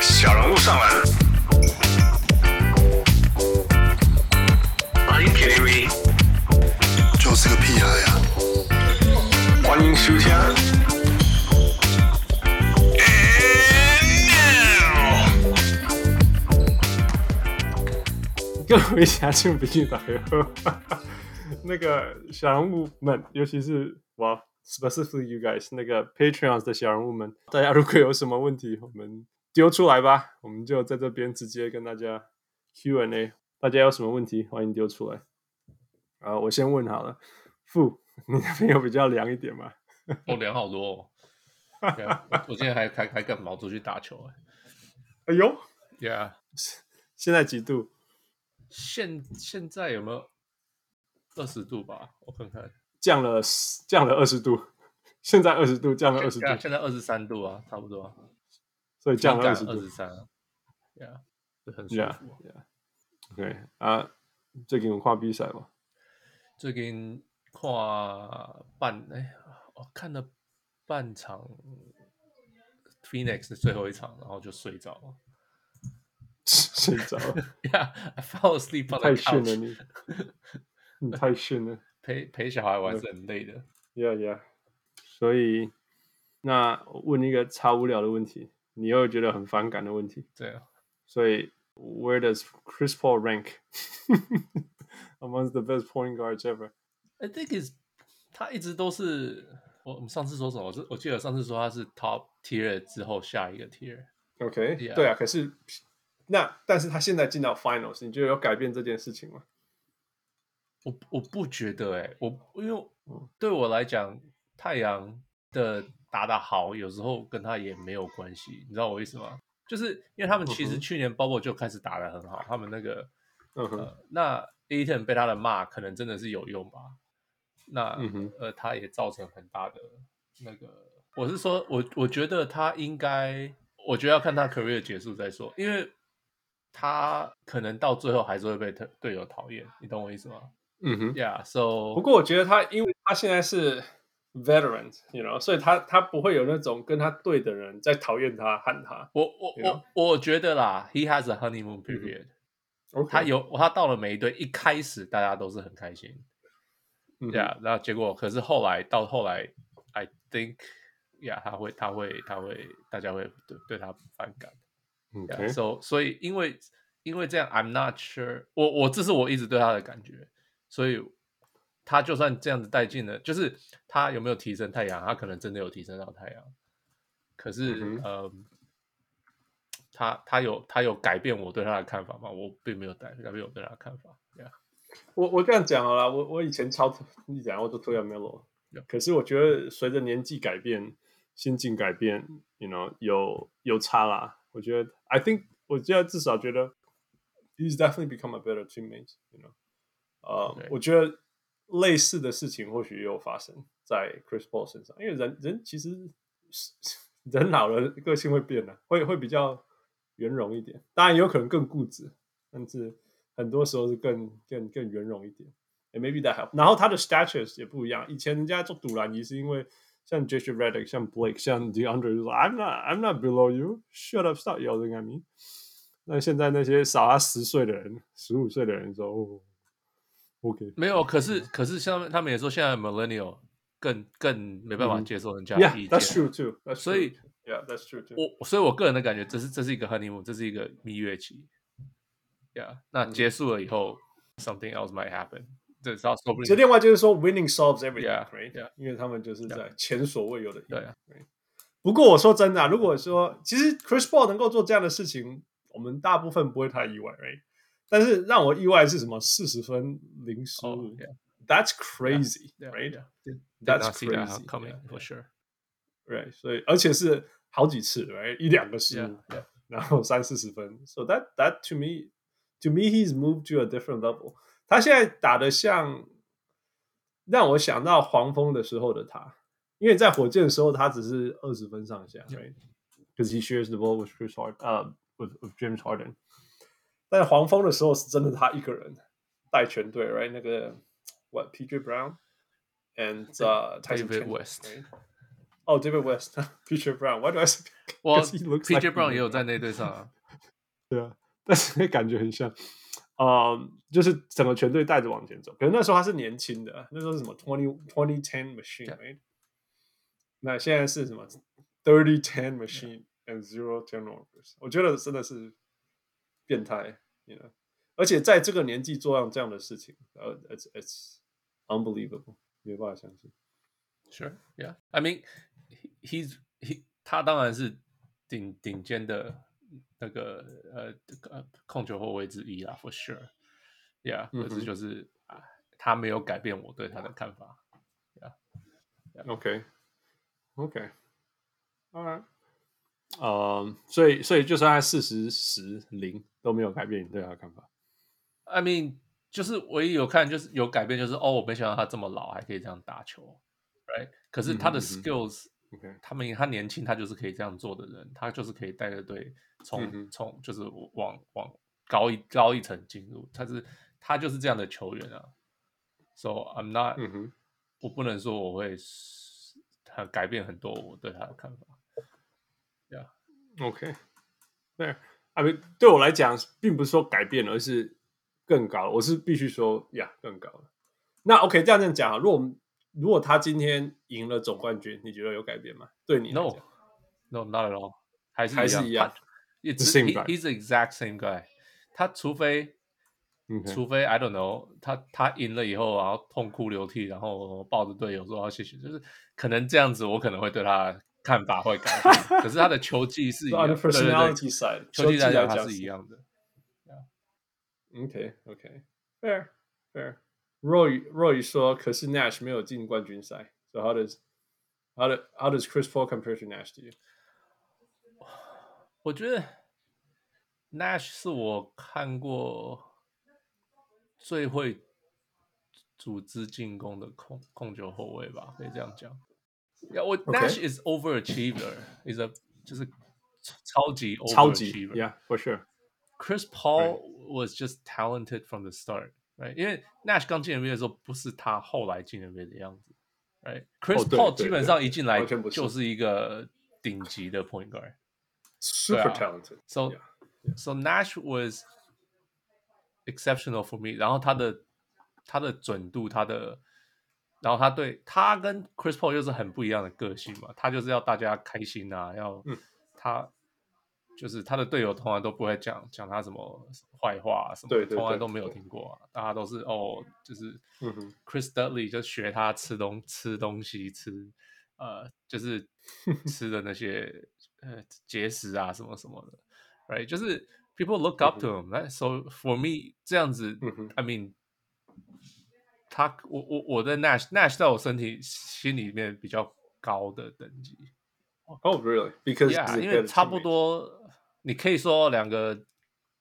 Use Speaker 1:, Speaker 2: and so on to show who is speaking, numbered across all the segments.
Speaker 1: 小人物上篮，Are you kidding me？
Speaker 2: 就是个屁孩呀、
Speaker 1: 欢迎收听。And now
Speaker 3: 各位乡亲朋友，大家好。 那个小人物们，尤其是哇，specifically you guys 那个 Patreons 的小人物们，大家如果有什么问题，我们丢出来吧，我们就在这边直接跟大家 Q&A。大家有什么问题，欢迎丢出来。啊，我先问好了，傅，你的朋友比较凉一点吗？
Speaker 4: 我量好 多、哦对啊。我我今天还还还跟毛出去打球哎、
Speaker 3: 哎呦，
Speaker 4: Yeah，
Speaker 3: 现在几度？
Speaker 4: 现现在有没有二十度吧？我看看，
Speaker 3: 降了10降了二十度，现在二十度降了二十度
Speaker 4: 现，在现在二十三度啊，差不多、啊。
Speaker 3: 所以降了
Speaker 4: 二
Speaker 3: 二十度。
Speaker 4: 十三，Yeah，就很舒
Speaker 3: Yeah,
Speaker 4: 服啊。
Speaker 3: yeah. OK 啊，最近有跨比赛嘛？
Speaker 4: 最近看半哎，我看了半场 Phoenix 的最后一场，然后就睡着了。
Speaker 3: 睡着了，
Speaker 4: Yeah，I fell asleep on the
Speaker 3: 太逊了
Speaker 4: couch
Speaker 3: 你，你太逊了。
Speaker 4: 陪陪小孩玩是很累的。
Speaker 3: Yeah yeah。所以，那我问一个超无聊的问题，你又觉得很反感的问题。
Speaker 4: 对啊，
Speaker 3: 所以，Where does Chris Paul rank amongst the best point guards ever？
Speaker 4: I think is 他一直都是我我们上次说什么？我是我记得上次说他是 top tier 之后下一个 tier。
Speaker 3: OK，、
Speaker 4: Yeah.
Speaker 3: 对啊，可是那但是他现在进到 Finals，你觉得有改变这件事情吗？
Speaker 4: 我我不觉得哎、我因为
Speaker 3: 嗯
Speaker 4: 对我来讲，太阳的打打好，有时候跟他也没有关系，你知道我意思吗？就是因为他们其
Speaker 3: 嗯
Speaker 4: 实
Speaker 3: 哼
Speaker 4: 去年 Bobo 就开始打得很好，他们那个
Speaker 3: 嗯哼，
Speaker 4: 呃，那 Aton 被他的骂可能真的是有用吧？那、
Speaker 3: 嗯哼
Speaker 4: 呃，他也造成很大的那个，我是说，我我觉得他应该，我觉得要看他 career 结束再说，因为他可能到最后还是会被队队友讨厌，你懂我意思吗
Speaker 3: 嗯哼。
Speaker 4: ？Yeah，so
Speaker 3: 不过我觉得他，因为他现在是 veteran，you know，所以他他不会有那种跟他对的人在讨厌他、恨他。
Speaker 4: 我我
Speaker 3: Yeah.
Speaker 4: 我我觉得啦，He has a
Speaker 3: 嗯
Speaker 4: honeymoon period，、他有他到了每一队，一开始大家都是很开心，
Speaker 3: 嗯哼
Speaker 4: 呀，那结果可是后来到后来，I think，呀、他会他会他会大家会对对他反感。
Speaker 3: OK，
Speaker 4: Yeah, so 所以因为因为这样，I'm not sure 我。我这是我一直对他的感觉，所以他就算这样子带进了，就是他有没有提升太阳，他可能真的有提升到太阳，可是
Speaker 3: 嗯哼
Speaker 4: 呃，他他有他有改变我对他的看法吗？我并没有改改变我对他的看法。Yeah,
Speaker 3: 我我这样讲好了，我我以前超你讲我都推 Melo，
Speaker 4: Yeah
Speaker 3: 可是我觉得随着年纪改变、心境改变，you know 有有差啦。我觉得 I think 我现在至少觉得 he's definitely become a better teammate，you know，呃、
Speaker 4: Okay
Speaker 3: 我觉得类似的事情或许也有发生在 Chris Paul 身上，因为人人其实 人老了个性会变的、会会比较圆融一点，当然也有可能更固执，但是很多时候是更更更圆融一点。也 maybe that help。然后他的 statures 也不一样，以前人家做赌篮仪是因为像 j a s o n Redick、像 Blake、像 DeAndre 就说 I'm not I'm not below you, shut up, stop yelling at me。那现在那些少他十岁的人、十五岁的人说、哦、OK，
Speaker 4: 没有，可
Speaker 3: 嗯
Speaker 4: 是可是像他们也说，现在 millennial 更更没办法
Speaker 3: 嗯
Speaker 4: 接受人家的意
Speaker 3: yeah,
Speaker 4: 见。
Speaker 3: that's true too. That's
Speaker 4: 所以
Speaker 3: true. yeah, that's true too.
Speaker 4: 我所以，我个人的感觉，这是这是一个 honeymoon，这是一个蜜月期。Yeah，那结束了以后、s o m e t h i n g else might happen。这是说不
Speaker 3: 其实
Speaker 4: 定
Speaker 3: 另外就是说，winning solves everything,
Speaker 4: Yeah,
Speaker 3: right？、
Speaker 4: yeah.
Speaker 3: 因为他们就是在
Speaker 4: Yeah.
Speaker 3: 前所未有的赢。
Speaker 4: 对啊
Speaker 3: right？不过我说真的啊、如果说其实 Chris Paul 能够做这样的事情，我们大部分不会太意外，right？但是让我意外是什么？四十分零失
Speaker 4: 哦
Speaker 3: 误、
Speaker 4: ，Yeah，
Speaker 3: ，That's crazy,
Speaker 4: yeah,
Speaker 3: right?
Speaker 4: yeah.
Speaker 3: That's
Speaker 4: Did not see that
Speaker 3: crazy.
Speaker 4: coming
Speaker 3: Yeah,
Speaker 4: for sure。
Speaker 3: Right？所以而且是好几次，right？一两个失误
Speaker 4: Yeah, yeah.
Speaker 3: 然后三四十分。So that that to me, to me he's moved to a different level. 他现在打的像让我想到黄蜂的时候的他，因为在火箭的时候他只是二十分上下
Speaker 4: Yeah.
Speaker 3: ，right？Because he shares the ball with uh, Chris Hard, 呃、with with James Harden。但黄蜂的时候是真的他一个人带全队，right？那个 what PJ Brown and 呃、uh, Tyson
Speaker 4: David
Speaker 3: Chandler,
Speaker 4: West
Speaker 3: right? Oh, 哦、oh,，David West，PJ Brown，Why do I say？
Speaker 4: 我
Speaker 3: Because he looks
Speaker 4: PJ
Speaker 3: like
Speaker 4: Brown
Speaker 3: me.
Speaker 4: 也有在 那队上啊，
Speaker 3: 对啊，但是感觉很像，啊、就是整个全队带着往前走。可是那时候他是年轻的，啊那时候是什么 twenty twenty ten machine，、
Speaker 4: Yeah.
Speaker 3: right? 那现在是什么 thirty ten machine and zero turnovers？我觉得真的是变态，you know。而且在这个年纪做上这样的事情，呃，it's it's unbelievable，没办法相信。
Speaker 4: Sure, yeah. I mean, he- he's he 他当然是顶顶尖的那个呃呃控球后卫之一啦，for sure. Yeah，、
Speaker 3: 嗯哼
Speaker 4: 可是就是啊，他没有改变我对他的看法。
Speaker 3: OK OK，当然，嗯，所以所以就算他四十十零都没有改变你对他的看法。
Speaker 4: I mean，就是我也有看，就是有改变，就是哦，我没想到他这么老还可以这样打球，right？可是他的
Speaker 3: 嗯哼嗯哼
Speaker 4: skills，、
Speaker 3: OK，
Speaker 4: 他们他年轻，他就是可以这样做的人，他就是可以带着队
Speaker 3: 嗯
Speaker 4: 从
Speaker 3: 哼
Speaker 4: 从、就是往往高一高一层进入，他是他就是这样的球员啊。So I'm not，、
Speaker 3: 嗯哼，
Speaker 4: 我不能说我会他改变很多我对他的看法。
Speaker 3: OK，对，啊，不，对我来讲，并不是说改变了，而是更高了。我是必须说呀，更高了。那 OK，这样这样讲啊，如果我们如果他今天赢了总冠军，你觉得有改变吗？对你来
Speaker 4: No,
Speaker 3: 讲
Speaker 4: no, not at all，还是
Speaker 3: 还是一样
Speaker 4: 他，it's
Speaker 3: The same
Speaker 4: he-
Speaker 3: guy
Speaker 4: he's the exact same guy。他除非
Speaker 3: OK
Speaker 4: 除非 I don't know，他他赢了以后，然后痛哭流涕，然后抱着队友说啊谢谢，就是可能这样子，我可能会对他的看法会改变。可是他的球技是一
Speaker 3: So
Speaker 4: 样，
Speaker 3: on the
Speaker 4: 对对对
Speaker 3: personality side，
Speaker 4: 球技来
Speaker 3: 球技来
Speaker 4: 讲他
Speaker 3: 讲
Speaker 4: 是一
Speaker 3: 是
Speaker 4: 样的。
Speaker 3: OK OK fair fair。Roy Roy 说，可是 Nash 没有进冠军赛，So how does how does how does Chris Paul compare to Nash to you？
Speaker 4: 我觉得 Nash 是我看过最会组织进攻的控控球后卫吧，可以这样讲。Yeah, 我 Nash is overachiever，is a 就是超级
Speaker 3: 超级
Speaker 4: overachiever。
Speaker 3: ，Yeah，for sure。
Speaker 4: Chris Paul was just talented from the start, right? 因为 Nash 刚进 NBA 的时候不是他后来进 NBA 的样子，right? Chris
Speaker 3: 哦对
Speaker 4: Paul
Speaker 3: 对
Speaker 4: 基本
Speaker 3: 对
Speaker 4: 上一进来
Speaker 3: 完全不是
Speaker 4: 就是一个顶级的 point guard。
Speaker 3: Super
Speaker 4: 对啊
Speaker 3: talented，
Speaker 4: So,
Speaker 3: Yeah,
Speaker 4: so Nash was exceptional for me。然后他的他的准度，他的，然后他对他跟 Chris Paul 又是很不一样的个性嘛。他就是要大家开心啊，要、
Speaker 3: 嗯
Speaker 4: 他就是他的队友通常都不会讲讲他什么坏话、啊、什么，
Speaker 3: 对对
Speaker 4: 从来
Speaker 3: 对
Speaker 4: 都没有
Speaker 3: 对
Speaker 4: 听过、啊。大家都是哦，就是
Speaker 3: 嗯哼
Speaker 4: Chris Dudley 就学他吃东吃东西吃，呃，就是吃的那些呃节食啊什么什么的，right？就是 people look up to him、So for me，这样子、
Speaker 3: 嗯哼
Speaker 4: i mean，他我我我的 Nash Nash 在我身体心里面比较高的等级
Speaker 3: Oh, really? Because
Speaker 4: ，yeah，
Speaker 3: he's a
Speaker 4: 因
Speaker 3: better
Speaker 4: 为差不
Speaker 3: teammate.
Speaker 4: 多，你可以说两个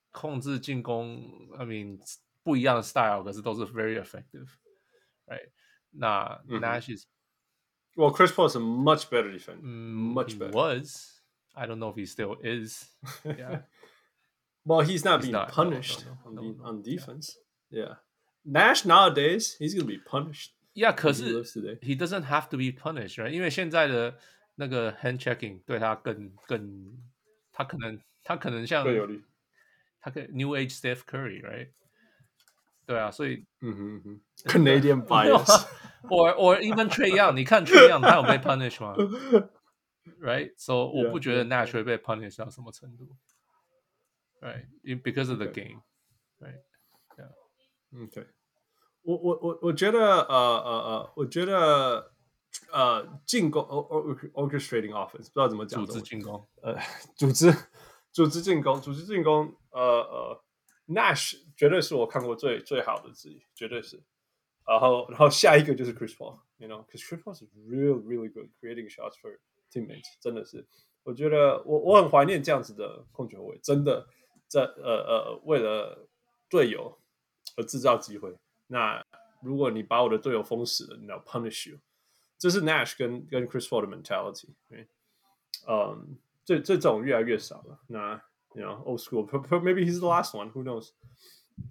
Speaker 4: 控制进攻，I mean 不一样的 style，可是都是 very effective，right？那
Speaker 3: 嗯哼
Speaker 4: Nash is
Speaker 3: Well, Chris Paul is a much better defender.
Speaker 4: Mm,
Speaker 3: much
Speaker 4: he
Speaker 3: better.
Speaker 4: Was I don't know if he still is. Yeah,
Speaker 3: Well, he's not
Speaker 4: He's
Speaker 3: being
Speaker 4: not. No,
Speaker 3: punished
Speaker 4: no, no,
Speaker 3: on,
Speaker 4: no,
Speaker 3: the,
Speaker 4: no.
Speaker 3: on
Speaker 4: Yeah.
Speaker 3: defense. Yeah. Nash nowadays, he's going to be punished.
Speaker 4: yeah.
Speaker 3: when
Speaker 4: 可
Speaker 3: he
Speaker 4: 是
Speaker 3: lives today.
Speaker 4: he doesn't have to be punished, right? 因为现在的那个 hand checking 对他更更，他可能他可能像
Speaker 3: 更有利。
Speaker 4: 他可以 New Age Steph Curry, right? 对啊，所以
Speaker 3: Mhm, mhm. Canadian
Speaker 4: 没有啊
Speaker 3: bias.
Speaker 4: or or even Trey Young，你看 Trey Young 他有被 punish 吗？Right，so 我
Speaker 3: Yeah,
Speaker 4: 不觉得
Speaker 3: yeah,
Speaker 4: Nash 会被 punish 到什么程度，right? in- Because of the
Speaker 3: Okay.
Speaker 4: game, right?
Speaker 3: OK，我我我我觉得呃呃呃，我觉得呃进攻 or- or- orchestrating offense 不知道怎么讲
Speaker 4: 组
Speaker 3: 中文，
Speaker 4: 织进攻。
Speaker 3: 呃，组织组织进攻，组织进攻，呃呃，Nash 绝对是我看过最最好的之一，绝对是。然后然后下一个就是 Chris Paul，you know，because Chris Paul is real really good creating shots for teammates，真的是，我觉得我我很怀念这样子的控球位，真的在呃呃为了队友而制造机会。那如果你把我的队友封死了，那 punish you，这是 Nash 跟跟 Chris Paul 的 mentality，right？嗯，这这种越来越少了。那 you know old school, but- but maybe he's the last one. Who knows?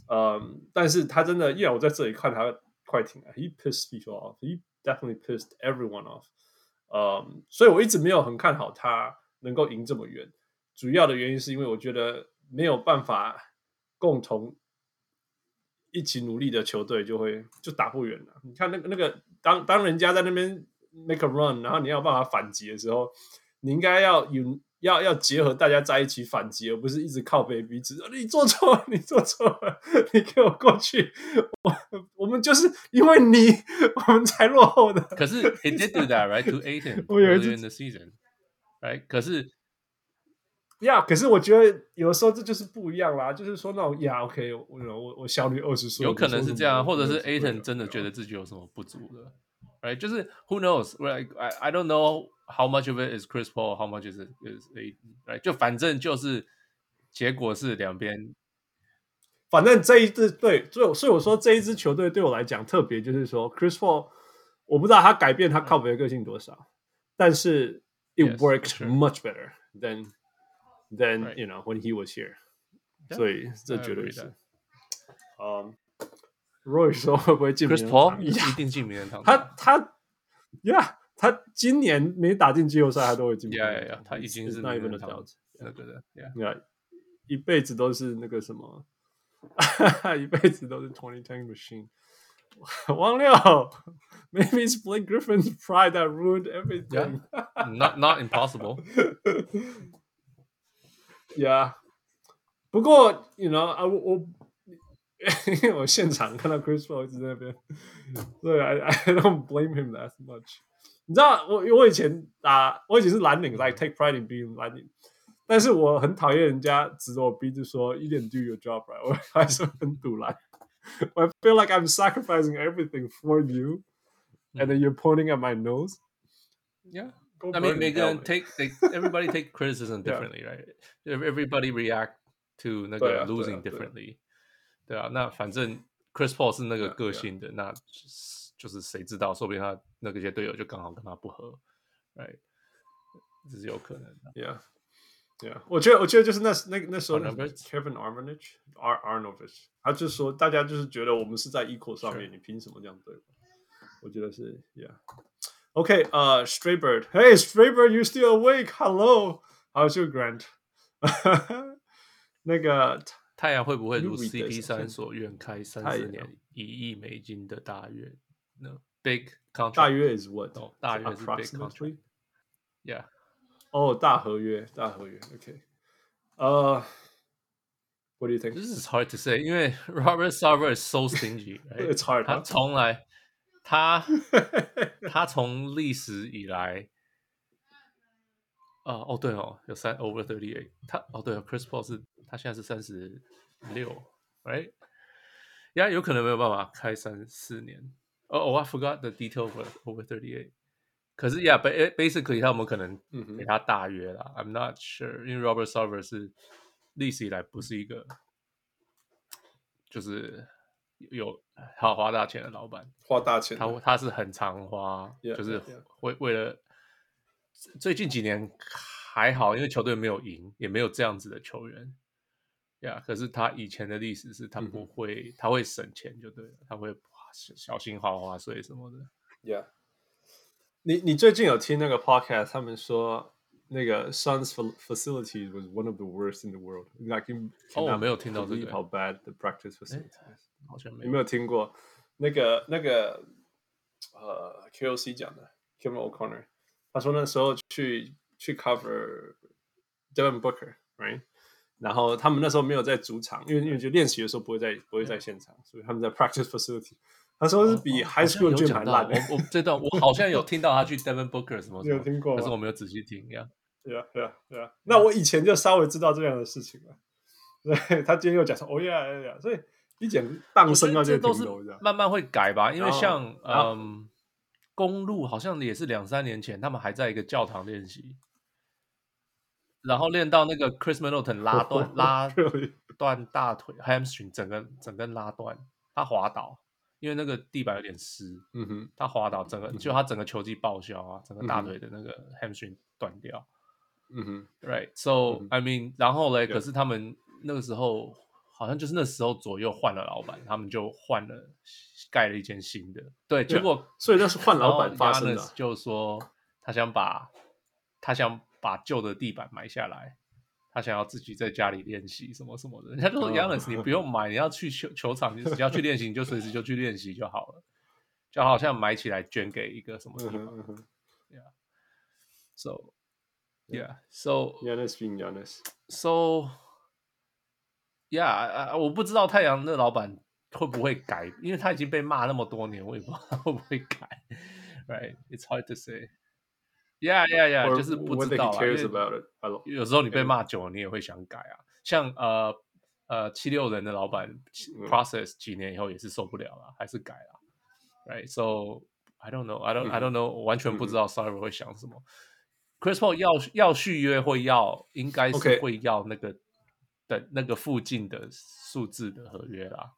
Speaker 3: 嗯，但是他真的，依然我在这里看他快艇啊，He pissed people off. He definitely pissed everyone off. 嗯，所以我一直没有很看好他能够赢这么远。主要的原因是因为我觉得没有办法共同一起努力的球队就会就打不远了。你看那个那个，当当人家在那边 make a run，然后你要办法反击的时候，你应该要有要要结合大家在一起反击，而不是一直靠北鼻子。你做错了，你做错了，你给我过去，我我们就是因为你，我们才落后的。
Speaker 4: 可是 he did do that right to Aiton
Speaker 3: 我以为
Speaker 4: earlier
Speaker 3: 是
Speaker 4: in the season, right？可是
Speaker 3: 呀可是我觉得有时候这就是不一样啦，就是说那种呀，OK，我我我效率二十岁，
Speaker 4: 有可能是这样，
Speaker 3: 你说
Speaker 4: 或
Speaker 3: 什么我
Speaker 4: 者是
Speaker 3: 我
Speaker 4: Aiton 真的觉得自己有什么不足的，right？就是 who knows？Like I I don't know how much of it is Chris Paul，how much is it is Aiton，right？就反正就是结果是两边
Speaker 3: 反正这一支对，所以我所以我说这一支球队对我来讲特别，就是说 Chris Paul，我不知道他改变他靠北的个性多少，但是 it
Speaker 4: 嗯 Yes, for
Speaker 3: worked
Speaker 4: sure.
Speaker 3: much better than than
Speaker 4: Right.
Speaker 3: you know when he was here，、
Speaker 4: Yeah,
Speaker 3: 所以这
Speaker 4: I
Speaker 3: 绝对
Speaker 4: agree
Speaker 3: 是
Speaker 4: that.。
Speaker 3: 嗯、r o y 说会不会进
Speaker 4: Chris
Speaker 3: 名人
Speaker 4: Paul
Speaker 3: 堂
Speaker 4: 一定进名人堂的。
Speaker 3: 他他，Yeah，他今年没打进季后赛，他都会进名
Speaker 4: Yeah,
Speaker 3: 人
Speaker 4: yeah,
Speaker 3: 堂
Speaker 4: yeah，他已
Speaker 3: It's-
Speaker 4: 经
Speaker 3: it's
Speaker 4: 是
Speaker 3: not
Speaker 4: 名
Speaker 3: even
Speaker 4: 人
Speaker 3: a
Speaker 4: 堂
Speaker 3: doubt.
Speaker 4: 那个的，Yeah。
Speaker 3: 你看，一辈子都是那个什么， 一辈子都是 Twenty Ten Machine。王六，Maybe it's Blake Griffin's pride that ruined everything.
Speaker 4: not not impossible.
Speaker 3: Yeah，不过，you know 啊，我 我因为我现场看到 Chris Paul 一直在那边，所以 I I don't blame him that much。你知道，我我以前打，我以前是蓝领，like take pride in being 蓝领，但是我很讨厌人家指着我鼻子说 you didn't do your job right，我 还是很堵来。I feel like I'm sacrificing everything for you, and then you're pointing at my nose.
Speaker 4: Yeah.
Speaker 3: Go
Speaker 4: Mm. I
Speaker 3: burn
Speaker 4: mean,
Speaker 3: in
Speaker 4: they
Speaker 3: hell,
Speaker 4: can
Speaker 3: man.
Speaker 4: take they, everybody take criticism
Speaker 3: Yeah.
Speaker 4: differently, right? Ev- Everybody react to 那
Speaker 3: 对
Speaker 4: 个
Speaker 3: 啊对啊
Speaker 4: losing
Speaker 3: 对啊
Speaker 4: differently. 对啊，那反正 Chris Paul 是那
Speaker 3: 对
Speaker 4: 个
Speaker 3: 啊
Speaker 4: 个
Speaker 3: 对啊
Speaker 4: 性的，那就是就是谁知道，说不定他那个些队友就刚好跟他不合，right？这是有可能的。
Speaker 3: Yeah, yeah，我觉得，我觉得就是那那那时候
Speaker 4: Arnautovic
Speaker 3: Kevin Armitage Ar Arnovich，他就说大家就是觉得我们是在 equal 上面，
Speaker 4: Sure.
Speaker 3: 你凭什么这样对我？我觉得是 Yeah。Okay, uh, Straybird. Hey, Straybird, you still awake? Hello, how's your Grant? 那个
Speaker 4: 太阳会不会如
Speaker 3: Lou Reed 的
Speaker 4: CP
Speaker 3: 小
Speaker 4: 三
Speaker 3: 天
Speaker 4: 所愿开三
Speaker 3: 太
Speaker 4: 十
Speaker 3: 阳
Speaker 4: 年一亿美金的大约呢？Big
Speaker 3: 大
Speaker 4: contract，
Speaker 3: 约 is what？
Speaker 4: 哦大约是 big
Speaker 3: approximately
Speaker 4: contract。yeah，
Speaker 3: 哦，大合约，大合约。Okay. Uh, what do you think?
Speaker 4: This is hard to say，因为 Robert Sarver is so stingy，right?
Speaker 3: It's hard,
Speaker 4: 他
Speaker 3: huh?
Speaker 4: 从来他他从历史以来，呃哦对哦，有三 over thirty eight，他哦对哦，Chris Paul 是他现在是三十六，right？呀，有可能没有办法开三四年。哦、oh, 我 I forgot the detail for over thirty eight。可是呀、yeah,，ba- basically 他们可能
Speaker 3: 嗯哼
Speaker 4: 给他大约啦、i m not sure，因为 Robert Sarver 是历史以来不是一个就是有好花大钱的老板，
Speaker 3: 花大钱的，
Speaker 4: 他他是很常花
Speaker 3: Yeah,
Speaker 4: 就是
Speaker 3: yeah, yeah.
Speaker 4: 为为了最近几年还好，因为球队没有赢，也没有这样子的球员。呀、可是他以前的历史是
Speaker 3: 嗯
Speaker 4: 他不会，他会省钱就对了，他会小小心花花税什么的。
Speaker 3: Yeah，你你最近有听那个 podcast？他们说那个 Sun's fa- facilities was one of the worst in the world. Like you
Speaker 4: 哦我
Speaker 3: cannot
Speaker 4: 没有听到这
Speaker 3: believe
Speaker 4: 个
Speaker 3: How bad the practice facilities？is.
Speaker 4: 好像没
Speaker 3: 你没有
Speaker 4: 有
Speaker 3: 听过那个那个呃 KOC 讲的 Kevin O'Connor？他说那时候去去 cover Devin Booker，right？然后他们那时候没有在主场，因为因为就练习的时候不会在不会在现场，所以他们在 practice facility。他说是比
Speaker 4: 哦好
Speaker 3: high
Speaker 4: 像
Speaker 3: school
Speaker 4: 有
Speaker 3: gym
Speaker 4: 讲
Speaker 3: 还
Speaker 4: 到
Speaker 3: 烂的。
Speaker 4: 我我这段我好像有听到他去 Devin Booker 什么
Speaker 3: 欸你
Speaker 4: 什
Speaker 3: 有
Speaker 4: 么，
Speaker 3: 听过
Speaker 4: 可是
Speaker 3: 吗
Speaker 4: 我没嗯有仔细听呀。
Speaker 3: Yeah, yeah, yeah. 那我以前就稍微知道这样的事情了。对他今天又讲说，哦呀呀呀，所以一点荡
Speaker 4: 我觉
Speaker 3: 升
Speaker 4: 得
Speaker 3: 到
Speaker 4: 这
Speaker 3: 个
Speaker 4: 都
Speaker 3: 顶
Speaker 4: 是
Speaker 3: 楼这样。哦
Speaker 4: 慢慢会改吧，因为
Speaker 3: 然后
Speaker 4: 像
Speaker 3: 然后
Speaker 4: 嗯，公路好像也是两三年前，他们还在一个教堂练习，然后练到那个 Chris Middleton 拉 断拉
Speaker 3: Really？
Speaker 4: 断大腿 hamstring 整个整根拉断，他滑倒，因为那个地板有点湿，
Speaker 3: 嗯哼，
Speaker 4: 他滑倒，整个就他整个球技报销啊，整个大
Speaker 3: 嗯哼
Speaker 4: 腿的那个 hamstring 断掉。
Speaker 3: 嗯哼，
Speaker 4: Right. So I mean，然后嘞，
Speaker 3: Mm-hmm. Yeah.
Speaker 4: 可是他们那个时候好像就是那时候左右换了老板，他们就换了盖了一间新的。对，结果
Speaker 3: 所以那是换老板发生的啊
Speaker 4: Giannis 就说他想把他想把旧的地板买下来，他想要自己在家里练习什么什么的。人家就说
Speaker 3: 哦
Speaker 4: Yanis，你不用买，你要去球球场，你只要去练习，你就随时就去练习就好了。就好像买起来捐给一个什么地
Speaker 3: 嗯
Speaker 4: 方
Speaker 3: 哼嗯哼
Speaker 4: ，so yeah so
Speaker 3: ，Yanis being Yanis，
Speaker 4: So, yeah，啊我不知道太阳的老板会不会改，因为他已经被骂那么多年，我也不知道他会不会改。Right, it's hard to say. Yeah, yeah, yeah，
Speaker 3: Or
Speaker 4: 就是不
Speaker 3: whether
Speaker 4: 知
Speaker 3: he
Speaker 4: 道啦。啊因
Speaker 3: cares
Speaker 4: 为
Speaker 3: about it at all
Speaker 4: 有时候你被骂久了，你也会想改啊。像呃呃七六人的老板
Speaker 3: 嗯
Speaker 4: process 几年以后也是受不了了，还是改了。Right, so I don't know, I don't I don't know，
Speaker 3: 嗯
Speaker 4: 我完全不知道 s a r r 会想什么。Chris Paul 要要续约会要，应该是
Speaker 3: OK
Speaker 4: 会要那个的那个附近的数字的合约啦。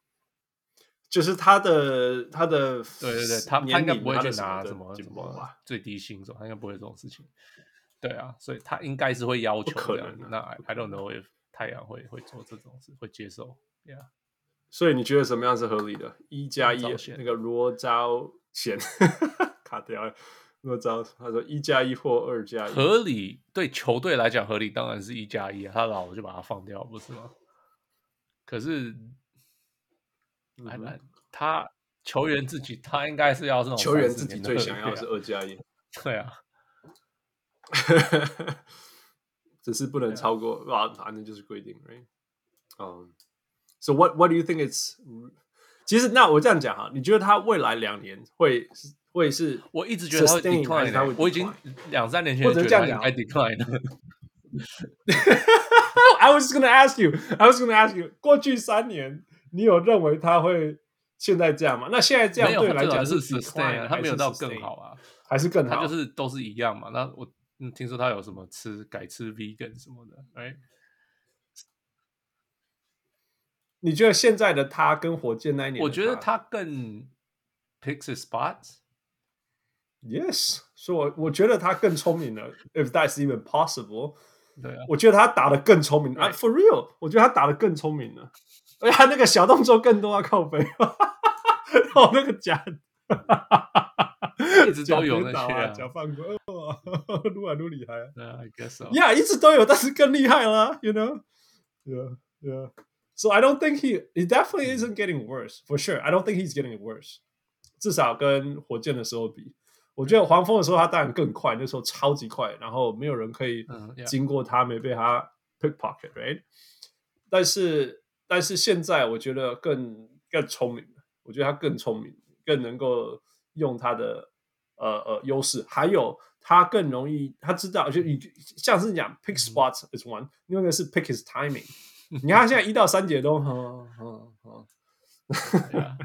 Speaker 3: 就是他的他的
Speaker 4: 对对对，他他
Speaker 3: 年
Speaker 4: 应该
Speaker 3: 龄啊
Speaker 4: 不会
Speaker 3: 他
Speaker 4: 去
Speaker 3: 的
Speaker 4: 拿
Speaker 3: 的
Speaker 4: 什么
Speaker 3: 紧
Speaker 4: 什
Speaker 3: 绷
Speaker 4: 么
Speaker 3: 吧？
Speaker 4: 最低薪什么，他应该不会有这种事情。对啊，所以他应该是会要求
Speaker 3: 不可
Speaker 4: 这样
Speaker 3: 能啊
Speaker 4: 那 I, I don't know if 太阳会会做这种事，会接受。Yeah，
Speaker 3: 所以你觉得什么样是合理的？一加一
Speaker 4: 罗昭贤
Speaker 3: 那个罗昭贤卡掉了，罗昭他说一加一或二加一，
Speaker 4: 合理对球队来讲合理，当然是一加一啊。他老了就把他放掉，不是吗？可是
Speaker 3: 嗯
Speaker 4: 哎
Speaker 3: 哼
Speaker 4: 那他球员自己，他应该是要这种
Speaker 3: 球员
Speaker 4: 30
Speaker 3: 自己
Speaker 4: 年的
Speaker 3: 最
Speaker 4: 合
Speaker 3: 想
Speaker 4: 约
Speaker 3: 要
Speaker 4: 啊
Speaker 3: 是二加一，
Speaker 4: 对啊，
Speaker 3: 只是不
Speaker 4: 对
Speaker 3: 能
Speaker 4: 啊
Speaker 3: 超过，啊，反正就是规定，right？嗯、s o what what do you think it's？其实那我这样讲哈，你觉得他未来两年会是会是
Speaker 4: 我一直觉得他会
Speaker 3: sustain 还
Speaker 4: decline，、欸
Speaker 3: 是他会
Speaker 4: 我已经
Speaker 3: decline？
Speaker 4: 两三年前
Speaker 3: 或
Speaker 4: 就
Speaker 3: 者
Speaker 4: 觉
Speaker 3: 是
Speaker 4: 得
Speaker 3: 这样
Speaker 4: 他应
Speaker 3: 讲
Speaker 4: 该 decline 了。
Speaker 3: I was gonna ask you. I was gonna ask you. 过去三年，你有认为他会现在这样吗？那现在这样
Speaker 4: 没有，
Speaker 3: 对你来
Speaker 4: 最
Speaker 3: 讲
Speaker 4: 是
Speaker 3: decline
Speaker 4: sustain，啊他没
Speaker 3: 还
Speaker 4: 有
Speaker 3: 是
Speaker 4: 到更
Speaker 3: sustain？
Speaker 4: 好啊，
Speaker 3: 还是更好？
Speaker 4: 他就是都是一样嘛。那我嗯听说他有什么吃改吃 vegan 什么的，哎，
Speaker 3: 你觉得现在的他跟火箭那一年的，
Speaker 4: 我觉得他更 picks his spots。
Speaker 3: yes，所以我我觉得他更聪明了，if that's even possible。
Speaker 4: 对啊，
Speaker 3: 我觉得他打的更聪明啊
Speaker 4: Right.
Speaker 3: ，for real，我觉得他打的更聪明了，而且他那个小动作更多啊，靠背， 哦，那个假的，
Speaker 4: 一直都有那
Speaker 3: 假跌倒
Speaker 4: 些
Speaker 3: 啊，
Speaker 4: 啊
Speaker 3: 假犯规，哇， 撸啊撸厉害啊
Speaker 4: 对啊，I guess so。
Speaker 3: ，yeah，一直都有，但是更厉害了，you know，yeah yeah。So I don't think he he definitely isn't getting worse for sure. I don't think he's getting worse. 至少跟火箭的时候比，我觉得黄蜂的时候他当然更快，那时候超级快，然后没有人可以
Speaker 4: 嗯，yeah
Speaker 3: 经过他，没被他 pickpocket，right？但是但是现在我觉得更更聪明了，我觉得他更聪明，更能够用他的呃呃优势，还有他更容易，他知道就你像是你讲 pick spots is one，另外一个是 pick his timing。你看他现在一到三节都，嗯嗯嗯，
Speaker 4: 对啊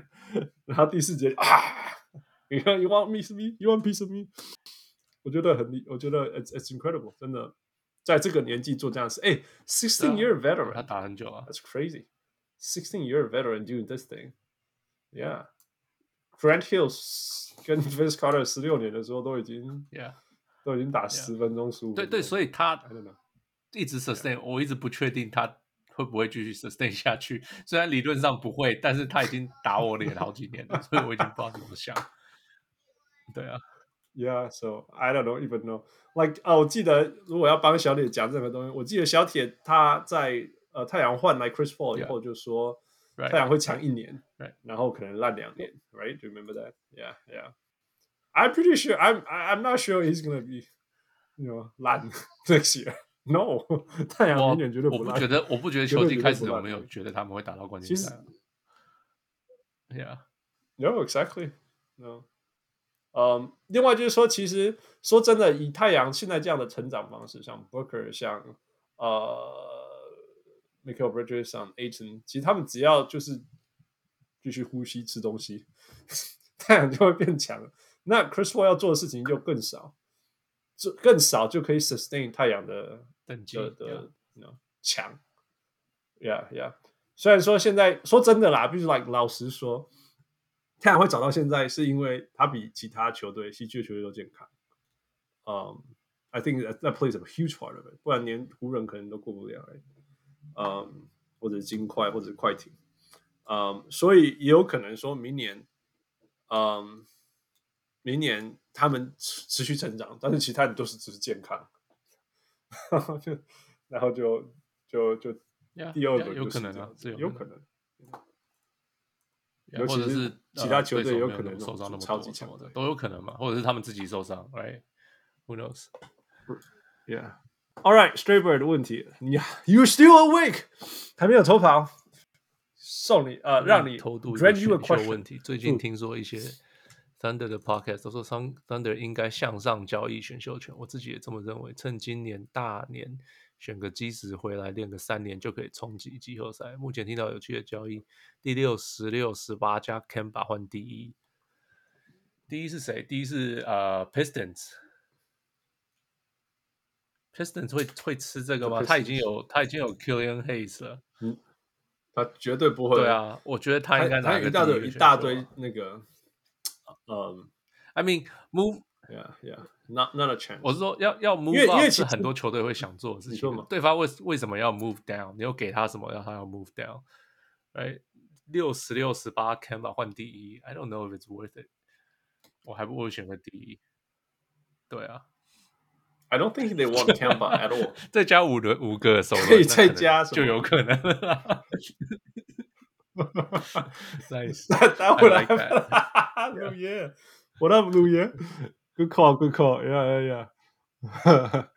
Speaker 3: 然后第四节啊，you want- you want miss me, you want piece of me，我觉得很厉，我觉得 it's it's incredible，真的，在这个年纪做这样的事，哎
Speaker 4: 对啊
Speaker 3: ，sixteen year
Speaker 4: 他
Speaker 3: veteran，that's
Speaker 4: 打很久啊。
Speaker 3: crazy。Sixteen year veteran doing this thing. Yeah. Grant Hill 跟 Vince Carter 十六年的时候都已经
Speaker 4: Yeah，
Speaker 3: 都已经打十分钟十五。
Speaker 4: 对对，所
Speaker 3: 以
Speaker 4: 以他
Speaker 3: I don't know.
Speaker 4: 一直 sustain，我一直不确定他会不会继续 sustain 下去。虽然理论上不会，但是他已经打我脸好几年了，所以我已经不知道怎么想。对啊，
Speaker 3: Yeah, so I don't know, even know. Like 啊，我记得如果要帮小铁讲任何东西，我记得小铁他在呃太阳换来 Chris Paul 以
Speaker 4: Yeah.
Speaker 3: 后就说太
Speaker 4: right，
Speaker 3: 阳会强一年
Speaker 4: Right.
Speaker 3: 然后可能烂两年，right? Do you remember that? Yeah, yeah. I'm pretty sure. I'm I- I'm not sure he's gonna be, you know, 烂 next year. No，太阳
Speaker 4: 我
Speaker 3: 明年绝对
Speaker 4: 我不
Speaker 3: 烂。
Speaker 4: 觉得，我不觉得
Speaker 3: 绝
Speaker 4: 球
Speaker 3: 对
Speaker 4: 季
Speaker 3: 绝对
Speaker 4: 开
Speaker 3: 不
Speaker 4: 始我
Speaker 3: 烂
Speaker 4: 没有觉得他们会打到冠军
Speaker 3: 其实
Speaker 4: 赛啊。Yeah，
Speaker 3: No, exactly. No. 嗯，另外就是说，其实说真的，以太阳现在这样的成长方式，像 Booker、像呃 Michael Bridges、像 Aiton，其实他们只要就是继续呼吸、吃东西， 太阳就会变强了。那 Chris Paul 要做的事情就更少，就更少就可以 sustain 太阳的
Speaker 4: 等级
Speaker 3: 的
Speaker 4: yeah
Speaker 3: 的你 you know, 强，Yeah Yeah。虽然说现在说真的啦，必须 like 老实说，太阳会找到现在是因为他比其他球队、西区的球队都健康。嗯、i think that that plays a huge part of it。不然连湖人可能都过不了、欸。嗯、我或者金块或者快艇，嗯，所以也有可能说明年，嗯，明年他们持持续成长，但是其他人都是只是健康，然后就然后就就就
Speaker 4: Yeah,
Speaker 3: 第二
Speaker 4: yeah，
Speaker 3: 轮就
Speaker 4: 有可
Speaker 3: 是
Speaker 4: 能
Speaker 3: 这
Speaker 4: 啊
Speaker 3: 样
Speaker 4: 这
Speaker 3: 子
Speaker 4: 有
Speaker 3: 有
Speaker 4: 可
Speaker 3: 可
Speaker 4: 能
Speaker 3: 能。
Speaker 4: Yeah，
Speaker 3: 尤
Speaker 4: 或
Speaker 3: 其
Speaker 4: 者
Speaker 3: 是
Speaker 4: 是
Speaker 3: 其
Speaker 4: 呃
Speaker 3: 他球
Speaker 4: 对
Speaker 3: 队
Speaker 4: 手
Speaker 3: 有
Speaker 4: 没有
Speaker 3: 可
Speaker 4: 那
Speaker 3: 能
Speaker 4: 么
Speaker 3: 那
Speaker 4: 受
Speaker 3: 种
Speaker 4: 伤那么
Speaker 3: 超
Speaker 4: 多
Speaker 3: 级
Speaker 4: 什
Speaker 3: 强
Speaker 4: 么的
Speaker 3: 队
Speaker 4: 都有可能嘛，或者是他们自己受伤，right？Who knows？
Speaker 3: Yeah. All right, Straybird 的问题，你 You still awake？还没有投跑，送你呃，让你
Speaker 4: 偷渡一个
Speaker 3: drag you a
Speaker 4: 选秀
Speaker 3: question
Speaker 4: 问题。最近
Speaker 3: 嗯
Speaker 4: 听说一些 Thunder 的 podcast 都说 Sun- Thunder 应该向上交易选秀权，我自己也这么认为。趁今年大年选个基石回来练个三年，就可以冲击季后赛。目前听到有趣的交易，第六、十六、十八加 Kemba 换第一。第一是谁？第一是呃 Pistons。Pistons 会会吃这个吗？他已经有他已经有 Killian Hayes 了，
Speaker 3: 他绝对不会。
Speaker 4: 对，啊，我觉得他
Speaker 3: 他
Speaker 4: 应该拿
Speaker 3: 他
Speaker 4: 个
Speaker 3: 一大
Speaker 4: 第个
Speaker 3: 堆一
Speaker 4: 选
Speaker 3: 大
Speaker 4: 秀啊
Speaker 3: 堆那个，嗯
Speaker 4: I mean move，
Speaker 3: ，Yeah Yeah，not not a chance。
Speaker 4: 我是说要要 move，
Speaker 3: 因为
Speaker 4: up
Speaker 3: 因为其实
Speaker 4: 是很多球队会想做的事
Speaker 3: 你
Speaker 4: 情
Speaker 3: 说
Speaker 4: 的
Speaker 3: 嘛。
Speaker 4: 对方为为什么要 move down？你又给他什么让他要 move down？哎，六十六十八 can 吧换第一，I don't know if it's worth it。我还不如选个第一。对啊，
Speaker 3: I don't think they want Kemba at all。
Speaker 4: 再加五轮五个手轮，
Speaker 3: 可以
Speaker 4: 那
Speaker 3: 再
Speaker 4: 能
Speaker 3: 加什
Speaker 4: 就
Speaker 3: 么
Speaker 4: 有可能 了。nice，
Speaker 3: 打回来
Speaker 4: I like
Speaker 3: ，New Year，What up New Year？Good call，Good call，Yeah Yeah Yeah 。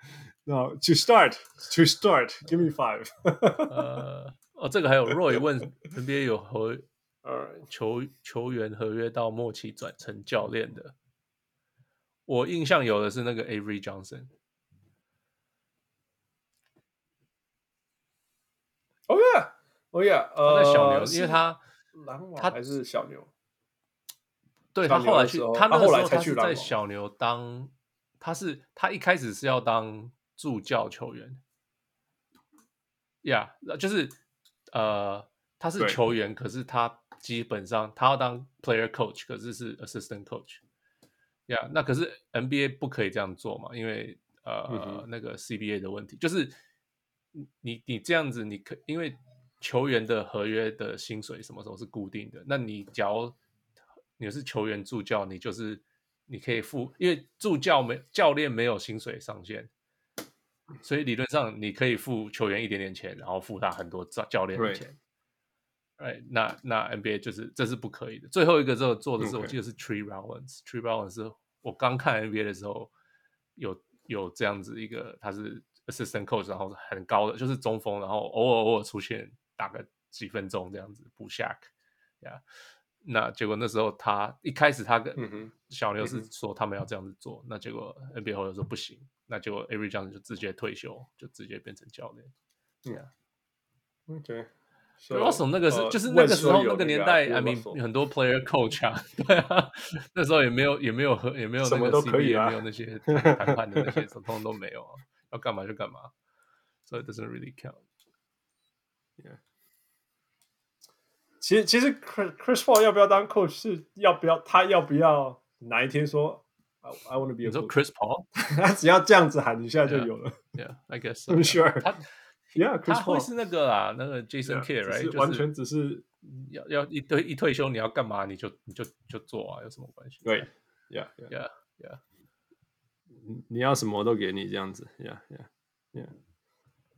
Speaker 3: No, to start, to start, give me five.
Speaker 4: 呃，哦，这个还有 Roy 问 NBA 有合
Speaker 3: All right.
Speaker 4: 球球员合约到末期转成教练的，我印象有的是那个 Avery Johnson，
Speaker 3: 哦耶，哦耶，
Speaker 4: 他
Speaker 3: 呃，
Speaker 4: 在小牛，因
Speaker 3: 是
Speaker 4: 为他
Speaker 3: 篮
Speaker 4: 他
Speaker 3: 网还是小牛？
Speaker 4: 对
Speaker 3: 小
Speaker 4: 他
Speaker 3: 牛
Speaker 4: 后来
Speaker 3: 的
Speaker 4: 去
Speaker 3: 时候，
Speaker 4: 他那
Speaker 3: 他
Speaker 4: 个
Speaker 3: 后来
Speaker 4: 时候
Speaker 3: 才
Speaker 4: 他
Speaker 3: 去
Speaker 4: 是
Speaker 3: 篮
Speaker 4: 在
Speaker 3: 网
Speaker 4: 小牛当，他是他一开始是要当助教球员，Yeah，那就是呃他是
Speaker 3: 对
Speaker 4: 球员，可是他基本上他要当 player coach，可是是 assistant coach。呀那可是 NBA 不可以这样做嘛，因为
Speaker 3: 嗯
Speaker 4: 呃、
Speaker 3: 哼
Speaker 4: 那个 CBA 的问题，就是你你你这样子，你可因为球员的合约的薪水什么时候是固定的，那你只要你是球员助教，你就是你可以付，因为助教没教练没有薪水上限。所以理论上，你可以付球员一点点钱，然后付他很多教教练的
Speaker 3: Right
Speaker 4: 钱。哎，那那 NBA 就是这是不可以的。最后一个之后做的是
Speaker 3: OK
Speaker 4: 我记得是 Tree Rollins，Tree Rollins 是我刚看 NBA 的时候有有这样子一个，他是 assistant coach，然后很高的就是中锋，然后偶尔偶尔出现打个几分钟这样子补下呀。Yeah 那结果那时候他一开始他跟
Speaker 3: 嗯哼
Speaker 4: 小牛是
Speaker 3: 嗯哼
Speaker 4: 说他们要这样子做，那结果 NBA 后来说不行，那结果 Avery Johnson 就直接退休，就直接变成教练。
Speaker 3: ，OK。
Speaker 4: Russell 那个是、
Speaker 3: 呃
Speaker 4: 就是那个时候
Speaker 3: 问说有
Speaker 4: 那个年
Speaker 3: 个
Speaker 4: 代
Speaker 3: 啊
Speaker 4: ，I mean
Speaker 3: Russell
Speaker 4: 有很多 player coach 啊，对啊，那时候也没有也没有和也没有那
Speaker 3: 什
Speaker 4: 个
Speaker 3: 么都可
Speaker 4: CBA
Speaker 3: 以啊
Speaker 4: 没有那些谈判的那些，通通都没有啊，要干嘛就干嘛，so it doesn't really count。
Speaker 3: 其实其实 Chris Chris Paul 要不要当 coach 是要不要他要不要哪一天说 I I want to be
Speaker 4: 你
Speaker 3: a
Speaker 4: 说
Speaker 3: coach，
Speaker 4: Chris Paul，yeah，I
Speaker 3: 他只要这样子喊一下就有了。
Speaker 4: guess so,
Speaker 3: I'm
Speaker 4: yeah.
Speaker 3: sure
Speaker 4: 他
Speaker 3: Yeah,
Speaker 4: 他
Speaker 3: Chris
Speaker 4: 会
Speaker 3: Paul
Speaker 4: 是那个啦，那个 Jason
Speaker 3: yeah，
Speaker 4: Kidd
Speaker 3: 只
Speaker 4: right，
Speaker 3: 是
Speaker 4: 就是
Speaker 3: 完全只是
Speaker 4: 要要一退一退休你要干嘛你就你就就做啊，有什么关系？
Speaker 3: 对，Yeah Yeah，
Speaker 4: ，yeah，
Speaker 3: 你你要什么都给你这样子，Yeah Yeah Yeah。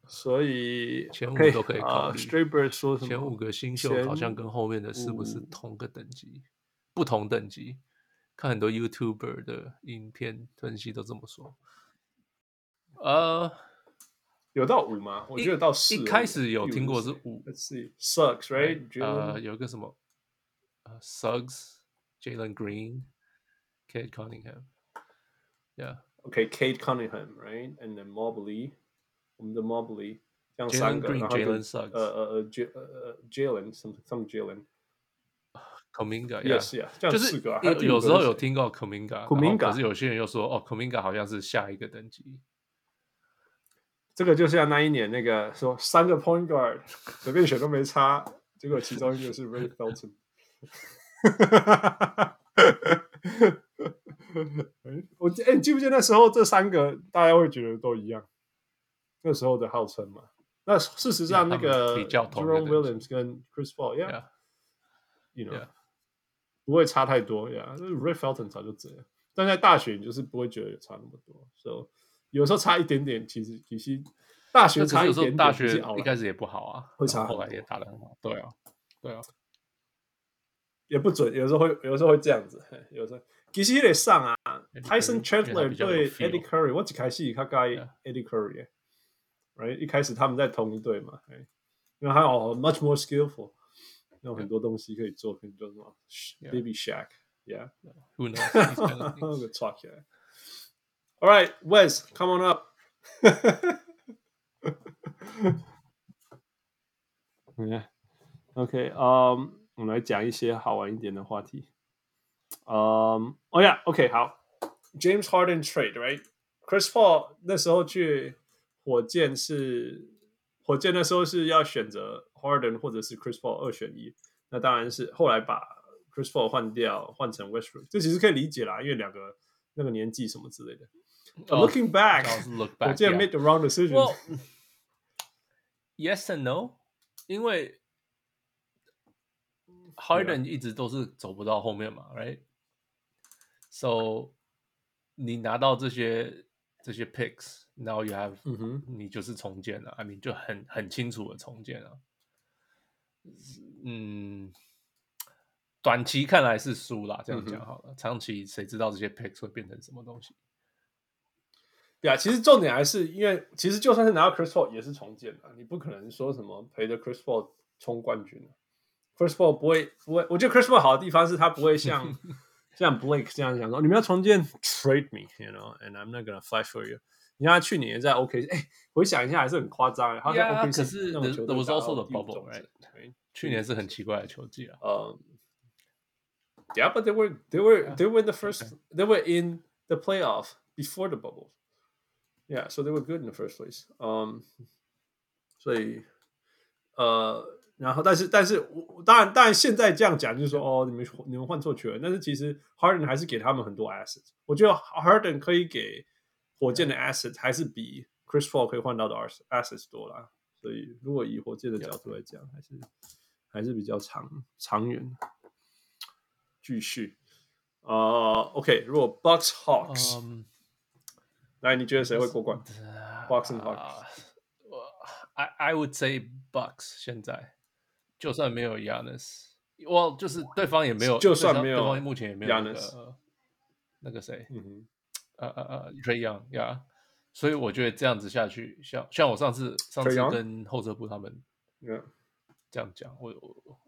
Speaker 3: 所以
Speaker 4: 前五
Speaker 3: OK，
Speaker 4: 都可以考
Speaker 3: 啊
Speaker 4: 虑
Speaker 3: Straybird 说什么？
Speaker 4: 前五个新秀好像
Speaker 3: 前
Speaker 4: 跟后面的是不是
Speaker 3: 五
Speaker 4: 同个等级？不同等级，看很多 YouTuber 的影片分析都这么说。呃，
Speaker 3: 有到五吗？我
Speaker 4: 一
Speaker 3: 觉得到四而已。
Speaker 4: 一开始有听过是
Speaker 3: 第
Speaker 4: 五，
Speaker 3: Let's see, sucks, right? Jalen-
Speaker 4: 呃，有一个什么呃 Suggs、Jalen Green、Kate Cunningham。Yeah,
Speaker 3: okay, Kate Cunningham, right? And then Mobley, 我们的 Mobley，这样
Speaker 4: Jalen
Speaker 3: 三个，
Speaker 4: Green,
Speaker 3: 然后就
Speaker 4: Jalen Suggs
Speaker 3: 呃呃呃，J 呃呃 Jalen some some Jalen，y e
Speaker 4: Cominga, yeah,
Speaker 3: s 呀，这样
Speaker 4: 就
Speaker 3: 四
Speaker 4: 是
Speaker 3: 个啊，还
Speaker 4: 有
Speaker 3: 第五
Speaker 4: 有
Speaker 3: 个
Speaker 4: 时候
Speaker 3: 是
Speaker 4: 有
Speaker 3: 谁
Speaker 4: 听过 Cominga，然后
Speaker 3: Kuminga
Speaker 4: 可是有些人又说哦，Cominga 好像是下一个等级。
Speaker 3: 这个就像那一年那个说三个 point guard 随便选都没差，结果其中一个是 Ray Felton。我记哎，你记不记得那时候这三个大家会觉得都一样？那时候的号称嘛那事实上，那
Speaker 4: 他
Speaker 3: 个
Speaker 4: 们比较同一
Speaker 3: j e r o
Speaker 4: 个
Speaker 3: m
Speaker 4: 等
Speaker 3: Williams 跟 Chris Paul，yeah，you
Speaker 4: Yeah.
Speaker 3: know，、
Speaker 4: Yeah.
Speaker 3: 不会差太多，yeah。Ray Felton 早就这样，但在大学你就是不会觉得有差那么多，so 有时候差一点点，其实其实大学
Speaker 4: 那可
Speaker 3: 差
Speaker 4: 是
Speaker 3: 一
Speaker 4: 有时候
Speaker 3: 点点，
Speaker 4: 大
Speaker 3: 已
Speaker 4: 学
Speaker 3: 经熬
Speaker 4: 一
Speaker 3: 了
Speaker 4: 开始也不好啊，
Speaker 3: 会差
Speaker 4: 然后后
Speaker 3: 很
Speaker 4: 来也打得很好。对啊，对啊，
Speaker 3: 也不准，有时候会有时候会这样子，嘿有时候其实也得上啊。Tyson
Speaker 4: Curry，因为他
Speaker 3: Chandler
Speaker 4: 比较有
Speaker 3: 对
Speaker 4: feel 啊
Speaker 3: Eddie Curry，我一开始他盖
Speaker 4: Yeah
Speaker 3: Eddie Curry，right？、一开始他们在同一队嘛，right？因为他哦 much more skillful，有很多东西可以做，可以做什么
Speaker 4: Yeah
Speaker 3: Baby Shack，yeah，
Speaker 4: who knows？these kind of things
Speaker 3: 给抓起来。All right, Wes, come on up. 嗯 OK，嗯、我们来讲一些好玩一点的话题。嗯，哦呀，OK，好，James Harden trade，right？Chris Paul 那时候去火箭是火箭那时候是要选择 Harden 或者是 Chris Paul 二选一，那当然是后来把 Chris Paul 换掉，换成 Westbrook，这其实可以理解啦，因为两个那个年纪什么之类的。But
Speaker 4: Oh,
Speaker 3: looking back，
Speaker 4: that was look
Speaker 3: 火
Speaker 4: back,
Speaker 3: 箭
Speaker 4: yeah.
Speaker 3: made the wrong decision。
Speaker 4: Well, yes and no，因为
Speaker 3: 啊
Speaker 4: Harden 一直都是走不到后面嘛，right？So 你拿到这些这些 picks，然后 you have，、
Speaker 3: 嗯哼
Speaker 4: 你就是重建了，I mean 就很很清楚的重建了。嗯，短期看来是输啦，这样
Speaker 3: 嗯
Speaker 4: 讲
Speaker 3: 哼
Speaker 4: 好了。长期谁知道这些 picks 会变成什么东西？
Speaker 3: 对啊，其实重点还是因为，其实就算是拿到 Chris Paul 也是重建的，啊你不可能说什么陪着 Chris Paul 冲冠军啊 Chris Paul 不会不会，我觉得 Chris Paul 好的地方是他不会 像像 Blake 这样想说，你们要重建 trade me，you know，and I'm not gonna fight for you。你看他去年在 OK，哎，回想一下还是很夸张啊的，他在
Speaker 4: Yeah，
Speaker 3: OK
Speaker 4: 可是
Speaker 3: 那种
Speaker 4: there-
Speaker 3: 球
Speaker 4: there
Speaker 3: 队
Speaker 4: was
Speaker 3: 打
Speaker 4: also
Speaker 3: 到
Speaker 4: the
Speaker 3: 第五
Speaker 4: bubble，
Speaker 3: 种子
Speaker 4: right？去年
Speaker 3: 嗯
Speaker 4: 是很奇怪的球季啊。
Speaker 3: um, yeah, but they were they were they were in the first they were in the playoff before the bubble. Yeah, so they were good in the first place. Um, 所以呃，然后但是但是我当然当然现在这样讲就是说哦，你们你们换错球员，但是其实 Harden 还是给他们很多 assets。我觉得 Harden 可以给火箭的 assets 还是比 Chris Paul 可以换到的 ass- assets 多啦。所以如果以火箭的角度来讲，还是还是比较长长远的。继续。啊、o k 如果 Bucks Hawks，、
Speaker 4: 嗯
Speaker 3: 来，你觉得谁会过关 Bucks and
Speaker 4: 啊我 I I would say Bucks 现在就算没有 Yanis，well 就是对方也没有，
Speaker 3: 就算
Speaker 4: 对方
Speaker 3: 没有
Speaker 4: 对方目前也没有那
Speaker 3: Giannis
Speaker 4: 个那个谁，
Speaker 3: 嗯哼，
Speaker 4: 呃呃呃 Trey Young 呀，所以我觉得这样子下去，像像我上次上次
Speaker 3: Trae Young？
Speaker 4: 跟后撤部他们
Speaker 3: 那
Speaker 4: 这样讲，我我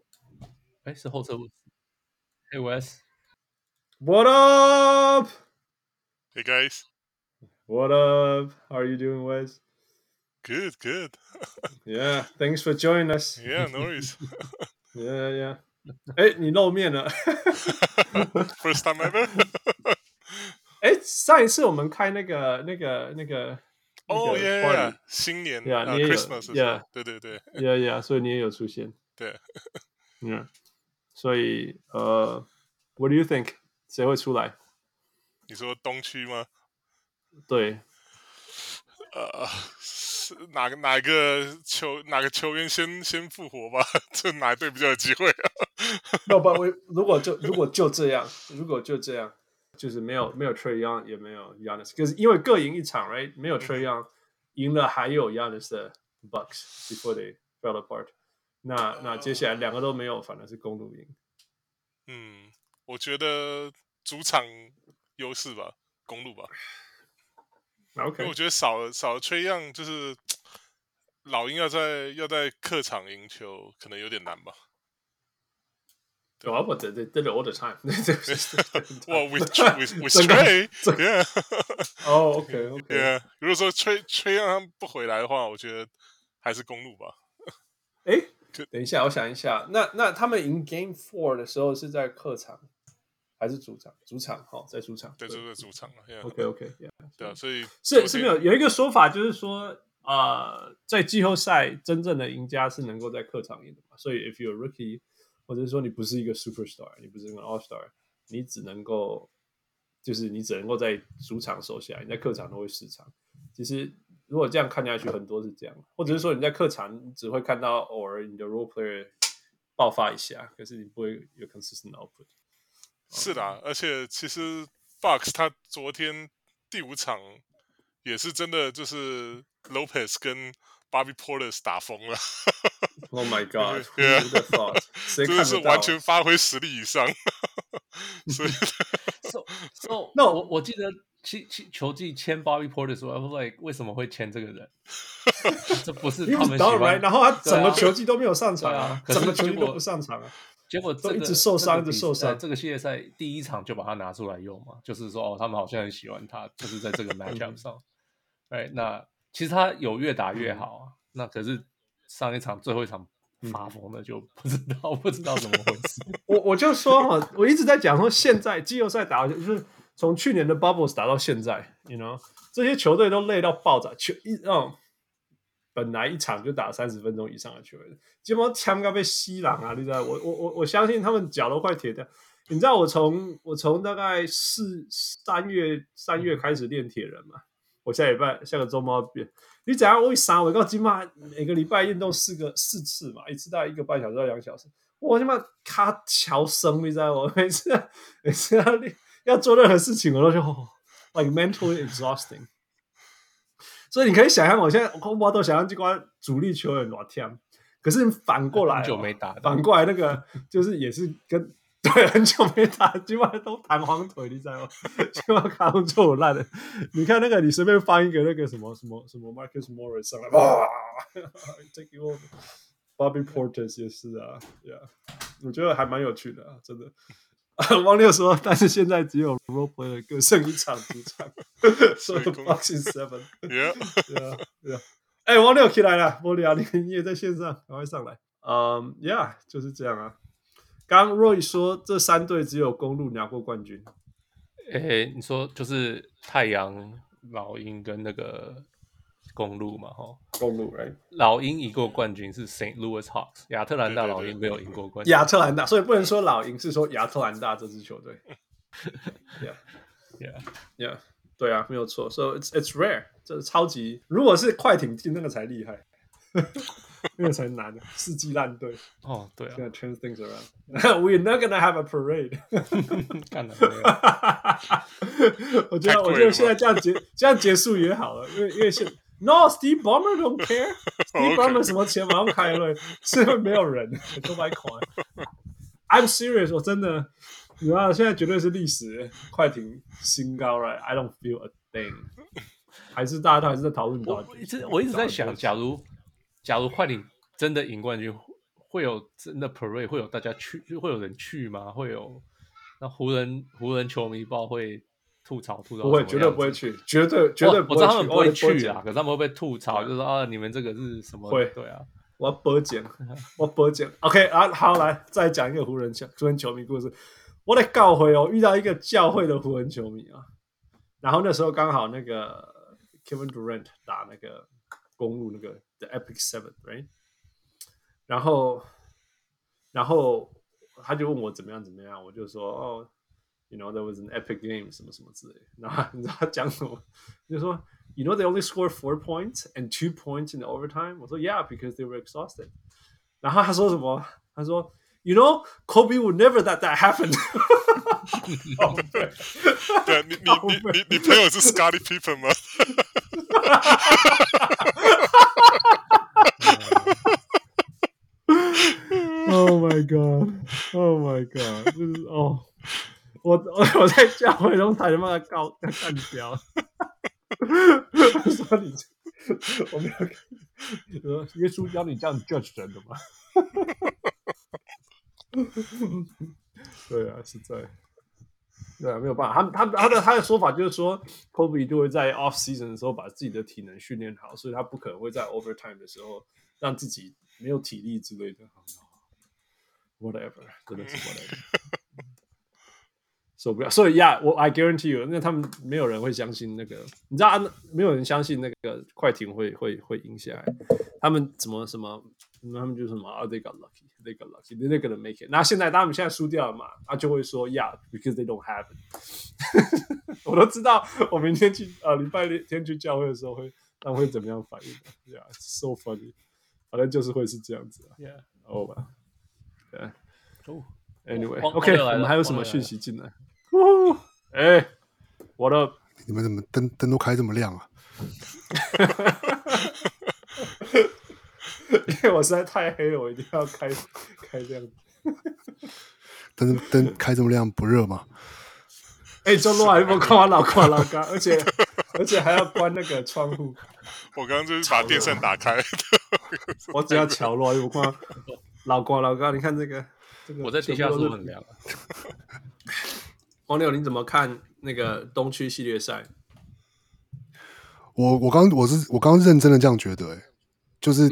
Speaker 4: 哎是后撤部，哎 Wes
Speaker 3: What up?
Speaker 5: Hey guys,
Speaker 3: What up? How are you doing, Wes?
Speaker 5: good, good.
Speaker 3: Yeah, thanks for joining us.
Speaker 5: Yeah, no worries.
Speaker 3: Yeah, yeah. 哎、你露面了。
Speaker 5: First time ever.
Speaker 3: 哎、上一次我们开那个、那个、那个。
Speaker 5: oh
Speaker 3: 那
Speaker 5: yeah,
Speaker 3: 个
Speaker 5: yeah.
Speaker 3: party
Speaker 5: 新年
Speaker 3: Yeah，
Speaker 5: 呃
Speaker 3: 你也有
Speaker 5: Christmas 的时候
Speaker 3: yeah
Speaker 5: 对对对
Speaker 3: Yeah, yeah. 所以你也有出现。
Speaker 5: 对。
Speaker 3: Yeah. 所以呃、w h a t do you think？谁会出来？
Speaker 5: 你说东区吗？
Speaker 3: 对，
Speaker 5: 呃，是哪个哪个球哪个球员先先复活吧？ 这哪一队比较有机会啊？
Speaker 3: 要不然我如果就如果就这样，如果就这样，就是没有没有 Trey Young 也没有 Yanis，可是因为各赢一场，right？没有 Trey Young，赢了还有 Yanis 的 Bucks before they fell apart。那那接下来两个都没有，反而是公路赢。
Speaker 5: 嗯，我觉得主场优势吧，公路吧，
Speaker 3: 那
Speaker 5: 因为
Speaker 3: OK，
Speaker 5: 我觉得少了少了崔样，就是老鹰要在要在客场赢球，可能有点难吧。
Speaker 3: 我不 they they did it all the time 。
Speaker 5: well, with Tr- with with
Speaker 3: 真的
Speaker 5: Trey, yeah,
Speaker 3: 哦，OK OK。
Speaker 5: yeah. 如果说 Trey Trey 让他们不回来的话，我觉得还是公路吧。
Speaker 3: 哎
Speaker 5: 就，
Speaker 3: 等一下，我想一下。那那他们赢 Game Four 的时候是在客场还是主场？主场，好，在主场。
Speaker 5: 对，这是主场啊，yeah，
Speaker 3: OK OK。
Speaker 5: 对啊，所以
Speaker 3: 是
Speaker 5: 昨
Speaker 3: 是
Speaker 5: 天
Speaker 3: 没有有一个说法，就是说，呃，在季后赛真正的赢家是能够在客场赢的嘛。所以，if you're a rookie，或者是说你不是一个 superstar，你不是一个 all star，你只能够就是你只能够在主场收下，你在客场都会失常。其实如果这样看下去，很多是这样，或者是说你在客场你只会看到偶尔你的 role player 爆发一下，可是你不会有 consistent output。
Speaker 5: 是的，啊而且其实 Box 他昨天第五场也是真的就是 Lopez 跟 Bobby Portis 打疯了，
Speaker 3: Oh my god！
Speaker 5: 对啊
Speaker 3: Who would have thought？谁
Speaker 5: 真的
Speaker 3: 看得
Speaker 5: 是
Speaker 3: 到啊
Speaker 5: 完全发挥实力以 上，所以
Speaker 4: So so，
Speaker 3: No
Speaker 4: 我我记得其其球季签 Bobby Portis，我 was like 为什么会签这个人？ 这不是
Speaker 3: He
Speaker 4: 他
Speaker 3: was
Speaker 4: 们喜
Speaker 3: down right，
Speaker 4: 欢，
Speaker 3: 然后他整
Speaker 4: 对
Speaker 3: 个
Speaker 4: 啊
Speaker 3: 球季都没有上场
Speaker 4: 对啊
Speaker 3: 整个
Speaker 4: 可是
Speaker 3: 球季
Speaker 4: 结果
Speaker 3: 都不上场啊。
Speaker 4: 结果这
Speaker 3: 都
Speaker 4: 个
Speaker 3: 一直受伤
Speaker 4: 这个
Speaker 3: 一直
Speaker 4: 比
Speaker 3: 受伤
Speaker 4: 呃这个系列赛第一场就把他拿出来用嘛，就是说哦，他们好像很喜欢他，就是 在
Speaker 3: 嗯
Speaker 4: 这个 matchup 上。哎，那其实他有越打
Speaker 3: 嗯
Speaker 4: 越好啊，那可是上一场最后一场发疯了，就不知道不知道怎么回事。
Speaker 3: 我我就说哈，我一直在讲说，现在季后赛打就是从去年的 Bubbles 打到现在，you know，这些球队都累到爆炸，球一那种本来一场就打三十分钟以上的球员，结果枪刚被吸狼啊！你知道，我我我我相信他们脚都快铁掉。你知道我从我从大概四三月三
Speaker 4: 嗯
Speaker 3: 月开始练铁人嘛？我下礼拜下个周末要变。你只要我啥？我到今嘛每个礼拜运动四个四次嘛，一次大概一个半小时到两小时。我他妈咔乔生，你知道我 每次每次要练要做任何事情，我都觉得、哦、like mentally exhausting。所以你可以想象，我现在恐怕都想象这关主力球员多天，可是反 过来、哦
Speaker 4: 很久没打
Speaker 3: 反过来那个就是也是跟对很久没打，基本上都弹簧腿，你知道吗？基本上卡住我烂的。你看那个，你随便翻一个那个什么什么什么 Marcus Morris 上来， 哇，Take you over。Bobby Portis 也是啊，Yeah，我觉得还蛮有趣的、啊，真的。 汪六说，但是现在只有 Role Player 各胜一场主场，所以 Boxing Seven。
Speaker 5: 也
Speaker 3: 对啊，对啊。哎，王六起来了，波利啊，你你也在线上，赶快上来。嗯、y e a h 就是这样啊。刚刚 Roy 说，这三队只有公路拿过冠军。
Speaker 4: 诶，哎你说就是太阳、老鹰跟那个公路嘛，哈。
Speaker 3: 公哎路，right？
Speaker 4: 老鹰赢过冠军是 St. Louis Hawks，亚特兰大
Speaker 5: 对对
Speaker 4: 老鹰没有赢过冠军。
Speaker 3: 亚特兰大，所以不能说老鹰，是说亚特兰大这支球 队。Yeah,
Speaker 4: Yeah.
Speaker 3: yeah，对啊，没有错。So it's it's rare，这是超级。如果是快艇进那个才厉害， 那个才难，世纪烂 队。
Speaker 4: 哦，对啊，
Speaker 3: Gonna turn things around. We're not gonna have a parade.
Speaker 4: 干了没 有？
Speaker 3: 我觉得，
Speaker 5: 太贵了
Speaker 3: 我觉得现在这样结 这样结束也好了，因为因为现 No Steve Ballmer don't care Steve
Speaker 5: OK
Speaker 3: Ballmer 什么钱马上开了，是因为没有人 都白款。I'm serious，我真的，你知道现在绝对是历史快艇新高了。I don't feel a thing，还是大家都还是在讨论到
Speaker 4: 我
Speaker 3: 底
Speaker 4: 我一直我一直在想，假如假如快艇真的赢冠军，会会有真的 parade，会有大家去，会有人去吗？会有那湖人湖人球迷报会吐槽吐槽？
Speaker 3: 不会，绝对不会。去，绝对绝对
Speaker 4: 我
Speaker 3: 不
Speaker 4: 我知
Speaker 3: 会
Speaker 4: 道他
Speaker 3: 去，
Speaker 4: 们不会去
Speaker 3: 讲
Speaker 4: 啊，可是他们会被吐槽，就是说啊，你们这个是什么？
Speaker 3: 会
Speaker 4: 对啊，
Speaker 3: 我要播剪， 我要播剪。OK 啊，好，来再讲一个湖人球湖人球迷故事。我得告回哦，遇到一个教会的湖人球迷啊，然后那时候刚好那个 Kevin Durant 打那个公路那个 The Epic Seven，right？然后，然后他就问我怎么样怎么样，我就说哦，you know there was an epic game 什么什么之类的。然后你知道他讲什么？ 就说 you know they only scored four points and two points in the overtime。我说 yeah because they were exhausted。然 后他说什么？他说 you know Kobe would never that that happen 。哦，对，
Speaker 5: 对啊你你你你你朋友是 Scotty Pippen 吗？
Speaker 3: Oh my god! Oh my god! 就是哦，我我我在教会中差点把他告干掉。 他说你这，我没有看，你说耶稣教你这样 judge 人的吗？ 对啊，是在。对啊，没有办法，他们他们他的他的说法就是说，Kobe 就会在 off season 的时候把自己的体能训练好，所以他不可能会在 overtime 的时候让自己没有体力之类的。whatever，真的是 whatever。受不了，所以呀，我 I guarantee you，那他们没有人会相信那个，你知道，没有人相信那个快艇会会会赢下来。他们怎么什么，他们就什么啊，they got lucky，they got lucky，they're gonna make it。那现在他们现在输掉了嘛，他就会说 yeah，because they don't have 呃 it。我都知道，我明天去啊，礼拜天去教会的时候会看会怎么样反应吧。Yeah, it's so funny，反正就是会是这样子啊。
Speaker 4: Yeah，
Speaker 3: 哦吧，Yeah。
Speaker 4: 哦，黄黄
Speaker 3: Anyway，OK，、
Speaker 4: 队来了
Speaker 3: 我们还有什
Speaker 4: 黄
Speaker 3: 么
Speaker 4: 队来
Speaker 3: 讯
Speaker 4: 了
Speaker 3: 息进来？呜呼，哎，What up？
Speaker 2: 你们怎么灯灯都开这么亮啊？
Speaker 3: 因 为我实在太黑了，我一定要开开亮。
Speaker 2: 灯灯开这么亮不热吗？
Speaker 3: 哎、就落来一波，看完老看完老干，而且 而且还要关那个窗户。
Speaker 5: 我刚刚就是把电扇打 开，
Speaker 3: 我只要瞧落一波， 看老瓜老干，你看这个。这个
Speaker 4: 我在地
Speaker 3: 全
Speaker 4: 下
Speaker 3: 部
Speaker 4: 室
Speaker 3: 都是
Speaker 4: 很凉啊。
Speaker 3: 黄柳，你怎么看那个东区系列赛？
Speaker 2: 我我刚我是我刚认真的这样觉得、欸，就是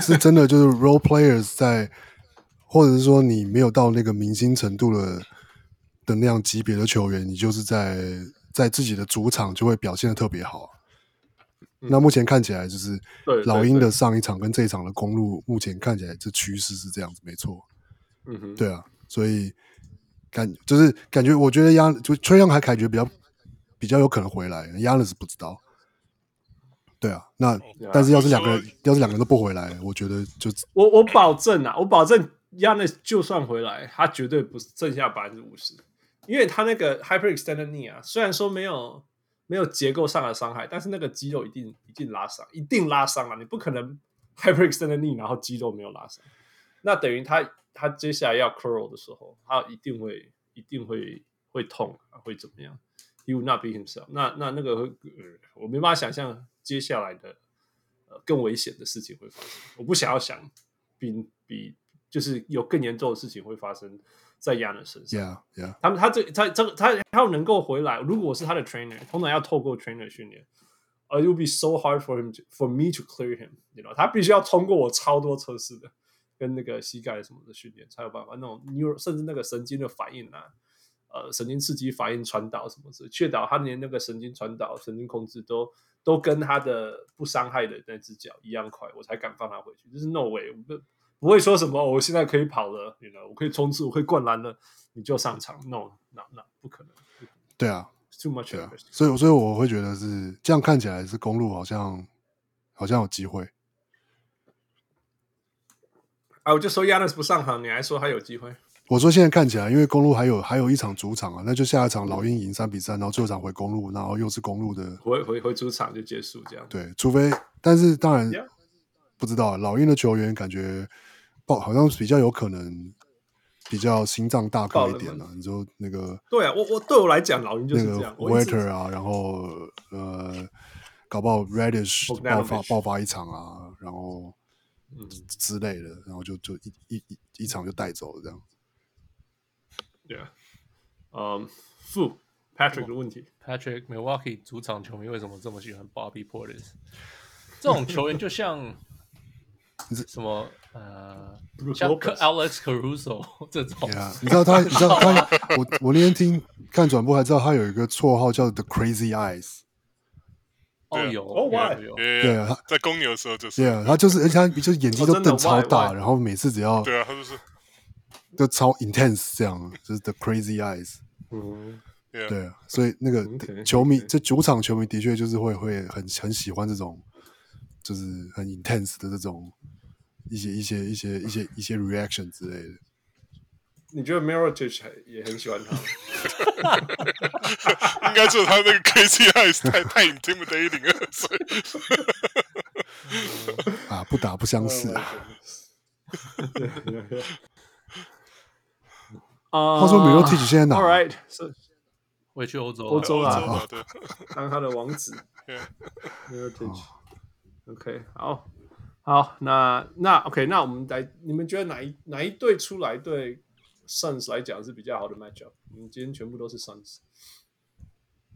Speaker 2: 是真的就是 role players 在，或者是说你没有到那个明星程度的的那样级别的球员，你就是在在自己的主场就会表现的特别好啊、那目前看起来就是
Speaker 3: 嗯对对
Speaker 2: 老鹰的上一场跟这一场的公路，目前看起来这趋势是这样子，没错。
Speaker 3: 嗯哼，
Speaker 2: 对啊，所以感就是感觉，我觉得亚就崔杨还感觉比较比较有可能回来，亚伦是不知道。对啊，那
Speaker 3: 对啊
Speaker 2: 但是要是两个
Speaker 5: 我
Speaker 2: 人要是两个人都不回来，我觉得就
Speaker 3: 我我保证啊，我保证 Yanis 就算回来，他绝对不是剩下百分之五十，因为他那个 hyper extended knee 啊，虽然说没有没有结构上的伤害，但是那个肌肉一定一定拉伤，一定拉伤啊！你不可能 hyper extended knee 然后肌肉没有拉伤，那等于他他接下来要 curl 的时候，他一定会一定会会痛、啊，会怎么样？He would not be himself 那。那那个会、呃我没办法想象接下来的呃更危险的事情会发生，我不想要想比比就是有更严重的事情会发生在亚人身上。
Speaker 2: yeah yeah
Speaker 3: 他们他这他这个他他要能够回来，如果我是他的 trainer，通常要透过 trainer 训练。呃、i t would be so hard for him to, for me to clear him，你知道，他必须要通过我超多测试的，跟那个膝盖什么的训练才有办法。那种 neuro 甚至那个神经的反应啊，呃，神经刺激反应传导什么之类，确保他连那个神经传导、神经控制都都跟他的不伤害的那只脚一样快，我才敢放他回去。就是 no way，我不不会说什么、哦我现在可以跑了，你知道，我可以冲刺，我可以灌篮了，你就上场。No，no，no，、不可能
Speaker 2: 对啊
Speaker 3: ，It's too much
Speaker 2: 对啊
Speaker 3: effort。，
Speaker 2: 所以所以我会觉得是这样看起来是公路好像好像有机会，
Speaker 3: 啊，我就说 Yanis 不上场，你还说他有机会？
Speaker 2: 我说现在看起来，因为公路还有还有一场主场啊，那就下一场老鹰赢三比三，然后最后一场回公路，然后又是公路的
Speaker 3: 回回回主场就结束这样。
Speaker 2: 对，除非，但是当然
Speaker 3: Yeah.
Speaker 2: 不知道老鹰的球员感觉爆好像比较有可能比较心脏大
Speaker 3: 爆
Speaker 2: 颗
Speaker 3: 冷
Speaker 2: 一点
Speaker 3: 门
Speaker 2: 了、你说那个
Speaker 3: 对啊，我我对我来讲，老鹰就
Speaker 2: 那
Speaker 3: 是
Speaker 2: 个
Speaker 3: 这样。我一直
Speaker 2: Waiter 啊，然后呃，搞不好 Radish 爆发
Speaker 3: Bogdanovich
Speaker 2: 爆发一场啊，然后
Speaker 3: 嗯
Speaker 2: 之类的，然后就就一一一一场就带走了这样。
Speaker 3: ，Yeah，嗯，负 Patrick 的问题。
Speaker 4: Patrick Milwaukee 主场球迷为什么这么喜欢 Bobby Portis？这种球员就像什么呃，
Speaker 3: Brook
Speaker 4: 像
Speaker 3: Lopez
Speaker 4: Alex Caruso 这种
Speaker 2: Yeah，你知道他，你知道他，
Speaker 3: 哦
Speaker 2: 我我那天听看转播还知道他有一个绰号叫 The Crazy Eyes。
Speaker 4: 哦
Speaker 5: 对啊
Speaker 4: 有
Speaker 3: 哦
Speaker 4: 有
Speaker 3: why？
Speaker 4: 有有，
Speaker 5: 也
Speaker 2: 对啊他
Speaker 5: 在公牛的时候就是
Speaker 2: Yeah，他就是，而且他就是眼睛
Speaker 3: 哦
Speaker 2: 都
Speaker 3: 真的
Speaker 2: 瞪超
Speaker 3: why-
Speaker 2: 大，
Speaker 3: why？
Speaker 2: 然后每次只要
Speaker 5: 对啊，他就是
Speaker 2: 就超 intense 这样，就是 the crazy eyes。
Speaker 3: 嗯，
Speaker 5: Yeah
Speaker 2: 对啊，所以那个
Speaker 3: OK，
Speaker 2: 球迷
Speaker 3: OK
Speaker 2: 这主场球迷的确就是会会很很喜欢这种，就是很 intense 的这种一些一些一些一些一些 reaction 之类的。
Speaker 3: 你觉得 m i r o t i c 也很喜欢他吗？
Speaker 5: 应该就是他那个 KC eyes 太 太 intimidating 了，所以
Speaker 2: 啊，不打不相
Speaker 4: 嗯
Speaker 2: 识。
Speaker 3: 啊
Speaker 2: 话说 m i l o t i c 现在哪
Speaker 3: a l？right，是
Speaker 4: 我也去欧洲了，
Speaker 3: 欧洲
Speaker 5: 我
Speaker 3: 啊
Speaker 5: 知道对，
Speaker 3: 当他的王 子
Speaker 5: Yeah
Speaker 3: m i r o t i c
Speaker 2: 哦
Speaker 3: OK，好，好，那那 OK，那我们来，你们觉得哪一哪一队出来对 Suns 来讲是比较好的 matchup？我们今天全部都是 Suns。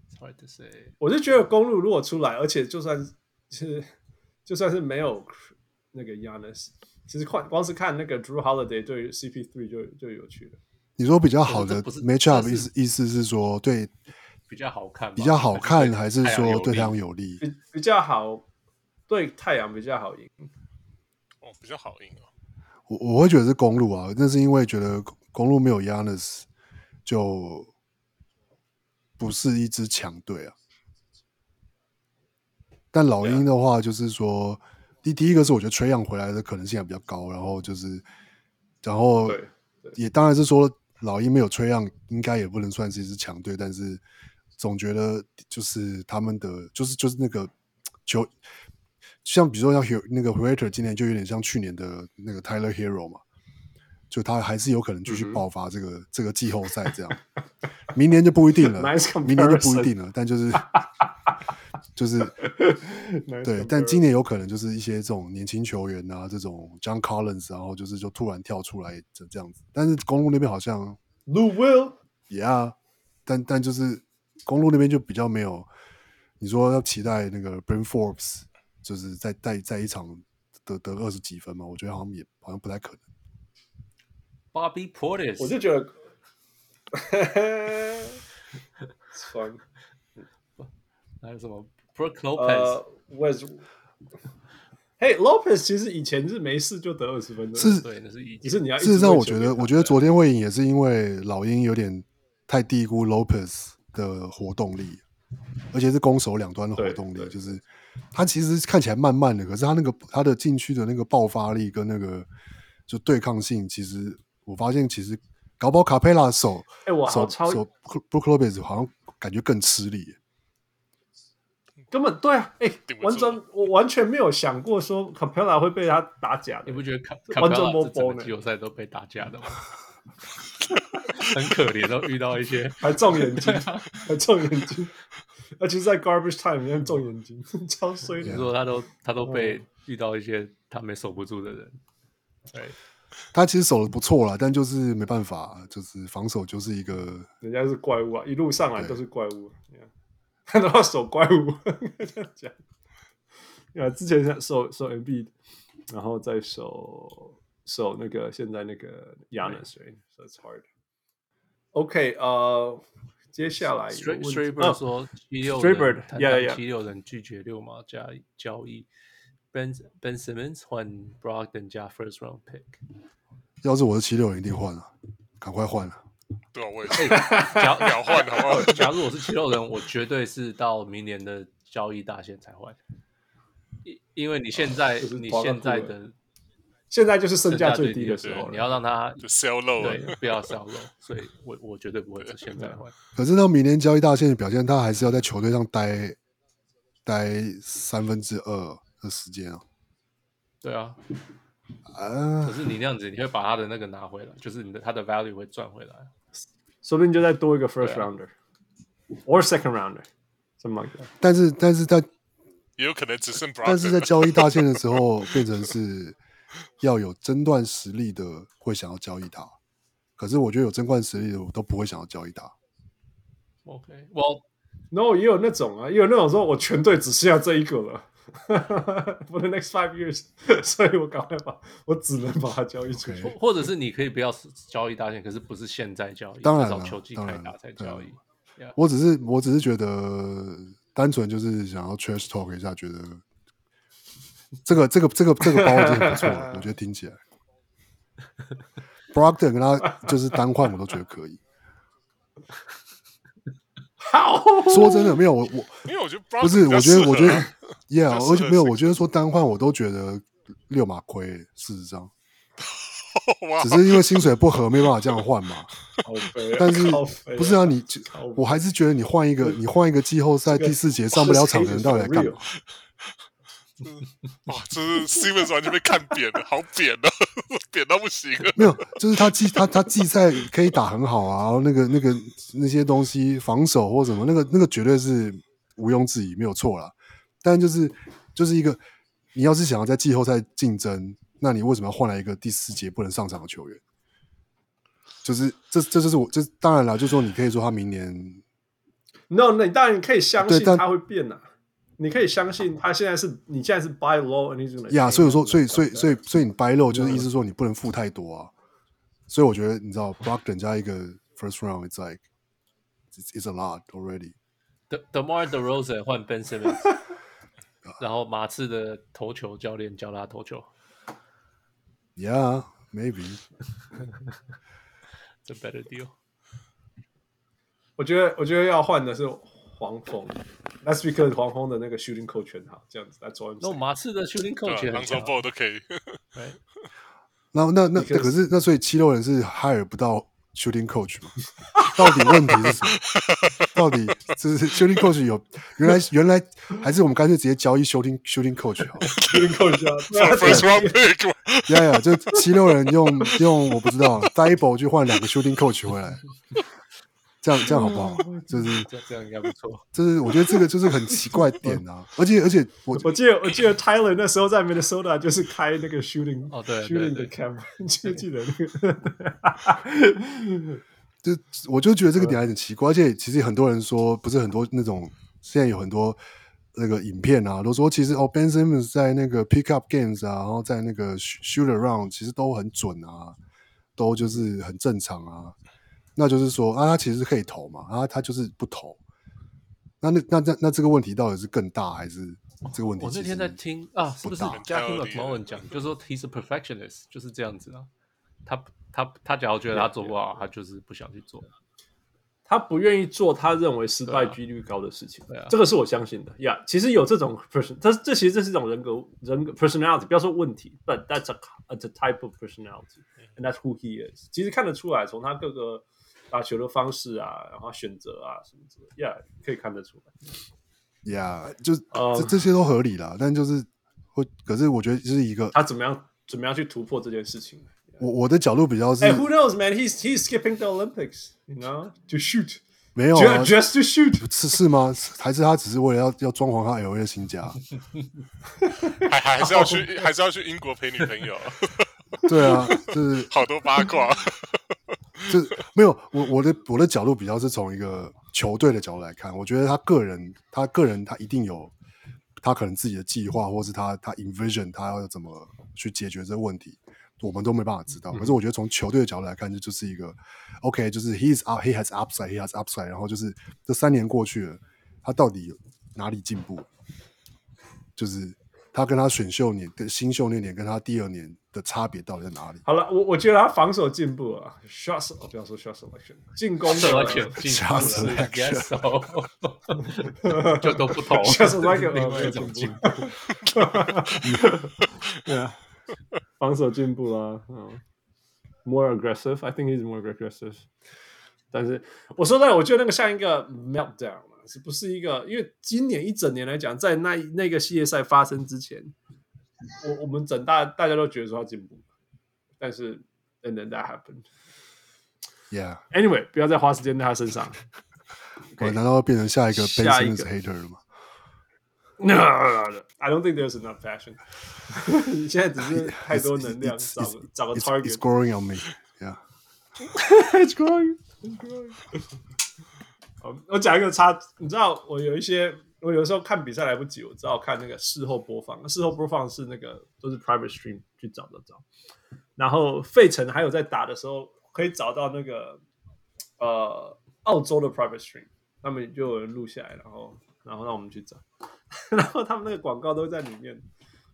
Speaker 4: It's hard to say
Speaker 3: 我是觉得公路如果出来，而且就算 是就算是没有那个 Yanis，其实光光是看那个 Drew Holiday 对 CP3 就就有趣了。
Speaker 2: 你说比较好
Speaker 4: 这
Speaker 2: 的
Speaker 4: 不是
Speaker 2: matchup
Speaker 4: 这
Speaker 2: 意
Speaker 4: 是
Speaker 2: 思意思是说对
Speaker 4: 比较好看吧，
Speaker 2: 比较好看，还是
Speaker 4: 太阳有
Speaker 2: 说
Speaker 4: 力
Speaker 2: 对太阳有利？
Speaker 3: 比比较好，对太阳比较好赢。
Speaker 5: 哦比较好赢哦，
Speaker 2: 我我会觉得是公路啊，那是因为觉得公公路没有 Yanis 就不是一支强队啊。但老鹰的话，就是说，第第一个是我觉得吹样回来的可能性还比较高，然后就是，然后
Speaker 3: 对
Speaker 2: 也当然是说老鹰没有吹样，应该也不能算是一支强队，但是总觉得就是他们的就是就是那个球，像比如说像 Hero- 那个 h e r t e r 今年就有点像去年的那个 Tyler Hero 嘛，就他还是有可能继续
Speaker 3: 嗯哼
Speaker 2: 爆发这个、这个季后赛这样，明年就不一定 了
Speaker 3: Nice
Speaker 2: 明年就不
Speaker 3: comparison
Speaker 2: 一定了，但就是 就是 对，
Speaker 3: 对
Speaker 2: 但今年有可能就是一些这种年轻球员啊，这种 John Collins，然后就是就突然跳出来这这样子。但是公路那边好像
Speaker 3: Lou Will
Speaker 2: 也啊，但但就是公路那边就比较没有，你说要期待那个 Brent Forbes 就是在在在一场得得二十几分嘛，我觉得好像也好像不太可能。
Speaker 4: Bobby Portis，
Speaker 3: 我就觉得， 算
Speaker 4: 还有什么 Brook Lopez，、
Speaker 3: 呃，Wes。嘿、l o p e z 其实以前是没事就得二十分钟，
Speaker 2: 是
Speaker 4: 对，那是一
Speaker 3: 只是你要啊一直
Speaker 2: 事实上，我
Speaker 3: 喂球
Speaker 2: 觉
Speaker 3: 给
Speaker 2: 得
Speaker 3: 他
Speaker 2: 我觉得昨天会赢也是因为老鹰有点太低估 Lopez 的活动力，而且是攻守两端的活
Speaker 3: 对
Speaker 2: 动力，
Speaker 3: 对
Speaker 2: 就是他其实看起来慢慢的，可是他那个他的禁区的那个爆发力跟那个就对抗性，其实我发现其实搞不好卡佩拉手
Speaker 3: 哎、我好
Speaker 2: 手
Speaker 3: 超
Speaker 2: 手 Brook Lopez 好像感觉更吃力。
Speaker 3: 根本对啊，哎、
Speaker 5: 顶不
Speaker 3: 完
Speaker 5: 住
Speaker 3: 全我完全没有想过说 Capella 会被他打假
Speaker 4: 你
Speaker 3: 的
Speaker 4: 不，觉得卡
Speaker 3: 这
Speaker 4: 卡
Speaker 3: 完
Speaker 4: 佩
Speaker 3: 全
Speaker 4: 拉
Speaker 3: 摸
Speaker 4: 这整
Speaker 3: 波
Speaker 4: 个
Speaker 3: 呢
Speaker 4: 季后赛都被打架的吗？ 很可怜，都遇到一些
Speaker 3: 还中眼 睛，还中眼睛，而且在 Garbage Time 里面中眼睛， 超衰
Speaker 4: 你
Speaker 3: 的。
Speaker 4: 说他都他都
Speaker 3: 嗯
Speaker 4: 被遇到一些他们守不住的人，对，
Speaker 2: 他其实守的不错啦，但就是没办法，就是防守就是一个
Speaker 3: 人家是怪物啊，一路上来都是怪物、啊，看到手怪物 这样讲。啊，之前是守守 MB，然后再守守那个现在那个亚南谁，so it's hard。OK，呃，接下来有
Speaker 4: Stra-
Speaker 3: 问题
Speaker 4: Straber
Speaker 3: 哦
Speaker 4: 说七六
Speaker 3: Straber，
Speaker 4: 人谈
Speaker 3: yeah,
Speaker 4: 谈
Speaker 3: yeah.
Speaker 4: 七六人拒绝六毛加交易，Ben Ben Simmons 换 Brogdon 加 First Round Pick，
Speaker 2: 要是我是七六人一定换了，赶快换了。
Speaker 5: 对啊，我也是
Speaker 4: 哎假 呃
Speaker 5: 秒换好不好？
Speaker 4: 假如我是七六人，我绝对是到明年的交易大限才换，因因为你现在
Speaker 3: 哦就是
Speaker 4: 你
Speaker 3: 刮到
Speaker 4: 现在
Speaker 3: 肚了
Speaker 4: 的
Speaker 3: 现在就是身价最
Speaker 4: 最
Speaker 3: 低的时
Speaker 4: 时
Speaker 3: 候
Speaker 4: 候，
Speaker 3: 了，
Speaker 4: 你要 让他
Speaker 5: 就 sell low 啊
Speaker 4: 对
Speaker 5: 了，
Speaker 4: 不要烧肉，所以我我绝对不
Speaker 3: 啊
Speaker 4: 会是现在换。
Speaker 2: 可是到明年交易大限的表现，他还是要在球队上待待三分之二的时间啊。
Speaker 4: 对啊，可
Speaker 2: 啊，
Speaker 4: 是你那样子，你会把他的那个拿回来，就是你的他的 value 会赚回来。
Speaker 3: 说不定就再多一个 first
Speaker 4: 对啊
Speaker 3: rounder、or second rounder，什么
Speaker 2: 但是但是在
Speaker 5: 也有可能只剩 b r o d
Speaker 2: 但是在交易大限的时候，变成是要有争冠实力的会想要交易他。可是我觉得有争冠实力的，我都不会想要交易他。
Speaker 4: OK，我
Speaker 3: 然后也有那种啊，也有那种说我全队只剩下这一个了 ，for the next five years，所 以我赶快把我只能把它交易出去。
Speaker 4: 或或者是你可以不要交易大限，可是不是现在交易，
Speaker 2: 当然
Speaker 4: 至少
Speaker 2: 了
Speaker 4: 球季
Speaker 2: 当
Speaker 4: 开
Speaker 2: 然
Speaker 4: 打
Speaker 2: 了
Speaker 4: 才
Speaker 2: 对啊
Speaker 4: 交易。
Speaker 2: 我只是我只是觉得，单纯就是想要 trash talk 一下，觉得这个这个这个这个包真的不错了，我觉得听起来。Brogdon 跟他就是单换，我都觉得可以。
Speaker 3: 好，
Speaker 2: 说真的，没有我我
Speaker 5: 因为我觉得 Brogdon
Speaker 2: 不是，
Speaker 5: 比较
Speaker 2: 我觉
Speaker 5: 适
Speaker 2: 得
Speaker 5: 合
Speaker 2: 我觉得
Speaker 5: 啊
Speaker 2: ，Yeah，
Speaker 5: 比较适合
Speaker 2: 而且没有，
Speaker 5: 这个
Speaker 2: 我觉得说单换我都觉得六马亏。事实上，
Speaker 5: 哇
Speaker 2: 只，是因为薪水不合，没办法这样换嘛。
Speaker 3: 好肥啊
Speaker 2: 但是
Speaker 3: 好肥
Speaker 2: 不是啊，你就
Speaker 3: 靠
Speaker 2: 我还是觉得你换一个，你换一个季后赛
Speaker 3: 这个
Speaker 2: 第四节上不了场的人到底来干嘛？
Speaker 5: 哇，这是 Simmons 完全被看扁了，好扁啊， 扁到不行啊了。
Speaker 2: 没有，就是他季他他季赛可以打很好啊，然后那个那个那些东西防守或什么，那个那个绝对是毋庸置疑，没有错啦。但就是就是一个，你要是想要在季后赛竞争，那你为什么要换来一个第四节不能上场的球员？就是这这就是我这当然啦，就是说你可以说他明年
Speaker 3: No，那你当然可以相信
Speaker 2: 对但
Speaker 3: 他会变啊，你可以相信他现在是你现在是 buy low and he's gonna
Speaker 2: 呀，
Speaker 3: change
Speaker 2: 所以说所以所以
Speaker 3: and
Speaker 2: 所以
Speaker 3: stuff
Speaker 2: 所以你 buy low 就是意思说你不能付太多啊。所以我觉得你知道 b l o c k 人加一个 first round，it's like it's it's a lot already。
Speaker 4: The The Mar The Rosen 换 Ben Simmons，然后马刺的投球教练教他投球，
Speaker 2: Yeah, maybe.
Speaker 4: 这 better deal。
Speaker 3: 我觉得我觉得要换的是黄蜂，That's because 黄蜂的那个 shooting coach 很好，这样子。That's all I'm
Speaker 4: 那
Speaker 3: saying。
Speaker 4: 马刺的 shooting
Speaker 5: 对
Speaker 4: coach 也
Speaker 5: 啊，
Speaker 4: 很
Speaker 5: 防守
Speaker 4: 强
Speaker 5: ball 都可 以。
Speaker 4: 对
Speaker 2: 那那那
Speaker 3: Because-
Speaker 2: 可是那所以七六人是 hire 不到 shooting coach 吗？ 到底问题是什么？到底就是 shooting coach 有原来原来还是我们干脆直接交易 shooting shooting coach 好了？
Speaker 3: shooting coach 啊， 对
Speaker 5: For
Speaker 3: 啊
Speaker 5: first round pick，
Speaker 2: 呀呀，就七六人用用我不知道 d i b l e 去换两个 shooting coach 回来，这样这样好不好？就是
Speaker 4: 这这样应该不 错。
Speaker 2: 就是我觉得这个就是很奇怪的点啊，而且而且我
Speaker 3: 我记得我记得 Tyler 那时候在 Minnesota 就是开那个 shooting
Speaker 4: 哦对对
Speaker 3: shooting 的
Speaker 4: 对
Speaker 3: camera，你 记不记得那个？
Speaker 2: 就我就觉得这个
Speaker 4: 嗯
Speaker 2: 点还很奇怪，而且其实很多人说，不是很多那种现在有很多那个影片啊，都说其实哦，Ben Simmons 在那个 pick up games 啊，然后在那个 shoot shoot around 其实都很准啊，都就是很正常啊。那就是说啊，他其实可以投嘛，啊，他就是不投。那那那那那这个问题到底是更大还是这个问题
Speaker 4: 我
Speaker 2: 其实？
Speaker 4: 那天在听啊，是不是
Speaker 2: 不大
Speaker 4: Jackie
Speaker 5: 很
Speaker 4: McMullen 讲，就说 he's a perfectionist，就是这样子啊。他他他假如觉得他做不好，他就是不想去 做。
Speaker 3: 他不愿意做他认为失败
Speaker 4: 对啊
Speaker 3: 几率高的事情，
Speaker 4: 对啊
Speaker 3: 这个是我相信的呀。Yeah, 其实有这种 person，这这其实这是一种人格人格 personality，不要说问题，but that's a that's a type of
Speaker 4: 嗯
Speaker 3: personality，and that's who he is。其实看得出来，从他各个打球的方式啊，然后选择啊什么之类，yeah，可以看得出来。
Speaker 2: 呀就是
Speaker 3: 呃
Speaker 2: 这这些都合理啦，但就是会，可是我觉得就是一个
Speaker 4: 啊
Speaker 3: 他怎么样怎么样去突破这件事情。
Speaker 2: 我我的角度比较是
Speaker 3: 哎、w h o knows, man? He's he's skipping the Olympics, you know, to shoot,
Speaker 2: 没有
Speaker 3: ju-
Speaker 2: 啊，
Speaker 3: just to shoot.
Speaker 2: 是是吗？还是他只是为了要要装潢他 L A 的新家？
Speaker 5: 还还是要去，还是要去英国陪女朋友，
Speaker 2: 对啊，就是
Speaker 5: 好多八卦。
Speaker 2: 就是没有我我的我的角度比较是从一个球队的角度来看，我觉得他个人他个人他一定有他可能自己的计划，或是他他 envision 他要怎么去解决这个问题，我们都没办法知道。可是我觉得从球队的角度来看，这就是一个 OK，就是 he's up he has upside he has upside，然后就是这三年过去了，他到底有哪里进步？就是他跟他选秀年跟新秀那年跟他第二年的差别到底在哪里？
Speaker 3: 好了，我我觉得他防守进步了，shot，se- 哦，不要说 shot selection，进攻
Speaker 4: s e l e
Speaker 3: 的
Speaker 4: c t i o 进
Speaker 2: 下
Speaker 4: 步
Speaker 2: 次
Speaker 4: 是 yes so，就都不投，
Speaker 3: shot selection
Speaker 4: 另
Speaker 3: 哦没
Speaker 4: 外一
Speaker 3: 有
Speaker 4: 种
Speaker 3: 进
Speaker 4: 进
Speaker 3: 步
Speaker 4: 步。
Speaker 3: ，yeah，防守进步啦，嗯，more aggressive，I think he's more aggressive。但是我说真的，我觉得那个像一个 meltdown 啊，是不是一个？因为今年一整年来讲，在那那个系列赛发生之前，我我们整大大家都觉得说他进步，但是 and then that happened。
Speaker 2: Yeah。
Speaker 3: Anyway，不要再花时间在他身上。
Speaker 2: 我哦难道要变成下一个 Ben
Speaker 3: 下一个
Speaker 2: Simmons hater 了吗？
Speaker 3: No, no, no, no. I don't think there's enough passion. 你现在只是太多能量，
Speaker 2: It's-
Speaker 3: 找
Speaker 2: it's-
Speaker 3: 个找个
Speaker 2: It's
Speaker 3: target
Speaker 2: it's。growing on me. Yeah.
Speaker 3: It's growing, it's growing. 好哦我讲一个差，你知道我有一些，我有时候看比赛来不及，我只好看那个事后播放。事后播放是那个都是 private stream 去找找找。然后费城还有在打的时候，可以找到那个呃澳洲的 private stream，他们就有人录下来，然后然后让我们去找， 然后他们那个广告都在里面，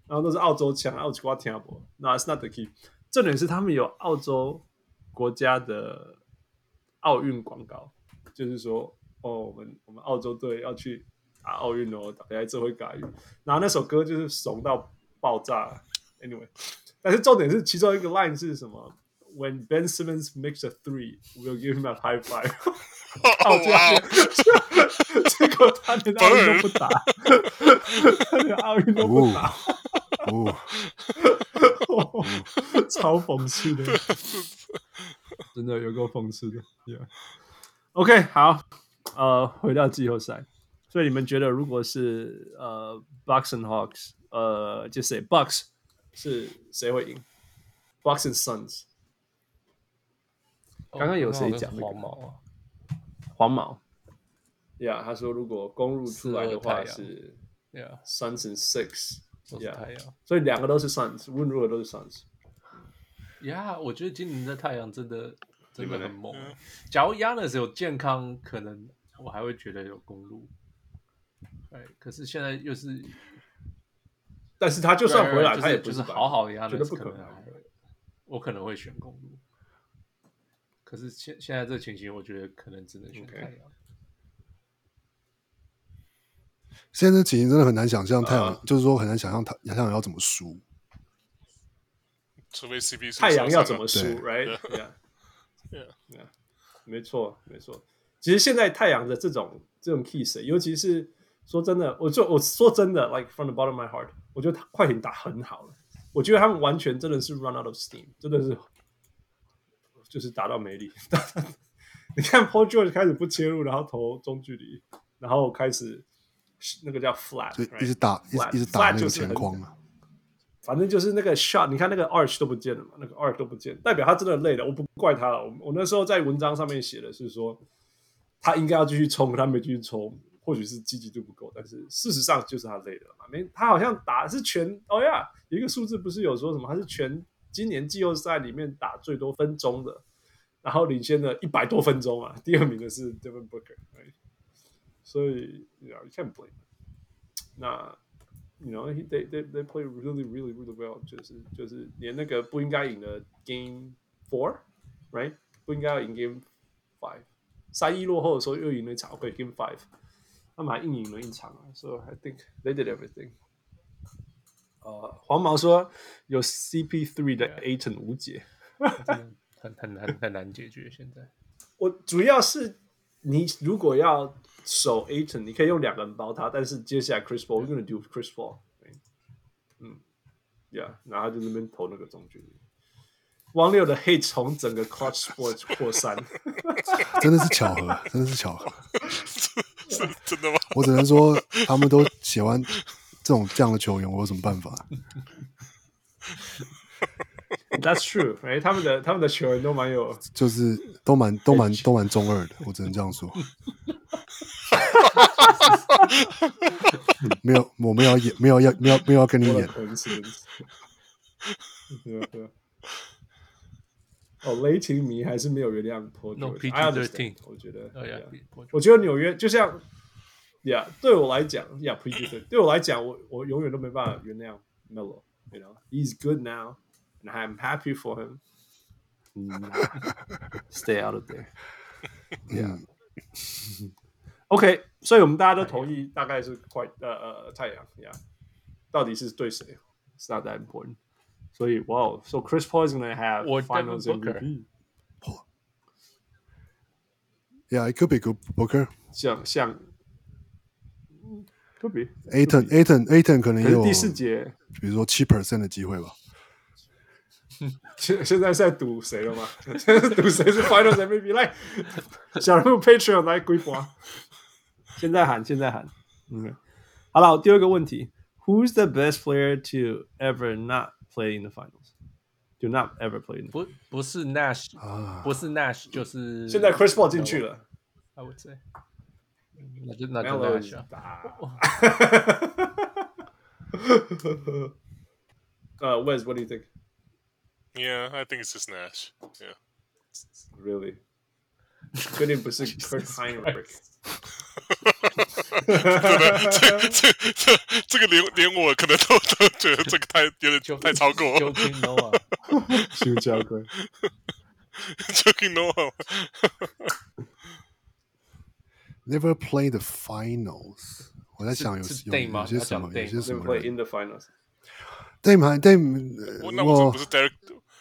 Speaker 3: 然后都是澳洲腔，澳洲瓜听不懂。No, it's not the key。重点是他们有澳洲国家的奥运广告，就是说，哦，我们我们澳洲队要去打奥运哦，打来这回打运。然后那首歌就是怂到爆炸。Anyway，但是重点是其中一个 line 是什么？When Ben Simmons makes a three, we'll give him a high five。
Speaker 5: 哦哇哦，
Speaker 3: 结果他连奥运都不打，他连奥运都不打，
Speaker 2: 哦，
Speaker 3: 超讽刺的，真的有够讽刺的。Yeah. OK，好，呃，回到季后赛，所以你们觉得如果是呃 Bucks and Hawks，呃，就谁 Bucks 是谁会赢？Bucks and Suns
Speaker 4: 哦
Speaker 3: 刚刚有谁讲那个
Speaker 4: 黄毛啊？
Speaker 3: 黄毛。Yeah，他说如果公路出来的
Speaker 4: 四二
Speaker 3: 话
Speaker 4: 太阳
Speaker 3: 是
Speaker 4: 对啊，
Speaker 3: Suns and Six，
Speaker 4: 都是
Speaker 3: Yeah
Speaker 4: 太阳。
Speaker 3: 所以两个都是 Suns，无论如何都是 Suns。
Speaker 4: 呀，我觉得今年的太阳真的真的很猛欸
Speaker 5: 嗯。
Speaker 4: 假如 Yanis 有健康，可能我还会觉得有公路。哎，可是现在又是
Speaker 3: 但是他就算回来，
Speaker 4: 就是
Speaker 3: 他也不
Speaker 4: 就是
Speaker 3: 白
Speaker 4: 好好的 Yanis，
Speaker 3: 觉得不
Speaker 4: 可
Speaker 3: 可
Speaker 4: 能还
Speaker 3: 能。
Speaker 4: 会，我可能会选公路。可是现现在这情形，我觉得可能只能选
Speaker 3: OK
Speaker 4: 太阳。
Speaker 2: 现在的情形真的很难想象太阳，
Speaker 3: 啊
Speaker 2: 就是说很难想象太太阳要怎么输。
Speaker 5: 除非 CP
Speaker 3: 太阳要
Speaker 5: 啊
Speaker 3: 怎么输
Speaker 2: 对
Speaker 3: ，right？Yeah，
Speaker 5: Yeah.
Speaker 3: yeah. 没错，没错。其实现在太阳的这种这种 kiss，尤其是说真的，我就我说真的，like from the bottom of my heart，我觉得他快艇打很好了，我觉得他们完全真的是 run out of steam，真的是就是打到没力。 你看 Paul George 开始不切入，然后投中距离，然后开始那个叫 flat，
Speaker 2: 就
Speaker 3: right？
Speaker 2: 一直打，一
Speaker 3: Flat-
Speaker 2: 直一直打
Speaker 3: flat
Speaker 2: 那
Speaker 3: 就
Speaker 2: 个
Speaker 3: 是很
Speaker 2: 前框啊。
Speaker 3: 反正就是那个 shot，你看那个 arch 都不见了嘛，那个 arch 都不见，代表他真的累了。我不怪他了，我我那时候在文章上面写的是说，他应该要继续冲，可他没继续冲，或许是积极度不够，但是事实上就是他累了嘛。没，他好像打是全，哦呀，有一个数字不是有说什么，他是全今年季后赛里面打最多分钟的，然后领先了一百多分钟嘛，第二名的是 Devin Booker，、right? 所以 you, know, you can't blame。那 you know he, they they they play really really really well，就是就是连那个不应该赢的 uh, Game Four，right 不应该要赢 Game Five，三一落后的时候又赢了一场，OK Game Five，他们还硬赢了一场啊，so I think they did everything。呃，Uh, 黄毛说有 CP3 的 Aton 无解，
Speaker 4: 真的很很难很难解决现在。
Speaker 3: 我主要是你如果要守 Aton，你可以用两个人包他，但是接下来 Chris Paul，we're gonna do Chris Paul，right？嗯，Yeah，然后他就那边投那个中距离。王六的 hate 从整个 Clutch Sports 扩散，
Speaker 2: 啊真的是巧合，真的是巧合。
Speaker 5: 真真的吗？
Speaker 2: 我只能说，他们都喜欢这种这样的球员，我有什么办法？
Speaker 3: That's true，哎、他们的他们的球员都蛮有，
Speaker 2: 就是 都蛮都蛮都蛮中二的，我只能这样说。没有，我没有要演，没有要没有没有要跟你
Speaker 3: 多
Speaker 2: 演
Speaker 3: 了，coincidence。对啊对啊。哦，雷霆迷还是没有原谅 Paul
Speaker 4: No,
Speaker 3: George，
Speaker 4: PG-13
Speaker 3: I understand，我觉得
Speaker 4: 哎呀
Speaker 3: yeah，
Speaker 4: 我
Speaker 3: 我觉得纽约就像，Yeah，对我来讲，Yeah，p r e t t y good。对我来讲，我我永远都没办法原谅 Melo，you know，he's good now and I'm happy for him。Stay out of there。Yeah。OK，所以我们大家都同意，大概是快呃呃太阳，Yeah，到底是对谁？It's not that important。所以，Wow，so Chris Paul is gonna have
Speaker 4: Or Devin
Speaker 3: finals
Speaker 4: Booker
Speaker 3: MVP。
Speaker 2: Yeah, it could be good Booker,
Speaker 3: 像像科比，
Speaker 2: Aton, Aton, Aton 可能
Speaker 3: 可
Speaker 2: 也
Speaker 3: 是
Speaker 2: 有，
Speaker 3: 第四节
Speaker 2: 比如说七 percent 的机会吧。
Speaker 3: 现现在是在赌谁了吗？ 现在是赌谁是 Finals MVP？来，小人物 Patreon 来归还。现在喊，现在喊。嗯，好了，第二个问题，Who's the best player to ever not play in the finals? Do not ever play in the.
Speaker 4: 不不是 Nash，
Speaker 2: 啊
Speaker 4: 不是 Nash 就是
Speaker 3: 现在 Chris Paul 进去了
Speaker 4: I would say，嗯那就那就
Speaker 3: Melo is
Speaker 4: Nash 啊。
Speaker 3: 打。呃、w e s what do you think?
Speaker 5: Yeah, I think it's just Nash. Yeah.
Speaker 3: Really? 确定不是 Kirk Heinrich？
Speaker 5: 真的，这这这这个连连我可能都都觉得这个太有
Speaker 4: 就
Speaker 5: 点太超过
Speaker 4: j o k i n o a
Speaker 3: 修教官。
Speaker 5: Joking Noah。
Speaker 2: Never play the finals，我在想有
Speaker 4: 是是
Speaker 2: 有
Speaker 4: Dame 吗
Speaker 2: 有些什
Speaker 4: 他
Speaker 2: 么，
Speaker 4: 讲
Speaker 2: 有
Speaker 4: Dame
Speaker 2: 些什
Speaker 3: They
Speaker 2: 么
Speaker 3: play
Speaker 2: 人
Speaker 3: in the finals.
Speaker 2: ？Dame 还 Dame，呃
Speaker 5: 我那为什么
Speaker 2: 我
Speaker 5: 不是 Derek？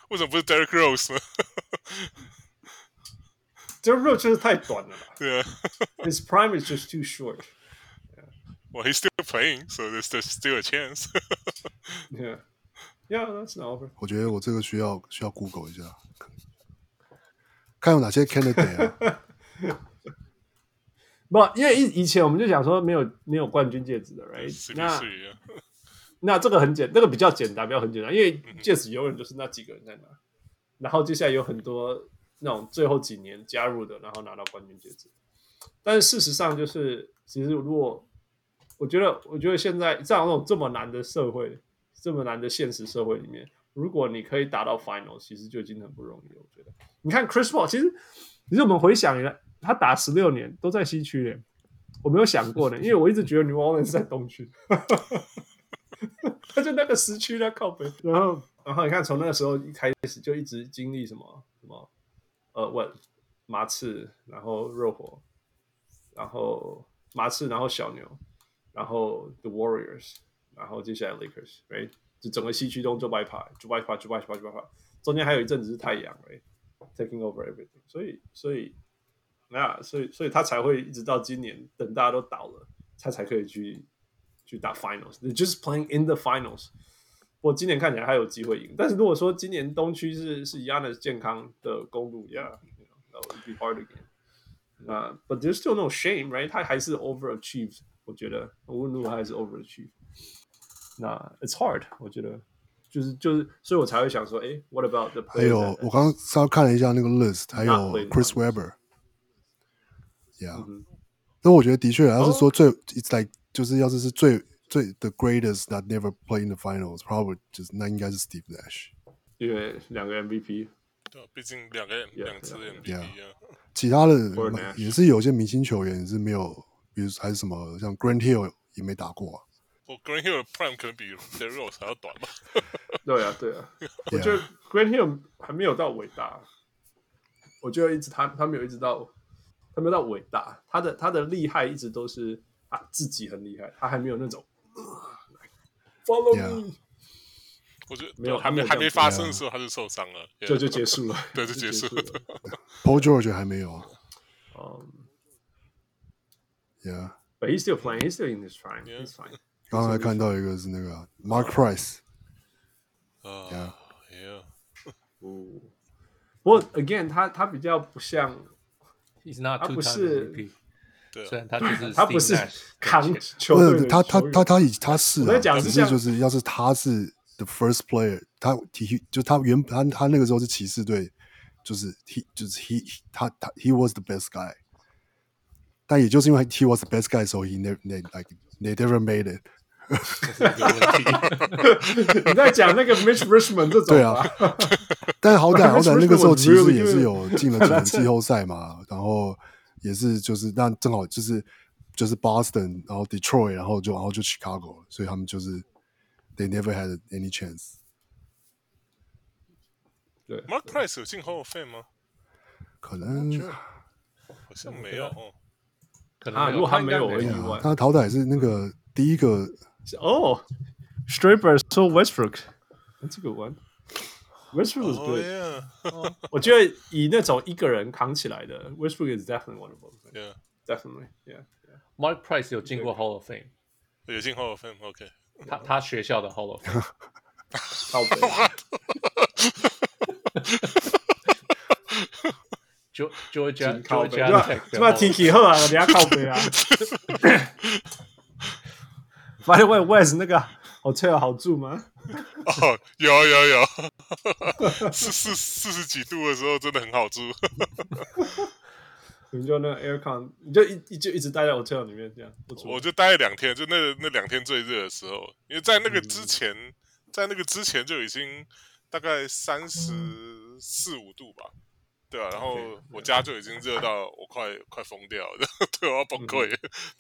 Speaker 5: 为什么不是 Derek Rose 呢？
Speaker 3: 这 real 就是太短了吧
Speaker 5: 对啊，
Speaker 3: ？His prime is just too short.
Speaker 5: 我 He's still playing, so there's there's still a chance.
Speaker 3: Yeah, yeah, that's not over.
Speaker 2: 我觉得我这个需要需要 Google 一下，看有哪些 candidate 啊？
Speaker 3: 不，因为以以前我们就想说没有没有冠军戒指的，right？那
Speaker 5: CP 一样。
Speaker 3: 那这个很简，那个比较简单，比较很简单，因为戒指永远就是那几个人在拿，然后接下来有很多那种最后几年加入的，然后拿到冠军戒指。但是事实上就是，其实如果我觉得，我觉得现在在那种这么难的社会，这么难的现实社会里面，如果你可以达到 final，其实就已经很不容易了。我觉得，你看 Chris Paul，其实其实我们回想一下，他打十六年都在西区耶，我没有想过呢，因为我一直觉得 New Orleans 在东区。他就那个时区在靠北。然后，然后你看，从那个时候一开始就一直经历什么什么，呃，问麻刺，然后热火，然后麻刺，然后小牛，然后 The Warriors，然后接下来 Lakers，right？就整个西区都 Joe b i p a j o b i p a j o b i p a j o b i p a 中间还有一阵子是太阳，right？Taking over everything，所以所以那所以所以他才会一直到今年，等大家都倒了，他才可以去去打 finals。They're just playing in the finals。我今年看起来还有机会赢，但是如果说今年东区是是 Yanis 健康的公路，Yeah，you know, that would be hard again。那 But there's still no shame，right？他还是 overachieved，我觉得无论如何还是 overachieved。那 It's hard，我觉得就是就是，所以我才会想说，哎，What about the
Speaker 2: 还有
Speaker 3: players？that-
Speaker 2: 我刚刚稍微看了一下那个 list，还有
Speaker 3: playing
Speaker 2: Chris
Speaker 3: finals
Speaker 2: Webber，Yeah，、Yeah
Speaker 3: 嗯哼
Speaker 2: 那我觉得的确啊，要是说最、It's like 就是要是是最最 the greatest that never play in the finals，probably 就是那应该是 Steve Nash。
Speaker 3: 因为两个 MVP，
Speaker 5: 对啊，毕竟两个
Speaker 3: Yeah，
Speaker 5: 两次
Speaker 3: yeah，
Speaker 5: MVP 啊，
Speaker 2: 其他的
Speaker 3: Or Nash
Speaker 2: 也是有些明星球员也是没有，比如还是什么像 Grant Hill 也没打过、啊。
Speaker 5: 我 Green Hill 的 Prime 可能比 d e r r y Rose 还要短吧。
Speaker 3: 对啊，对啊，我
Speaker 2: Yeah
Speaker 3: 觉得 Grant Hill 还没有到伟大，我觉得一直他他没有一直到他没有到伟大，他的他的厉害一直都是他自己很厉害，他还没有那种 follow me
Speaker 5: 我觉得
Speaker 3: 没有
Speaker 5: 还
Speaker 3: 他没
Speaker 5: 没
Speaker 3: 有
Speaker 5: 还
Speaker 3: 这
Speaker 5: 没
Speaker 3: 样子
Speaker 5: 发生的时候他就受伤了，
Speaker 3: 就
Speaker 5: yeah
Speaker 3: 就结束了，
Speaker 5: 对就结束
Speaker 3: 了
Speaker 5: 了。
Speaker 2: Paul George 还没有啊
Speaker 3: 嗯
Speaker 2: ，Yeah。
Speaker 3: ，But he's still playing, he's still in his prime,
Speaker 5: Yeah.
Speaker 3: he's fine.
Speaker 2: 刚刚还看到一个是那个啊 Mark Price，
Speaker 5: 啊，Yeah，
Speaker 3: 哦，不过 again，他他比较不像
Speaker 4: He's not
Speaker 3: 他
Speaker 4: two
Speaker 3: 不
Speaker 4: time
Speaker 3: 是
Speaker 4: MVP，
Speaker 5: 对
Speaker 4: 虽
Speaker 5: 啊，
Speaker 4: 然他就是
Speaker 3: 他不
Speaker 4: Steve
Speaker 3: 是
Speaker 4: Nash 的
Speaker 3: 扛
Speaker 4: 前
Speaker 3: 球
Speaker 2: 不
Speaker 3: 队
Speaker 2: 是
Speaker 3: 的
Speaker 2: 他他
Speaker 3: 球员
Speaker 2: 他他以他是、
Speaker 3: 我在讲
Speaker 2: 啊，
Speaker 3: 是
Speaker 2: 只
Speaker 3: 这
Speaker 2: 是
Speaker 3: 样
Speaker 2: 就是要是他是 the first player，他体就他原他他那个时候是骑士队，就是 he 就是 he 他他 he was the best guy，但也就是因为 he was the best guy，so he never they, like they never made it。
Speaker 3: 你在讲那个 Mitch Richmond 这种
Speaker 2: 对啊， 但好 歹好歹那个时候其实也是
Speaker 3: Richmond
Speaker 2: 有进了 几轮季后赛嘛，然后也是就是那正好就是就是 Boston，然后 Detroit，然后就然后就 Chicago，所以他们就是 they never had any chance。
Speaker 3: 对
Speaker 5: Mark Price 有进 Hall of Fame 吗？
Speaker 2: 可能
Speaker 5: 好像没有哦。
Speaker 4: 可能
Speaker 3: 啊，如果他
Speaker 4: 应
Speaker 3: 没
Speaker 4: 该
Speaker 3: 有，我会
Speaker 4: 没
Speaker 3: 意
Speaker 4: 有
Speaker 3: 外。
Speaker 2: 他好歹是那个第一个，
Speaker 3: 哦，Straber 说 Westbrook，that's a good one. Westbrook is
Speaker 5: 哦
Speaker 3: good.
Speaker 5: Oh, ，Yeah，Yeah，
Speaker 3: 我觉得以那种一个人扛起来的，Westbrook is definitely one of them. Definitely, yeah.
Speaker 4: Mark Price 有进过 Hall of Fame，
Speaker 5: 也进 Hall of Fame，OK。
Speaker 4: 他他学校的 Hall of Fame，
Speaker 3: 靠背
Speaker 4: 啊 就就会加就
Speaker 3: 靠
Speaker 4: 会
Speaker 3: 背，
Speaker 4: 加
Speaker 3: 那那挺起后啊，人家靠背啊。By the way, West 那个 hotel 好住吗？
Speaker 5: 哦，有有有，四四四十几度的时候真的很好住。
Speaker 3: 你就那个 aircon，你就一一就一直待在 hotel 里面这样，不出
Speaker 5: 我就待了两天，就那那两天最热的时候，因为在那个
Speaker 4: 嗯
Speaker 5: 之前，在那个之前就已经大概三十四五度吧，对啊，然后
Speaker 3: OK，
Speaker 5: 我家就已经热到我快快疯掉了， 对，我要
Speaker 4: 嗯
Speaker 5: 崩溃了，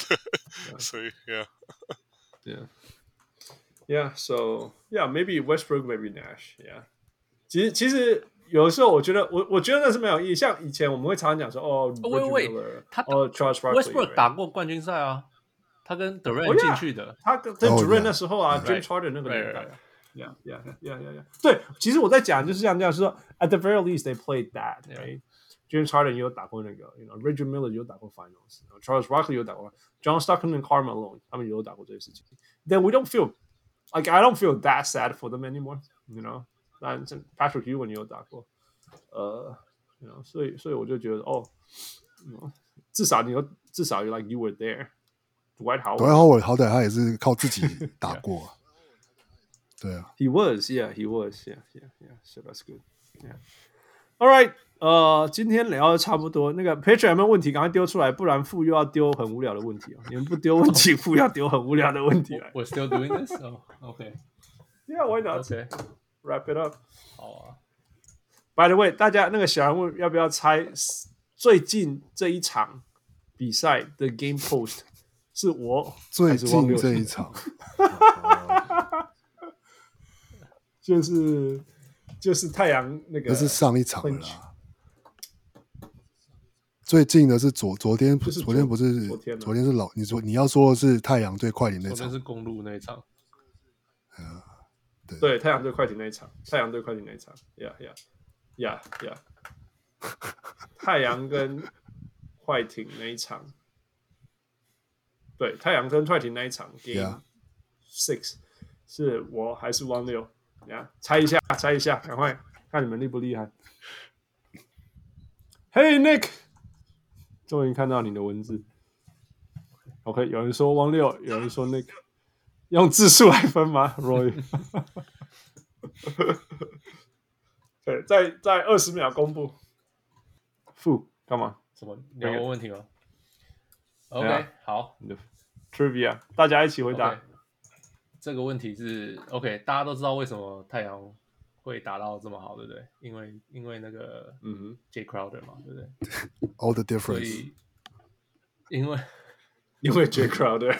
Speaker 5: 对，所以 yeah，
Speaker 3: Yeah. Yeah. So yeah, maybe Westbrook, maybe Nash. Yeah. 其实其实有的时候我觉得我我觉得那是没有意义。像以前我们会常常讲说哦，
Speaker 4: 哦喂喂
Speaker 3: Reggie Miller，
Speaker 4: Oh，他
Speaker 3: 哦 Charles
Speaker 4: Westbrook
Speaker 3: Barkley，
Speaker 4: 打过冠军赛啊，他跟
Speaker 3: Oh,
Speaker 4: Durant
Speaker 3: yeah
Speaker 4: 进去的，啊
Speaker 3: 他跟跟
Speaker 2: 哦
Speaker 3: Durant
Speaker 2: yeah
Speaker 3: 那时候啊
Speaker 4: Right
Speaker 3: ，James Harden 那个年
Speaker 4: Right,
Speaker 3: 代
Speaker 4: right,。
Speaker 3: Yeah, yeah, yeah, yeah, yeah. 对，其实我在讲就是像这样是说，at the very least they played that,
Speaker 4: Yeah.
Speaker 3: right? James Harden 也有打过那个，you know, Reggie Miller 也有打过 finals, you know, Charles Barkley 也有打过，John Stockton and Karl Malone 他们也有打过这些事情。Then we don't feel like I don't feel that sad for them anymore, you know. 但是 Patrick Ewing 也有打过，呃，you know，所以所以我就觉得哦，嗯至少你有至少 like you were there. Dwight
Speaker 2: dwight
Speaker 3: Howard,
Speaker 2: Howard 好歹他也是靠自 己打过、啊，对啊，
Speaker 3: He was, yeah, he was, yeah, yeah, yeah. So that's good. Yeah. All right. 呃，今天聊的差不多。那个 Patreon 有没有问题？赶快丢出来，不然富又要丢很无聊的问题哦。你们不丢问题，富要丢很无聊的问题来。
Speaker 4: We're still doing this. Oh, OK
Speaker 3: Yeah, why not?
Speaker 4: OK，
Speaker 3: Wrap it up.
Speaker 4: 好啊。
Speaker 3: By the way，大家那个小人物要不要猜最近这一场比赛的 Game Post 是我
Speaker 2: 最
Speaker 3: 还是汪
Speaker 2: 近
Speaker 3: 六
Speaker 2: 这
Speaker 3: 写
Speaker 2: 一
Speaker 3: 的
Speaker 2: 场
Speaker 3: 就是就是太阳那个
Speaker 2: 那是上一场了
Speaker 3: Clinch
Speaker 2: 啦，最近的是昨昨天，
Speaker 3: 就是昨
Speaker 2: 昨天不是
Speaker 3: 昨天啊
Speaker 2: 昨天是老你说你要说的是太阳对快艇那
Speaker 4: 昨
Speaker 2: 场
Speaker 4: 天，是公路那一场，
Speaker 3: 对，太阳对快艇那一场，太阳对快艇那一场呀呀呀呀， 太阳跟快艇那一场，对，太阳跟快艇那一场
Speaker 2: Yeah
Speaker 3: Game Six 是我还是 One 六呀？猜一下，猜一下，赶快看你们厉不厉害。Hey Nick，终于看到你的文字。OK，有人说汪六，有人说 Nick，用字数来分吗？Roy，对，在在二十秒公布。负干嘛？
Speaker 4: 什么？你要问问题吗
Speaker 3: 对
Speaker 4: ？OK，
Speaker 3: 啊
Speaker 4: 好
Speaker 3: 你的 trivia，大家一起回答。
Speaker 4: ，OK。这个问题是 OK，大家都知道为什么太阳会打到这么好，对不对？因为因为那个
Speaker 3: 嗯哼，
Speaker 4: J Crowder 嘛，对不对？
Speaker 2: all the
Speaker 4: 所
Speaker 2: difference。
Speaker 4: 以因为
Speaker 3: 因为 J Crowder。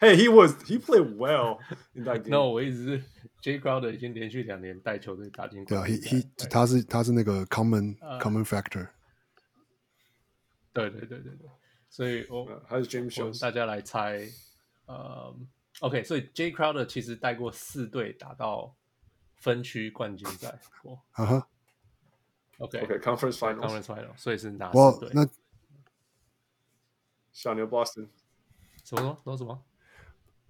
Speaker 3: hey, he was he played well in that game.
Speaker 4: no，我一直是 J Crowder 已经连续两年带球队打进
Speaker 2: 对
Speaker 4: 冠
Speaker 2: 啊
Speaker 4: 军
Speaker 2: ，he
Speaker 4: 赛哎
Speaker 2: he
Speaker 4: 对
Speaker 2: 他是他是那个 common
Speaker 4: 呃
Speaker 2: common factor。
Speaker 4: 对对对对对，所以我
Speaker 3: 呃，还是 Uh, James
Speaker 4: 我们
Speaker 3: Jones
Speaker 4: 大家来猜，呃，OK，所以 J Crowder 其实带过四队打到分区冠军 赛过
Speaker 2: 啊哈，
Speaker 4: ，OK，
Speaker 3: OK Conference
Speaker 4: 当
Speaker 3: Finals，
Speaker 4: 然出来了，所以是哪
Speaker 2: 哇
Speaker 4: 四队？，
Speaker 2: 那
Speaker 3: 小牛 Boston，
Speaker 4: 什么什么什么什么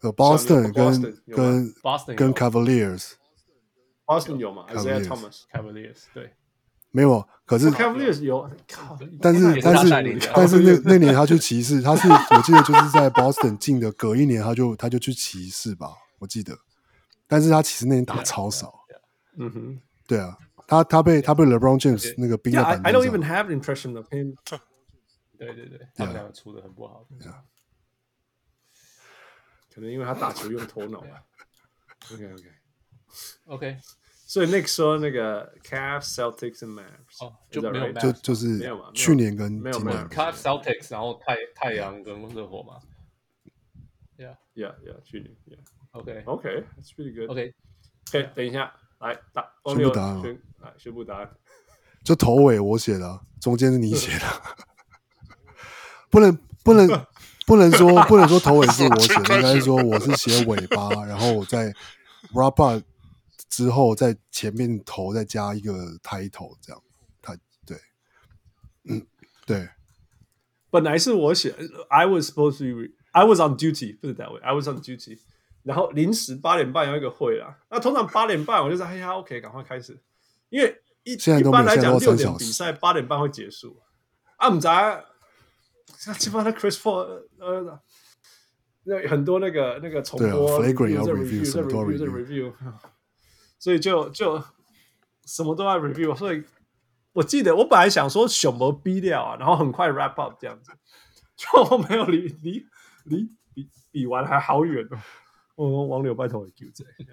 Speaker 2: 呃
Speaker 3: 小牛
Speaker 2: Boston
Speaker 3: ，Boston
Speaker 2: 跟
Speaker 3: 有
Speaker 2: 跟
Speaker 4: Boston
Speaker 2: 跟
Speaker 4: 有
Speaker 2: Cavaliers
Speaker 3: Boston 有吗
Speaker 2: Cavaliers
Speaker 3: ？Isaiah Thomas。
Speaker 4: Cavaliers 对，
Speaker 2: 没有，可是
Speaker 3: Oh, Cavaliers 有，靠！
Speaker 2: 但
Speaker 4: 那
Speaker 2: 是
Speaker 4: 也是
Speaker 2: 但
Speaker 4: 他
Speaker 2: 是
Speaker 4: 带领的
Speaker 2: 但是那那年他去骑士，他是我记得就是在 Boston 进的，隔一年他就他就去骑士吧，我记得。但是他其实那年打超少，
Speaker 3: 嗯哼
Speaker 2: 对啊，他他被他被
Speaker 3: 啊
Speaker 2: LeBron James 那个冰在
Speaker 3: ，Yeah，I
Speaker 2: 板
Speaker 3: I
Speaker 2: 凳
Speaker 3: don't even
Speaker 2: 上，
Speaker 3: have an impression of him。
Speaker 4: 对对对，他们两个出的很不好，
Speaker 3: 可能因为他打球用头脑吧。OK OK，
Speaker 4: OK，
Speaker 3: 所以 Nick 说那个 Cavs、Celtics 和 Oh，Mavs，
Speaker 4: 哦
Speaker 3: Is that
Speaker 4: 就没有
Speaker 3: right？
Speaker 4: Mavs
Speaker 2: 就就是
Speaker 3: 没有嘛没有
Speaker 2: 去年跟
Speaker 3: 没有
Speaker 2: 今
Speaker 3: 没有
Speaker 2: 年
Speaker 4: c a Celtics，然后太太阳跟热火嘛
Speaker 3: Yeah Yeah，去年 Yeah，OK，That's、
Speaker 4: ，OK
Speaker 3: pretty good。
Speaker 4: OK，
Speaker 3: OK，等一下，来打，
Speaker 2: 宣布
Speaker 3: 王六
Speaker 2: 答案啊吗
Speaker 3: 宣来宣布答案。
Speaker 2: 就头尾我写的啊、中间 是你写的啊，不能不能不能说不能说头尾是我写 的，应该是说我是写尾
Speaker 3: 啊
Speaker 2: 巴，然后我在 wrap up 之后，在前面头再加一个 title 这样，他对，嗯，对，
Speaker 3: 本来是我写，I was supposed to be, I was on duty，不是 that way, I was on duty。然后临时八点半有一个会啦，那通常八点半我就是哎呀，OK，赶快开始，因为一
Speaker 2: 现在
Speaker 3: 一
Speaker 2: 都没
Speaker 3: 般
Speaker 2: 有
Speaker 3: 来
Speaker 2: 现在
Speaker 3: 讲
Speaker 2: 都
Speaker 3: 六
Speaker 2: 三
Speaker 3: 点
Speaker 2: 小时
Speaker 3: 比赛八点半会结束。啊，唔知啊，那鸡巴的 Chris Paul，呃，那很多那个那个重
Speaker 2: 对啊
Speaker 3: 播
Speaker 2: ，flagrant 要
Speaker 3: 再
Speaker 2: review，
Speaker 3: 再
Speaker 2: 什么都要
Speaker 3: review 再
Speaker 2: review
Speaker 3: review，所以就就什么都要 review，所以我记得我本来想说熊魔逼掉啊，然后很快 wrap up 这样子，就我没有离离离比比完还好远哦。我们王柳拜托也纠正一下，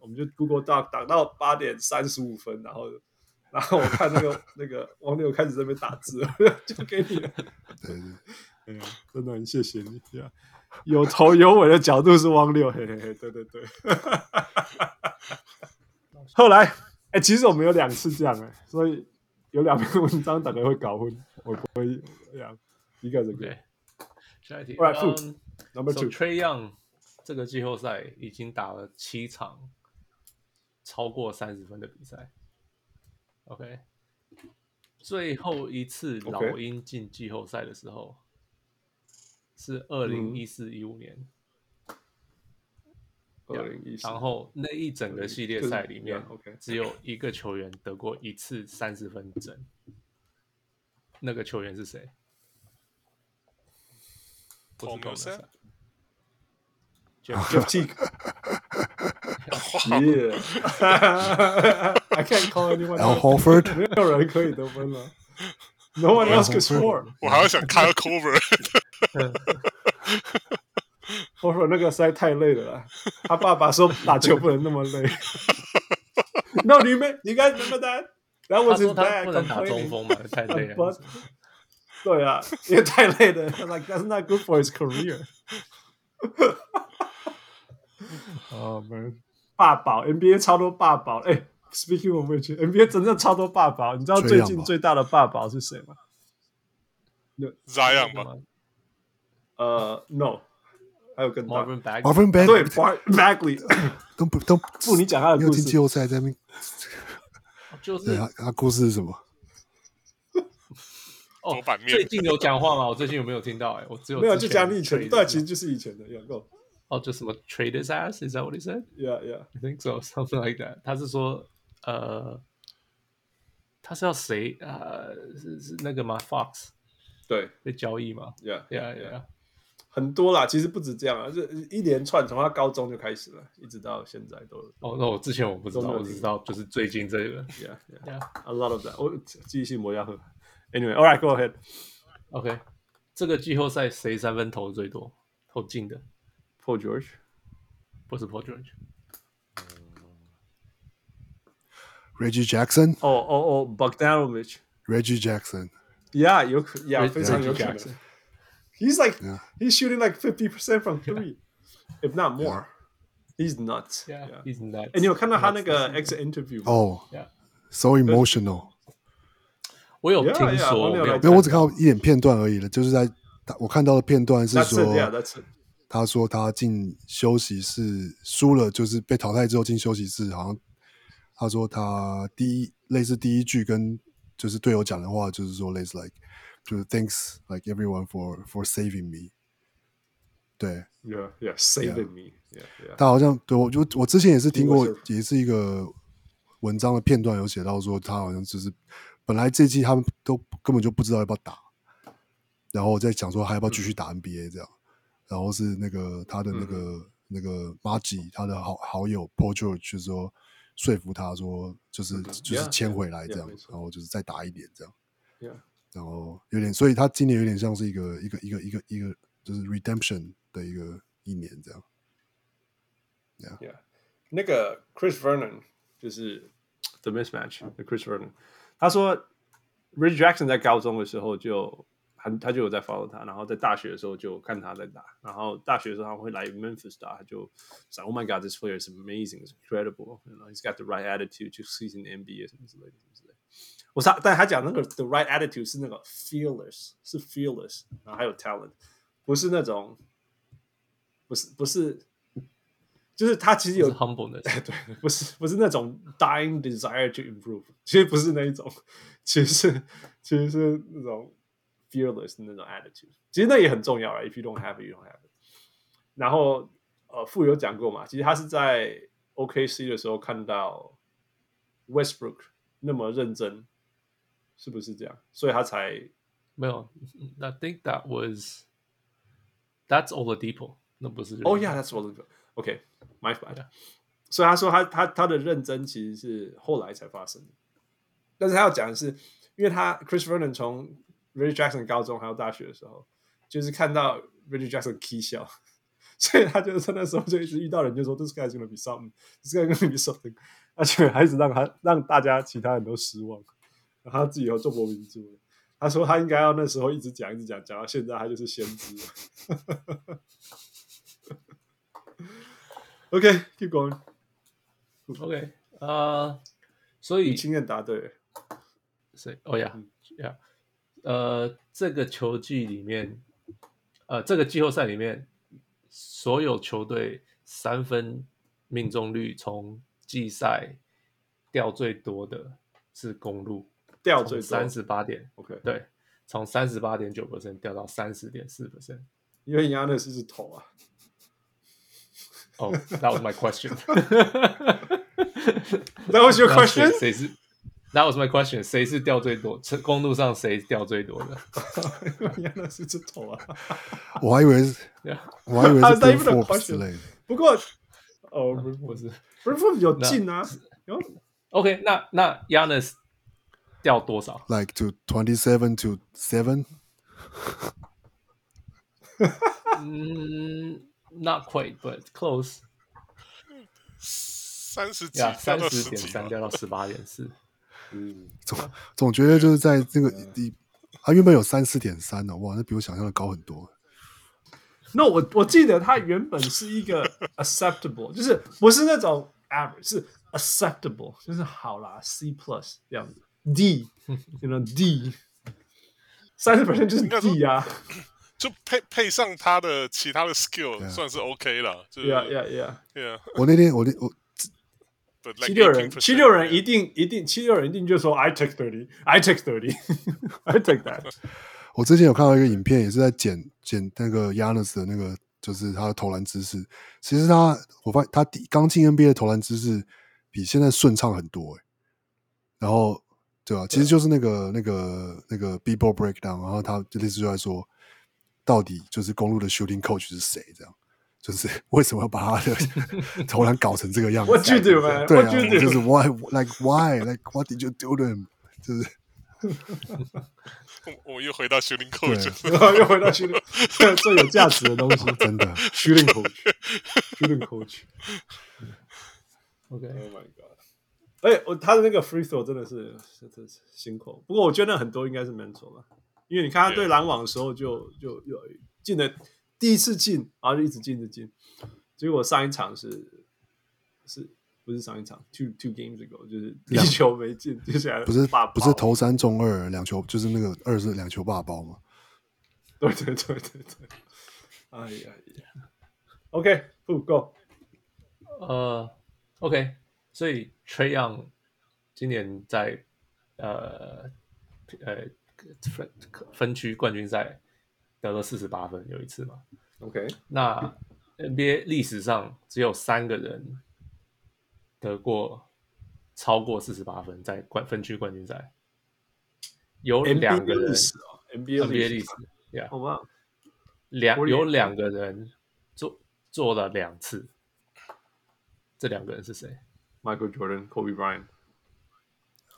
Speaker 3: 我们就 Google Doc 打到八点三十五分，然后然后我看那个那个王柳开始在那边打字 了，就给你了。对，
Speaker 4: 嗯
Speaker 3: 哎呀， 真的很谢谢你呀。有头有尾的角度是汪六，嘿嘿嘿，对对对。后来，哎、其实我们有两次这样哎、所以有两篇文章大概会搞混，我不会这样一个人给
Speaker 4: OK，下一题
Speaker 3: Alright, food.
Speaker 4: Um,
Speaker 3: number
Speaker 4: So
Speaker 3: two，
Speaker 4: Trey Young 这个季后赛已经打了七场超过三十分的比赛。OK，最后一次
Speaker 3: OK
Speaker 4: 老鹰进季后赛的时候
Speaker 3: 嗯
Speaker 4: 是二零一四一五年，
Speaker 3: 二零一四，
Speaker 4: 然后那一整个系列赛里面
Speaker 3: 就是，OK
Speaker 4: 只有一个球员得过一次三十分整。那个球员是谁？不是啊
Speaker 5: Paul
Speaker 4: Paul
Speaker 5: Millsap？
Speaker 3: Jeff Teague。Yeah. I can't call anyone.
Speaker 2: 然后
Speaker 3: else.
Speaker 2: Horford
Speaker 3: 没有人可以得分了。No one else can score。
Speaker 5: 我还要想 Kyle Cover，
Speaker 3: 我说那个实在太累了啦，他爸爸说打球不能那么 累。No，你们你该 remember that。然后我
Speaker 4: 他
Speaker 3: 只
Speaker 4: 说他不能打中锋嘛，太累 了。
Speaker 3: But 对啊，因为太累了，like that's not good for his career。哦、man，霸
Speaker 4: Oh,
Speaker 3: 宝 NBA 超多霸宝，哎、s p e a k i n g of which，NBA 真的超多霸宝，你知道
Speaker 2: 崔
Speaker 3: 最
Speaker 2: 杨吧
Speaker 3: 近最大的霸宝是谁吗？
Speaker 5: Zion 吧，
Speaker 3: 呃，no，还有更大。
Speaker 4: ，Marvin Bagley，
Speaker 2: Marvin Bagley
Speaker 3: 对，Bar- Bagley，
Speaker 2: 都不都
Speaker 3: 不，你讲他
Speaker 2: 没
Speaker 3: 的
Speaker 2: 有
Speaker 3: 故
Speaker 2: 听季
Speaker 3: 事。
Speaker 2: 后赛在那边，
Speaker 4: 哦就是
Speaker 2: 对
Speaker 3: 啊
Speaker 2: 他他故事是什么？
Speaker 4: 哦
Speaker 5: 多版，面
Speaker 4: 最近有讲话吗？我最近有没有听到？哎，我只有
Speaker 3: 没有，
Speaker 4: 之
Speaker 3: 就
Speaker 4: 前
Speaker 3: 讲你以前
Speaker 4: trade
Speaker 3: 的，对，啊其实就是以前的，有够
Speaker 4: 哦，就什么 trade his ass，is that what he said？
Speaker 3: ，Yeah Yeah，
Speaker 4: I think so, something like that. 他是说，呃，他是要谁？呃，是是那个吗？Fox
Speaker 3: 对
Speaker 4: 被交易吗
Speaker 3: ，Yeah
Speaker 4: ？Yeah, yeah.
Speaker 3: 很多啦，其实不止这样啊，这一连串从他高中就开始了，一直到现在都有
Speaker 4: 哦，那我之前我不知道，
Speaker 3: 都没有
Speaker 4: 我只知道就是最近这个。
Speaker 3: ，Yeah Yeah，a
Speaker 4: Yeah.
Speaker 3: lot of that，我记忆性磨牙喝。Anyway，All right，go ahead。
Speaker 4: OK，这个季后赛谁三分投得最多？投进的
Speaker 3: Paul George，
Speaker 4: 不是 Paul George。
Speaker 2: Reggie Jackson,
Speaker 3: 哦
Speaker 4: Oh,
Speaker 3: 哦哦，Bogdanovich，Yeah，
Speaker 2: Reggie Jackson.
Speaker 3: 有可，Yeah，
Speaker 4: Reggie
Speaker 3: 非常有可能。
Speaker 4: Jackson
Speaker 3: He's like
Speaker 2: Yeah.
Speaker 3: he's shooting like fifty percent from three, if not more. He's nuts.
Speaker 4: Yeah, he's nuts.
Speaker 3: 哎，你有看到他那个
Speaker 4: Nuts.
Speaker 3: X interview 吗？
Speaker 2: 哦
Speaker 4: Yeah.
Speaker 2: ，so emotional。
Speaker 4: 我有
Speaker 3: Yeah,
Speaker 4: 听
Speaker 3: yeah,
Speaker 4: 说，
Speaker 3: 我
Speaker 4: 我
Speaker 3: 没有
Speaker 4: 没有
Speaker 3: 来
Speaker 2: 没有，我只看到一点片段而已了，就是在他我看到的片段是
Speaker 3: That's it.
Speaker 2: 说，
Speaker 3: Yeah, that's it.
Speaker 2: 他说他进休息室输了，就是被淘汰之后进休息室，好像他说他第一类似第一句跟就是队友讲的话，就是说类似 like 就是 thanks like everyone for for saving me。对
Speaker 3: Yeah, yeah, saving me. Yeah, yeah.
Speaker 2: 他好像对我就我之前也是听过
Speaker 3: 啊听过，这
Speaker 2: 也是一个文章的片段有写到说他好像就是本来这季他们都根本就不知道要不要打，然后再讲说还要不要继续打 NBA 这样，然后是那个他的那个、
Speaker 3: 嗯
Speaker 2: 那个 m a g i 他的好好友 Paul George 就是说说服他说就是、就是
Speaker 3: Yeah，
Speaker 2: 签回来这样
Speaker 3: yeah，没错
Speaker 2: 然后就是再打一点这样，
Speaker 3: Yeah.
Speaker 2: 然后有点，所以他今年有点像是一个一个一个一个一个就是 redemption 的一个一年这样，
Speaker 3: Yeah，那个 Chris Vernon 就是 The Mismatch 的 Chris Vernon，他说 Rich Jackson 在高中的时候就他他就有在 follow 他，然后在大学的时候就看他在打，然后大学的时候他会来 Memphis 打，他就想 Oh my God, this player is amazing, is incredible, you know, he's got the right attitude to succeed in the NBA 什么之类的什么之类的。我是他，但他讲那个 the right attitude 是那个 fearless，是 fearless，然后还有 talent，不是那种，不是不是，就是他其实
Speaker 4: 是
Speaker 3: 有
Speaker 4: humbleness。
Speaker 3: 哎对，不是不是那种 dying desire to improve，其实不是那一种，其实是其实是那种 fearless 的那种 attitude，其实那也很重要啊。If you don't have it, you don't have it。然后呃，富有讲过嘛，其实他是在 OKC 的时候看到 Westbrook 那么认真，是不是这样？所以他才
Speaker 4: 没有，I 嗯 think that was that's all the people。那不是人
Speaker 3: 哦、oh、，Yeah，that's what it OK，my、bad。所以他说他他他的认真其实是后来才发生的，但是他要讲的是，因为他 Chris Vernon 从 Reggie Jackson 高中还有大学的时候，就是看到 Reggie Jackson 踢笑， 所以他就在那时候就一直遇到人就说 This guy's gonna be something，This guy's gonna be something，而且还一直让他让大家其他人都失望，然后他自己又做国民猪了。他说他应该要那时候一直讲一直讲，讲到现在他就是先知 了。Okay, keep going.
Speaker 4: OK，呃，所以
Speaker 3: 你经验嗯答对了。
Speaker 4: 谁？哦呀呀，呃，这个球季里面，呃，这个季后赛里面，所有球队三分命中率从季赛掉最多的是公路，
Speaker 3: 掉最多
Speaker 4: 三十八点，
Speaker 3: OK，
Speaker 4: 对，从三十八点九 percent 掉到三十点四 percent。
Speaker 3: 因为 Yanis 一直投啊。
Speaker 4: 哦、oh,，That was my question.
Speaker 3: That was your
Speaker 4: 那谁
Speaker 3: question?
Speaker 4: 谁是？That was my question. 谁是掉最多？车公路上谁掉最多的
Speaker 3: 因为 Yanis 一直投啊。
Speaker 2: 我还以为是。
Speaker 4: ？Yeah，
Speaker 2: 我还以为
Speaker 3: How's
Speaker 2: 是
Speaker 3: that
Speaker 2: Ben
Speaker 3: even a
Speaker 2: Forbes 之
Speaker 3: question？
Speaker 2: 类的。
Speaker 3: 不过，哦，不
Speaker 4: 我是
Speaker 3: 不是有进啊，有
Speaker 4: OK 那。那 Yanis 掉多少？
Speaker 2: Like to twenty seven to seven，
Speaker 4: 嗯，Not quite, but close.
Speaker 5: 三十几
Speaker 4: 呀，
Speaker 5: 掉
Speaker 4: 三
Speaker 5: 到
Speaker 4: 十
Speaker 5: 十
Speaker 4: 点
Speaker 5: 几吧
Speaker 4: 三，掉到十八点四。
Speaker 2: 总总觉得就是在这个地，他原本有三四点三呢，哇，那比我想象的高很多。
Speaker 3: 那我我记得他原本是一个 acceptable，就是不是那种 average，是 acceptable，就是好啦，C plus 这样子，D，you know D。 三十 percent 就是
Speaker 5: 应该说
Speaker 3: 地呀，
Speaker 5: 就配配上他的其他的 skill，
Speaker 2: 啊
Speaker 5: 算是 OK 了。就是
Speaker 3: 对啊呀呀呀！
Speaker 5: yeah，
Speaker 2: 我那天我那我
Speaker 5: but like
Speaker 3: 七六人，
Speaker 5: 18%
Speaker 3: 七六人一定一定，七六人一定就说 I take thirty, I take thirty, I take that。
Speaker 2: 我之前有看到一个影片，也是在剪剪那个 Yanis 的那个，就是他的投篮姿势。其实他，我发现他第刚进 NBA 的投篮姿势比现在顺畅很多、欸，然后对吧、
Speaker 3: 啊
Speaker 2: 其实就是那个那个那个 b b o breakdown，然后他就类似就在说，到底就是公路的 shooting coach 是谁？这样就是 为什么要把 他的投篮搞成这个样子
Speaker 3: What you do, man?
Speaker 2: 对
Speaker 3: What you
Speaker 2: 啊，
Speaker 3: do?
Speaker 2: 就是 why like why like what did you do to him？就是
Speaker 5: 我我们又回到 shooting coach，了
Speaker 3: 然后又回到 shooting，这 最有价值的东西
Speaker 2: 真的。
Speaker 3: ，shooting coach，shooting coach。
Speaker 4: OK，
Speaker 3: Oh my god！哎，我他的那个 free throw 真的是真的是辛苦，不过我觉得那很多应该是 mental 吧，因为你看他
Speaker 5: Yeah
Speaker 3: 对篮网的时候就就有进了第一次进，然后就一直进一直进，结果上一场是是不是上一场 two two games ago 就是一
Speaker 2: 两
Speaker 3: 球没进，接下来
Speaker 2: 不是
Speaker 3: 霸
Speaker 2: 不是投三中二两球，就是那个二是两球霸包嘛。
Speaker 3: 对对对对对，哎呀呀，OK，不够，
Speaker 4: 呃，OK，所以 Trey Young 今年在呃呃分分区冠军赛得了四十八分，有一次嘛。
Speaker 3: OK，
Speaker 4: 那 NBA 历史上只有三个人得过超过四十八分，在冠分区冠军赛，有
Speaker 3: n b
Speaker 4: 两个
Speaker 3: a
Speaker 4: 人
Speaker 3: 历史哦
Speaker 4: NBA
Speaker 3: ，NBA
Speaker 4: 历
Speaker 3: 历
Speaker 4: 史
Speaker 3: 史，
Speaker 4: ，Yeah，
Speaker 3: 好吧，
Speaker 4: 两
Speaker 3: Forty-
Speaker 4: 有两个人做做了两次，这两个人是谁？
Speaker 3: Michael Jordan、Kobe Bryant。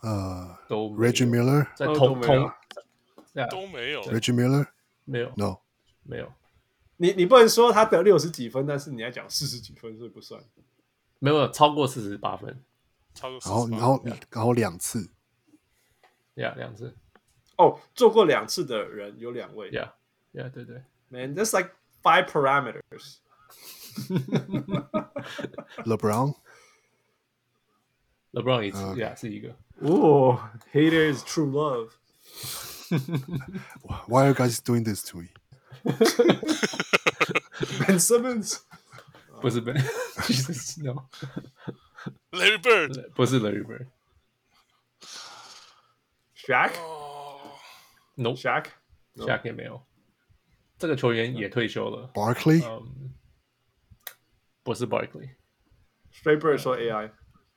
Speaker 2: 呃
Speaker 4: 都没有
Speaker 2: ，Reggie Miller，Reggie
Speaker 4: 在
Speaker 3: 哦
Speaker 4: 同
Speaker 3: 都没有
Speaker 4: 同在
Speaker 5: 都没有。
Speaker 2: Miller，no，
Speaker 4: 没有没有
Speaker 3: 你你不能说他得六十几分，但是你要讲四十几分，所以不算。
Speaker 4: 没有超过四十八分，
Speaker 5: 超过
Speaker 2: 然后
Speaker 5: 48
Speaker 2: 然后然后两次，
Speaker 4: 呀，两次
Speaker 3: 哦，做过两次的人有两位。
Speaker 4: 呀呀，对对，
Speaker 3: Man, that's like five parameters.
Speaker 2: LeBron
Speaker 4: LeBron 一次
Speaker 2: 嗯
Speaker 4: 呀是一个
Speaker 3: Oh, hater is true love.
Speaker 2: Why are you guys doing this to me？
Speaker 3: Ben Simmons. 哦
Speaker 4: 不是 Ben，Jesus no，
Speaker 5: Larry Bird，
Speaker 4: 不是 Larry Bird，No
Speaker 3: Shaq. Shaq. No.
Speaker 4: Shaq 也没有，这个球员也
Speaker 3: 嗯
Speaker 4: 退休了，
Speaker 2: Barkley，
Speaker 4: 嗯，不是 Barkley，
Speaker 3: Straight Bird 说 AI.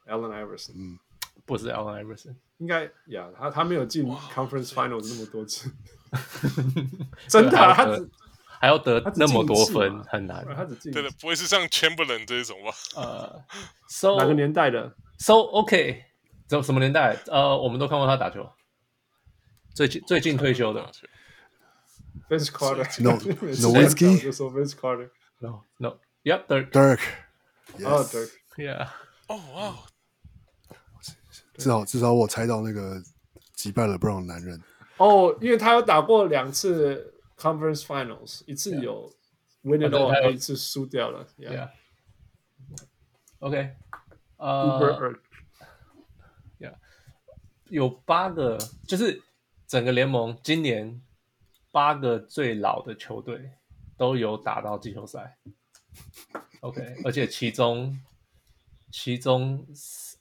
Speaker 3: Allen Iverson
Speaker 4: 不是 Allen Iverson，
Speaker 3: 应该呀，他他没有进 Conference Finals 那么多次，
Speaker 4: 对
Speaker 3: 真的啊，
Speaker 4: 还
Speaker 3: 他
Speaker 4: 要
Speaker 3: 只
Speaker 4: 得还要得
Speaker 3: 他只
Speaker 4: 那么
Speaker 3: 进一
Speaker 4: 多
Speaker 3: 次
Speaker 4: 分
Speaker 3: 嘛啊
Speaker 4: 很难，
Speaker 3: 他只进
Speaker 5: 对的，不会是像 Chamberlain 这一种吧？
Speaker 4: 呃，So
Speaker 3: 哪个年代的
Speaker 4: So OK，怎什么年代？呃，我们都看过他打球，最近最近退休的。
Speaker 3: Vince Carter？
Speaker 2: No-
Speaker 3: 每次
Speaker 2: Nowitzki？
Speaker 3: 我就说 Vince Carter。Oh,
Speaker 4: No No Yep Dirk
Speaker 2: Dirk，
Speaker 3: 哦，对。
Speaker 4: Yeah
Speaker 5: 哦哇，
Speaker 2: 至少至少我猜到那个击败 LeBron 的男人，
Speaker 3: 哦，因为他有打过两次 Conference Finals，一次有 win it
Speaker 4: 对他
Speaker 3: all，
Speaker 4: 有
Speaker 3: 一次输掉了。
Speaker 4: Yeah OK 呃
Speaker 3: Uber
Speaker 4: Yeah 有八个，就是整个联盟今年八个最老的球队都有打到季后赛。OK，而且其中其中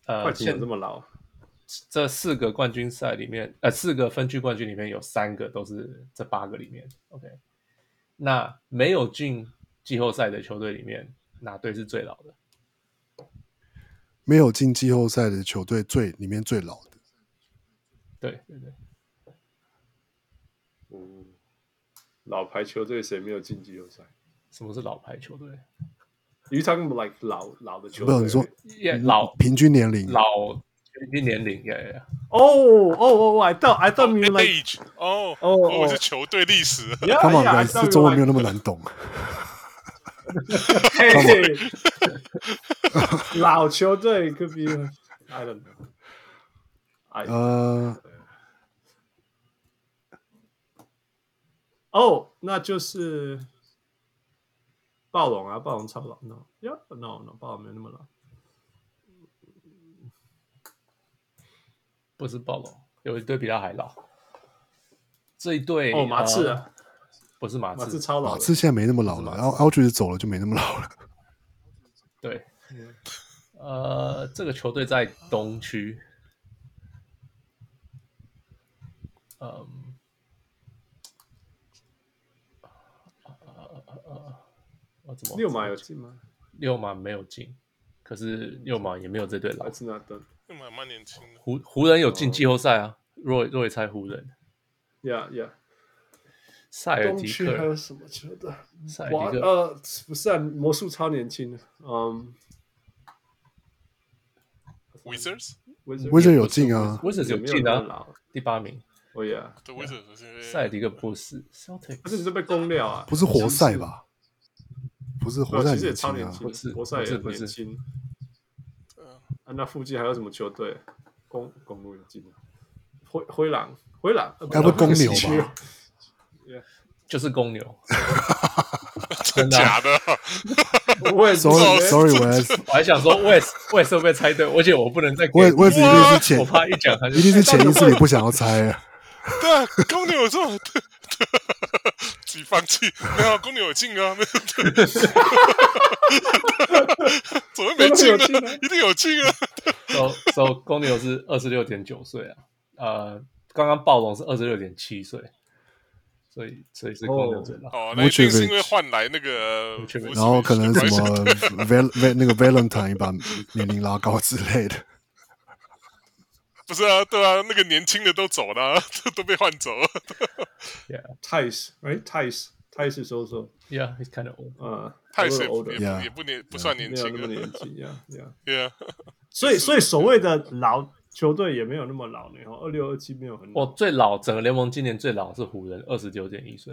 Speaker 3: 快
Speaker 4: 呃
Speaker 3: 进
Speaker 4: 现
Speaker 3: 这么老，
Speaker 4: 这四个冠军赛里面，呃，四个分区冠军里面有三个都是这八个里面。OK，那没有进季后赛的球队里面，哪队是最老的？
Speaker 2: 没有进季后赛的球队最里面最老的，
Speaker 4: 对对对，
Speaker 3: 嗯，老牌球队谁没有晋级决赛
Speaker 4: 什么是老牌球队？
Speaker 3: ？You talking about like 老老的球
Speaker 2: 不
Speaker 3: 队？
Speaker 2: 是你说
Speaker 4: 也、哎
Speaker 6: 嗯
Speaker 4: 老
Speaker 2: 平均年龄
Speaker 4: 老平均年龄，呀呀呀，
Speaker 3: 哦哦哦哦，I thought I thought you like
Speaker 5: age 哦
Speaker 3: 哦哦
Speaker 5: 我是球队历史，
Speaker 3: yeah
Speaker 2: ，Come on
Speaker 3: yeah I
Speaker 2: guys，
Speaker 3: thought
Speaker 2: 这中
Speaker 3: you
Speaker 2: 文没有
Speaker 3: like
Speaker 2: 那么难懂。
Speaker 3: hey 老球队 could be I don't know I
Speaker 2: 呃，
Speaker 3: 哦，那就是暴龙啊，暴龙超老，no，呀、yeah,，no no，暴龙没有那么老。
Speaker 4: 不是暴龙，有一队比他还老，这一对
Speaker 6: 哦，马刺啊，
Speaker 4: 不是哎呃马
Speaker 3: 马刺
Speaker 4: 刺，
Speaker 3: 超老
Speaker 2: 马
Speaker 3: 的，
Speaker 2: 刺现在没那么老了，然后 Aldridge 走了就没那么老了。
Speaker 4: 对，呃，这个球队在东区，嗯，呃呃呃呃我怎么
Speaker 3: 六马有进吗？
Speaker 4: 六马没有进，可是六马也没有这队老
Speaker 3: 还。是那登
Speaker 5: 那蛮蛮年轻的。
Speaker 4: 湖湖人有进季后赛啊，若若也猜湖人，
Speaker 3: ？Yeah Yeah。
Speaker 4: 塞尔
Speaker 3: 东
Speaker 4: 迪
Speaker 3: 区还
Speaker 4: 克，
Speaker 3: 有什么球队？
Speaker 4: 塞
Speaker 3: 哇
Speaker 4: 尔迪克，
Speaker 3: 呃，不是啊，魔术超年轻的，嗯
Speaker 5: Wizards，
Speaker 2: 威
Speaker 3: ，Wizard
Speaker 2: 震有进啊，
Speaker 4: 威斯有
Speaker 3: 没有
Speaker 4: 进
Speaker 3: 那么
Speaker 4: 啊，
Speaker 3: 老？
Speaker 4: 第八名。
Speaker 3: 哦耶，
Speaker 5: 对 Wizards 是因为
Speaker 4: 塞尔迪克不是
Speaker 3: 可是你
Speaker 4: Celtics，
Speaker 3: 是被攻掉啊？
Speaker 2: 不是活塞吧？不是活
Speaker 3: 对啊？
Speaker 2: 塞
Speaker 3: 其实也
Speaker 2: 年轻
Speaker 3: 超年
Speaker 2: 啊，
Speaker 3: 轻，
Speaker 4: 不是
Speaker 3: 活塞也很
Speaker 4: 不是
Speaker 3: 年
Speaker 4: 不是
Speaker 3: 轻。
Speaker 5: 呃
Speaker 3: 啊，那附近还有什么球队？公公路有进啊？灰灰狼，灰狼，呃
Speaker 2: 该不会公牛吧？
Speaker 3: 不是西区
Speaker 4: 就是公牛，真的 啊、
Speaker 5: 假的，
Speaker 3: 我也
Speaker 2: Sorry
Speaker 3: 是
Speaker 2: Sorry West，
Speaker 4: 我还想说 West West 会不会猜对，而且我不能再给
Speaker 2: 我也我也是一定是
Speaker 4: 我
Speaker 2: 潜
Speaker 4: 怕一讲他 就
Speaker 2: 一定是潜意识里不想要猜啊。
Speaker 5: 对啊，公牛有这么自己放弃，没有公牛有进啊，没有，怎么没进
Speaker 3: 公牛有进
Speaker 5: 呢
Speaker 3: 啊？
Speaker 5: 一定有进啊！
Speaker 4: so so 公牛是二十六点九岁啊，呃，刚刚暴龙是二十六点七岁，所以所以是公牛最老。
Speaker 5: 哦，那一定是因为
Speaker 2: Vucevic
Speaker 5: 换来那个，
Speaker 4: Vucevic
Speaker 2: 然后可能什
Speaker 5: Bryce-
Speaker 2: 么 Val Val 那个 Valentine 把年龄拉高之类的。
Speaker 5: 不是啊，对啊，那个年轻的都走了啊，都被换走了。
Speaker 3: 泰斯，哎，泰斯，泰斯收收，
Speaker 4: Yeah, he's kind of old.
Speaker 3: 啊，
Speaker 5: 泰
Speaker 3: 斯
Speaker 5: 斯也不
Speaker 3: older，
Speaker 5: 也
Speaker 3: 没
Speaker 2: Yeah
Speaker 5: 不也不年不算年
Speaker 3: 有
Speaker 5: 轻啊
Speaker 3: 那么
Speaker 5: 了
Speaker 3: 年轻呀呀。
Speaker 5: ，Yeah，
Speaker 3: 所以，所以所谓的老球队也没有那么老呢，哦二六二七没有很
Speaker 4: 我
Speaker 3: 老
Speaker 4: 最老，整个联盟今年最老是湖人，二十九点一岁。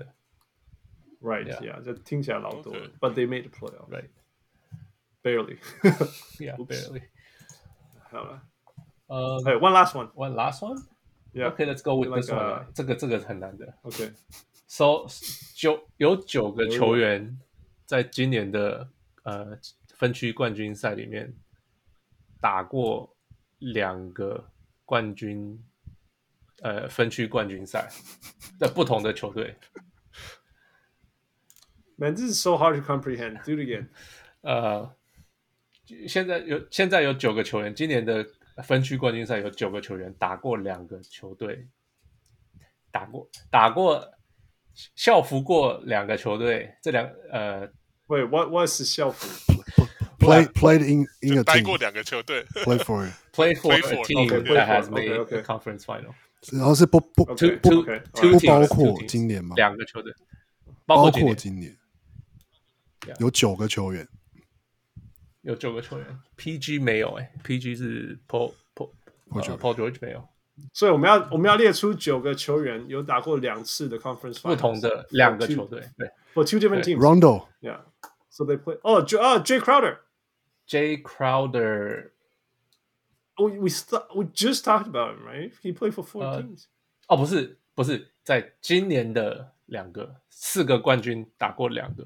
Speaker 3: ，right
Speaker 4: yeah
Speaker 3: yeah，这听起来老多了
Speaker 5: Okay
Speaker 3: ，but they made the playoff
Speaker 4: Right,
Speaker 3: barely。
Speaker 4: yeah, barely.
Speaker 3: 好了，
Speaker 4: 呃、
Speaker 3: 还有 one last one，yeah，
Speaker 4: o n e last one. Okay, let's go with
Speaker 3: Like
Speaker 4: this one. 啊
Speaker 3: a-
Speaker 4: 这个这个很难的。
Speaker 3: OK，
Speaker 4: So 九有九个球员在今年的呃分区冠军赛里面打过两个冠军，呃分区冠军赛的不同的球队。
Speaker 3: Man, this is so hard to comprehend. Do it again.
Speaker 4: 呃，现在有现在有九个球员，今年的分区冠军赛有九个球员打过两个球队，打过打过校服过两个球队，这两呃
Speaker 3: Wait, what what is 校服
Speaker 2: Play played in in a
Speaker 5: 待过
Speaker 2: team
Speaker 5: 两个球队，
Speaker 2: play for it，
Speaker 4: play for
Speaker 5: Play for
Speaker 4: a
Speaker 5: it.
Speaker 4: team
Speaker 5: Okay,
Speaker 4: that
Speaker 3: play
Speaker 4: has
Speaker 3: for it.
Speaker 4: made
Speaker 3: Okay,
Speaker 4: a
Speaker 3: okay.
Speaker 4: conference final.
Speaker 2: 然后是不不
Speaker 4: Two
Speaker 3: Okay,
Speaker 4: two
Speaker 3: okay.
Speaker 4: two
Speaker 2: 不
Speaker 4: teams,
Speaker 2: 包
Speaker 4: two
Speaker 2: 括
Speaker 4: teams.
Speaker 2: 今年吗？
Speaker 4: 两个球队，包
Speaker 2: 包
Speaker 4: 括今
Speaker 2: 括
Speaker 4: 年
Speaker 2: 今年
Speaker 4: Yeah
Speaker 2: 有九个球员，
Speaker 4: 有九个球员，PG 没有哎，PG 是 Paul Paul
Speaker 2: Paul
Speaker 4: 呃
Speaker 2: George
Speaker 4: Paul George 没有
Speaker 3: 所以我们要我们要列出九个球员有打过两次的 conference
Speaker 4: 不
Speaker 3: finals
Speaker 4: 同的两个
Speaker 3: two-
Speaker 4: 球队，对
Speaker 3: for two different
Speaker 4: 对
Speaker 3: teams.
Speaker 2: Rondo
Speaker 3: Yeah, so they play. Oh, J- oh Jay Crowder.
Speaker 4: J Crowder
Speaker 3: Oh, We we st- we just talked about him, right? He played for four
Speaker 4: Uh,
Speaker 3: teams.
Speaker 4: 哦，不是不是，在今年的两个四个冠军打过两个。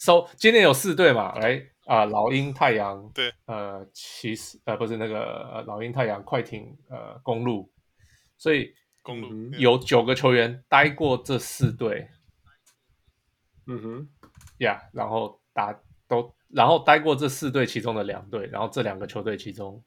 Speaker 4: So 今年有四队嘛，来啊、老鹰、太阳，
Speaker 5: 对，
Speaker 4: 呃，骑士，呃，不是那个、呃、老鹰、太阳、快艇，呃，公路，所以
Speaker 5: 公
Speaker 3: 嗯
Speaker 5: 路
Speaker 4: 有九个球员待过这四队
Speaker 3: 嗯
Speaker 4: mm-hmm.
Speaker 3: 哼，
Speaker 4: 呀然后打都，然后待过这四队其中的两队，然后这两个球队其中，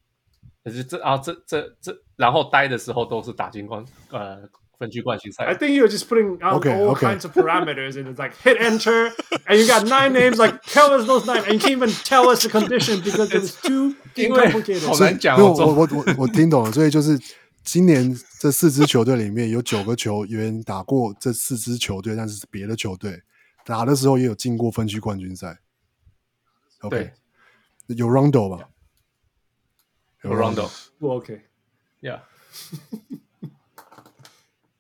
Speaker 4: 可是这啊这这这，然后待的时候都是打进冠呃分区冠军赛
Speaker 3: I。think you're just putting out
Speaker 2: Okay,
Speaker 3: all
Speaker 2: okay.
Speaker 3: kinds of parameters, and it's like hit enter, and you got nine names. Like tell us those nine, and you can't even tell us the condition because it's too
Speaker 4: 因为
Speaker 3: complicated.
Speaker 4: 好
Speaker 2: 所以
Speaker 4: 难讲
Speaker 2: 没有
Speaker 4: 哦，
Speaker 2: 我我我我听懂了，所以就是今年这四支球队里面有九个球员打过这四支球队，但是是别的球队打的时候也有进过分区冠军赛。OK，
Speaker 4: 对
Speaker 2: 有 Rondo 吧？
Speaker 4: 有 Rondo，Yeah，
Speaker 3: Well, okay.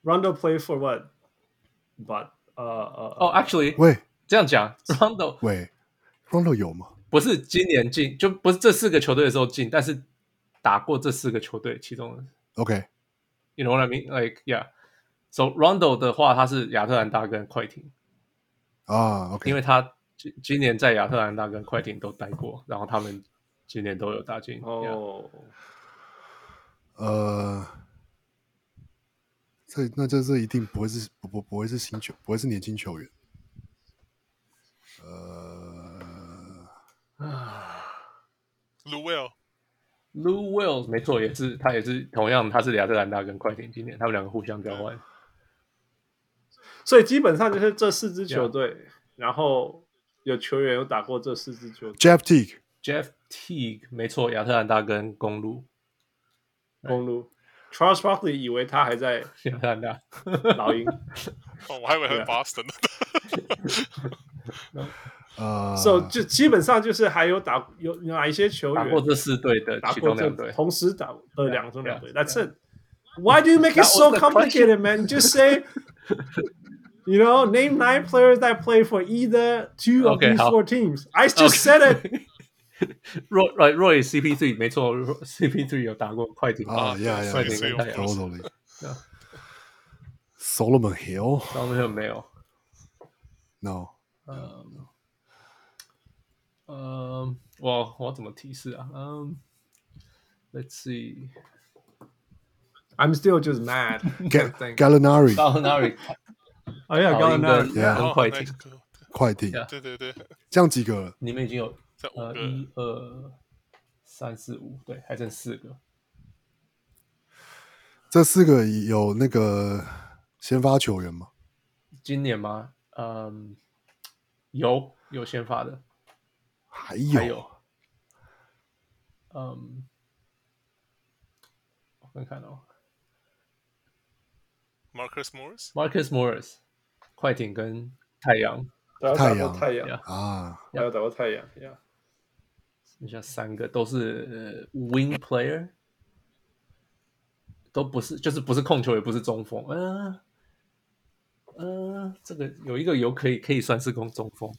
Speaker 3: Rondo played for what? But uh, uh,
Speaker 4: 哦、a c t u a l l y
Speaker 2: 喂
Speaker 4: 这样讲，Rondo
Speaker 2: 喂，Rondo 有吗？
Speaker 4: 不是今年进，就不是这四个球队的时候进，但是打过这四个球队其中的
Speaker 2: OK，
Speaker 4: ，You know what I mean? Like yeah. So Rondo 的话，他是亚特兰大跟快艇，
Speaker 2: 啊，OK，
Speaker 4: 因为他今今年在亚特兰大跟快艇都待过，然后他们今年都有打
Speaker 2: 哦
Speaker 4: 进。
Speaker 3: oh,
Speaker 2: 呃，这那这这一定不会是不不不会是新球，不会是年轻球员。呃，
Speaker 5: 卢威尔
Speaker 4: Lou Will 没错，也是他也是同样，他是亚特兰大跟快艇今年他们两个互相交换。
Speaker 3: 所以基本上就是这四支球队然后有球员有打过这四支球队。
Speaker 2: Jeff Teague，
Speaker 4: Jeff Teague 没错，亚特兰大跟公路，
Speaker 3: 公路 Charles Barkley 以为他还在
Speaker 4: 亚特兰大。
Speaker 3: 老鹰
Speaker 5: 哦，我还以为他是
Speaker 3: 对
Speaker 5: Boston 呢。
Speaker 2: 呃
Speaker 3: ，so 就基本上就是还有打有哪一些球
Speaker 4: 打过
Speaker 3: 员
Speaker 4: 这四队的
Speaker 3: 打
Speaker 4: 其
Speaker 3: 过
Speaker 4: 中
Speaker 3: 这
Speaker 4: 两队。
Speaker 3: 同时打呃两中
Speaker 4: yeah,
Speaker 3: 两队
Speaker 4: yeah.
Speaker 3: ，That's it。Why do you make it
Speaker 4: That
Speaker 3: so
Speaker 4: was the question.
Speaker 3: complicated, man? Just say, you know, name nine players that play for either two of
Speaker 4: Okay,
Speaker 3: these
Speaker 4: 好
Speaker 3: four teams. I just said it.
Speaker 4: 若若若也 CP three 没错，CP three 有打过快艇
Speaker 2: 啊，yeah
Speaker 4: 快
Speaker 2: yeah，
Speaker 4: 艇跟
Speaker 5: CP3
Speaker 4: 太阳，
Speaker 2: totally
Speaker 4: Yeah.。
Speaker 2: Solomon Hill,
Speaker 4: 然后就没有。
Speaker 2: no，
Speaker 4: 嗯，嗯，我我怎么提示啊？嗯，Let's see，
Speaker 3: I'm still just mad.
Speaker 2: Ga-
Speaker 3: Thank-
Speaker 2: Gallinari，
Speaker 4: 到那 里
Speaker 3: Oh yeah,
Speaker 4: 老鹰
Speaker 3: Gallinari.
Speaker 4: 跟
Speaker 2: Yeah.
Speaker 4: 跟
Speaker 5: 哦
Speaker 4: 快
Speaker 5: 那
Speaker 4: 艇，
Speaker 5: 个
Speaker 2: 快艇，
Speaker 4: Yeah
Speaker 5: 对对对，
Speaker 2: 这样几个了
Speaker 4: 你们已经有
Speaker 5: 在五
Speaker 4: 呃
Speaker 5: 个
Speaker 4: 一二三四五，对，还剩四个。
Speaker 2: 这四个有那个先发球员吗？
Speaker 4: 今年吗？嗯，有有先发的，
Speaker 2: 还
Speaker 4: 还
Speaker 2: 有
Speaker 4: 有，嗯，我看看哦
Speaker 5: Marcus Morris，
Speaker 4: ，Marcus Morris，快艇跟太阳，
Speaker 2: 太阳
Speaker 3: 太阳，
Speaker 4: Yeah.
Speaker 2: 啊，
Speaker 3: 还有打过太阳，Yeah.
Speaker 4: 剩下三个都是呃 wing player，都不是，就是不是控球，也不是中锋，嗯、嗯、这个有一个有可以可以算是控中锋，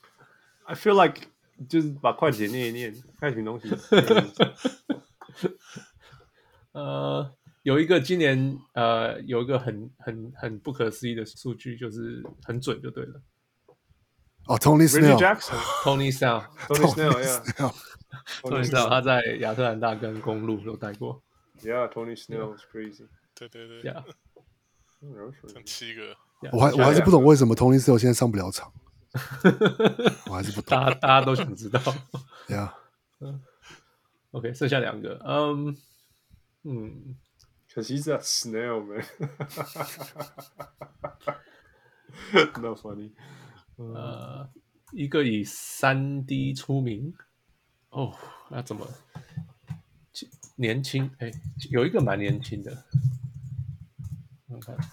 Speaker 3: I feel like 就是把快捷念一念，看什么东西。
Speaker 4: 呃，有一个今年呃有一个很很很不可思议的数据，就是很准就对了
Speaker 2: 哦，Tony
Speaker 3: Reggie
Speaker 2: Snell，
Speaker 3: Jackson,
Speaker 4: ，Tony Snell。
Speaker 3: Tony Snell, yeah. Tony
Speaker 4: 你知道他在亚特兰大跟公路都待过
Speaker 3: Yeah, Tony Snell is crazy.
Speaker 5: 对对对，
Speaker 4: ，Yeah，
Speaker 5: 剩七个。
Speaker 2: 我还我还是不懂为什么 Tony Snell 现在上不了场，我还是不 懂
Speaker 4: 大家大家都想知道。
Speaker 2: ，Yeah，
Speaker 4: OK，剩下两个，嗯嗯，
Speaker 3: Because he's that snail, man. Not funny.
Speaker 4: 呃一个以三 D 出名，哦，那怎么其年轻？哎，有一个蛮年轻的，我看看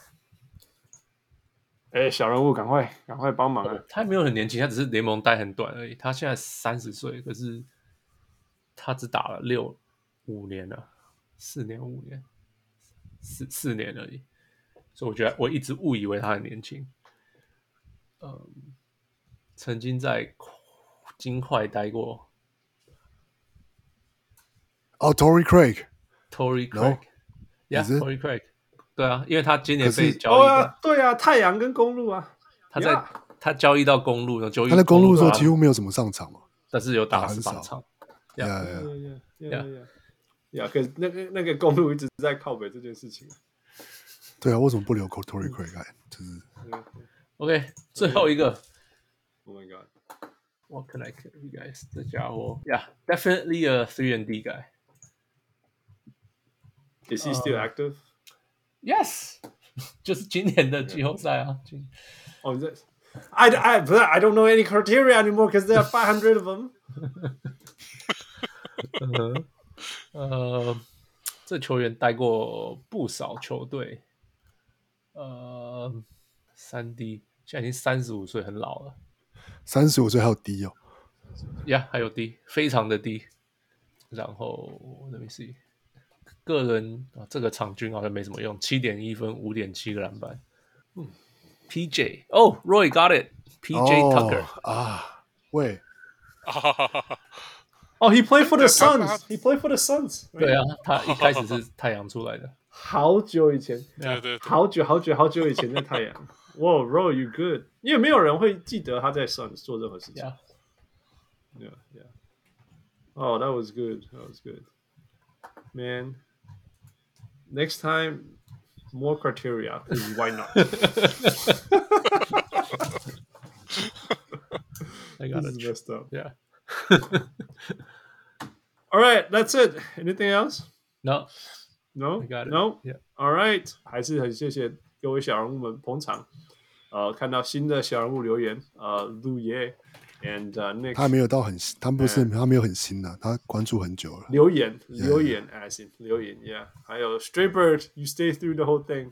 Speaker 3: 哎，小人物，赶快赶快帮忙啊！
Speaker 4: 哦他没有很年轻，他只是联盟待很短而已。他现在三十岁，可是他只打了六五年了，四年五年，四四年而已。所以我觉得我一直误以为他很年轻。嗯，曾经在金块待过
Speaker 2: 哦，Tory Craig，
Speaker 4: ，Tory
Speaker 2: No?
Speaker 4: Craig，Yeah，Tory
Speaker 2: Is it?
Speaker 4: Craig，对啊，因为他今年
Speaker 2: 可是
Speaker 4: 被交
Speaker 3: 哦
Speaker 4: 易
Speaker 3: 啊
Speaker 4: 到，，
Speaker 3: Oh, 对啊，太阳跟公路啊，
Speaker 4: 他在
Speaker 3: Yeah
Speaker 4: 他交易到公路，然后交易
Speaker 2: 他在公路的时候
Speaker 4: 打
Speaker 2: 几乎没有怎么上场嘛
Speaker 4: 但是有打
Speaker 2: 打很
Speaker 4: 十八
Speaker 2: 少
Speaker 4: 场。Yeah
Speaker 2: ，Yeah，yeah，
Speaker 3: 呀呀，可是那个那个公路一直在靠北这件事情啊。
Speaker 2: 对啊，为什么不留 Tory Craig？哎就是。
Speaker 3: Yeah.
Speaker 4: OK，最后一个。
Speaker 3: Oh my god.
Speaker 4: What can I carry, guys？这家伙，Yeah, definitely a three and D guy.
Speaker 3: Is he still active?
Speaker 4: Yes，就是 今年的季后赛啊。今
Speaker 3: Oh, is that? I, I, but I don't know any criteria anymore because there are 500 of them.
Speaker 4: 呃，这球员待过不少球队，呃，三 D 现在已经三十五岁，很老了。
Speaker 2: 三十五岁还有低哦，
Speaker 4: Yeah，还有 D，非常的低。然后 Let me see，个人啊，这个场均好像没什么用，七点一分，五点七个篮板。嗯，PJ，哦、r o y got it，PJ
Speaker 2: 哦
Speaker 4: Tucker。
Speaker 2: 啊，喂，
Speaker 5: 哈哈哈哈
Speaker 3: Oh, he played for the
Speaker 5: Yeah, but-
Speaker 3: Suns. He played for the Suns.
Speaker 4: 对啊，他一开始是太阳出来的。
Speaker 3: 好久以 前，
Speaker 5: 对对对，
Speaker 3: 好久好久好久以前的太 阳。哇 r o you good？因为没有人会记得他在 Suns 做任何事情。
Speaker 4: Yeah.
Speaker 3: Yeah, yeah. Oh, that was good. That was good, man. Next time, more criteria. 嗯 Why not？
Speaker 4: I got
Speaker 3: This is
Speaker 4: it.
Speaker 3: messed up.
Speaker 4: Yeah.
Speaker 3: All right, that's it. Anything else?
Speaker 4: No,
Speaker 3: No,
Speaker 4: I got it.
Speaker 3: no.
Speaker 4: Yeah.
Speaker 3: All right，还是很谢谢各位小人物们捧场。呃，看到新的小人物留言，呃，陆爷 and、uh, Nick
Speaker 2: 他没有到很，他不是他没有很新呐、他关注很久了。
Speaker 3: 留言留言 as in 留言，yeah，还有 Stray Bird，you stay through the whole thing。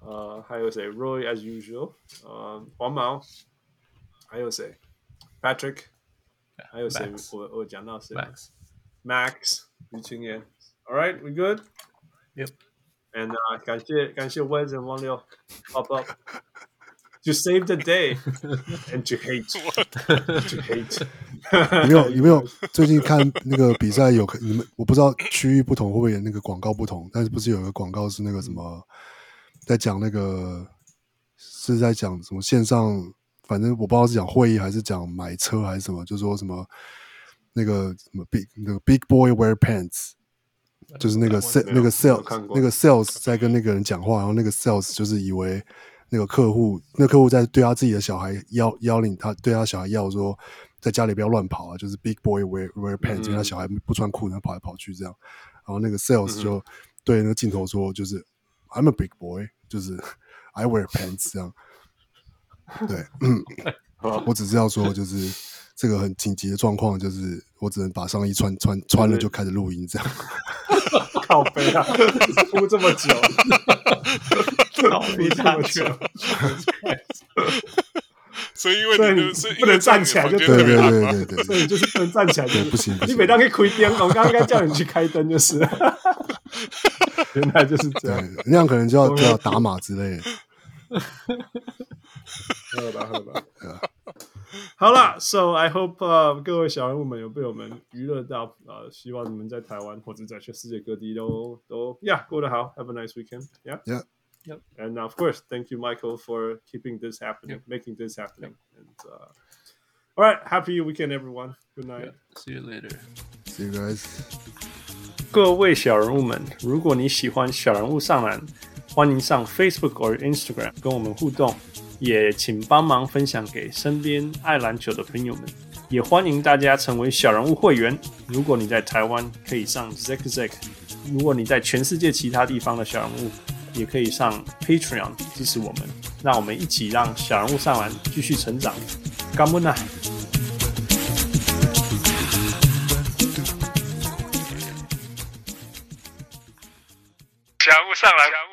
Speaker 3: 呃，还有谁？Roy as usual，呃，黄毛，还有谁？Patrick，还有谁
Speaker 4: Max？
Speaker 3: 我我讲到谁
Speaker 4: Max.
Speaker 3: Max，于青言。All right，we good。
Speaker 4: Yep.
Speaker 3: And uh, 感谢感谢 Wes and 王六 pop up to save the day and to hate to hate
Speaker 2: 有没有有没有最近看那个比赛有你们我不知道区域不同会不会有那个广告不同，但是不是有一个广告是那个什么在讲那个是在讲什么线上，反正我不知道是讲会议还是讲买车还是什么，就说什么那个什么 big 那个 big boy wear pants。就是那个 s
Speaker 3: 没有
Speaker 2: 那个
Speaker 3: 哎我看
Speaker 2: sales
Speaker 3: 过
Speaker 2: 那个 sales 在跟那个人讲话，然后那个 sales 就是以为那个客户，那客户在对他自己的小孩要要领他对他小孩要说，在家里不要乱跑啊，就是 big boy wear wear pants，、因为他小孩不穿裤，然后跑来跑去这样。然后那个 sales 就对那个镜头说，就是 I'm a big boy，就是 I wear pants 这样。对，嗯，我只是要说，就是这个很紧急的状况，就是我只能把上衣穿穿穿了就开始录音这样。
Speaker 3: 靠背啊，哭这么久，
Speaker 4: 好
Speaker 3: 哭这么久，
Speaker 5: 所以因为
Speaker 3: 对
Speaker 5: 你
Speaker 3: 你
Speaker 5: 就是
Speaker 3: 不能站起来就
Speaker 5: 对
Speaker 2: 对
Speaker 5: 对对
Speaker 2: 对对对对
Speaker 3: 所以就是不能站起来，就是
Speaker 2: 对不行不行
Speaker 3: 你每当可以开灯，我刚刚应该叫你去开灯就是了。 原来就是这样，
Speaker 2: 对，那样可能就要就要打码之类的。
Speaker 3: 喝了吧，喝了吧。好了，So I hope 呃各位小人物们有被我们娱乐到，呃，希望你们在台湾或者在全世界各地都都 Yeah 过得好，Have a nice weekend。Yeah。
Speaker 2: Yeah.
Speaker 4: Yep.
Speaker 3: And of course, thank you, Michael, for keeping this happening, making this happening. And uh, all right, happy weekend, everyone. Good night.
Speaker 4: See you later.
Speaker 2: See you guys.
Speaker 3: 各位小人物们，如果你喜欢小人物上篮，欢迎上 Facebook 或 Instagram 跟我们互动，也请帮忙分享给身边爱篮球的朋友们。也欢迎大家成为小人物会员。如果你在台湾，可以上 Zack Zack；如果你在全世界其他地方的小人物，也可以上 Patreon 支持我们。让我们一起让小人物上篮继续成长。干杯呐！
Speaker 1: 小人物上来。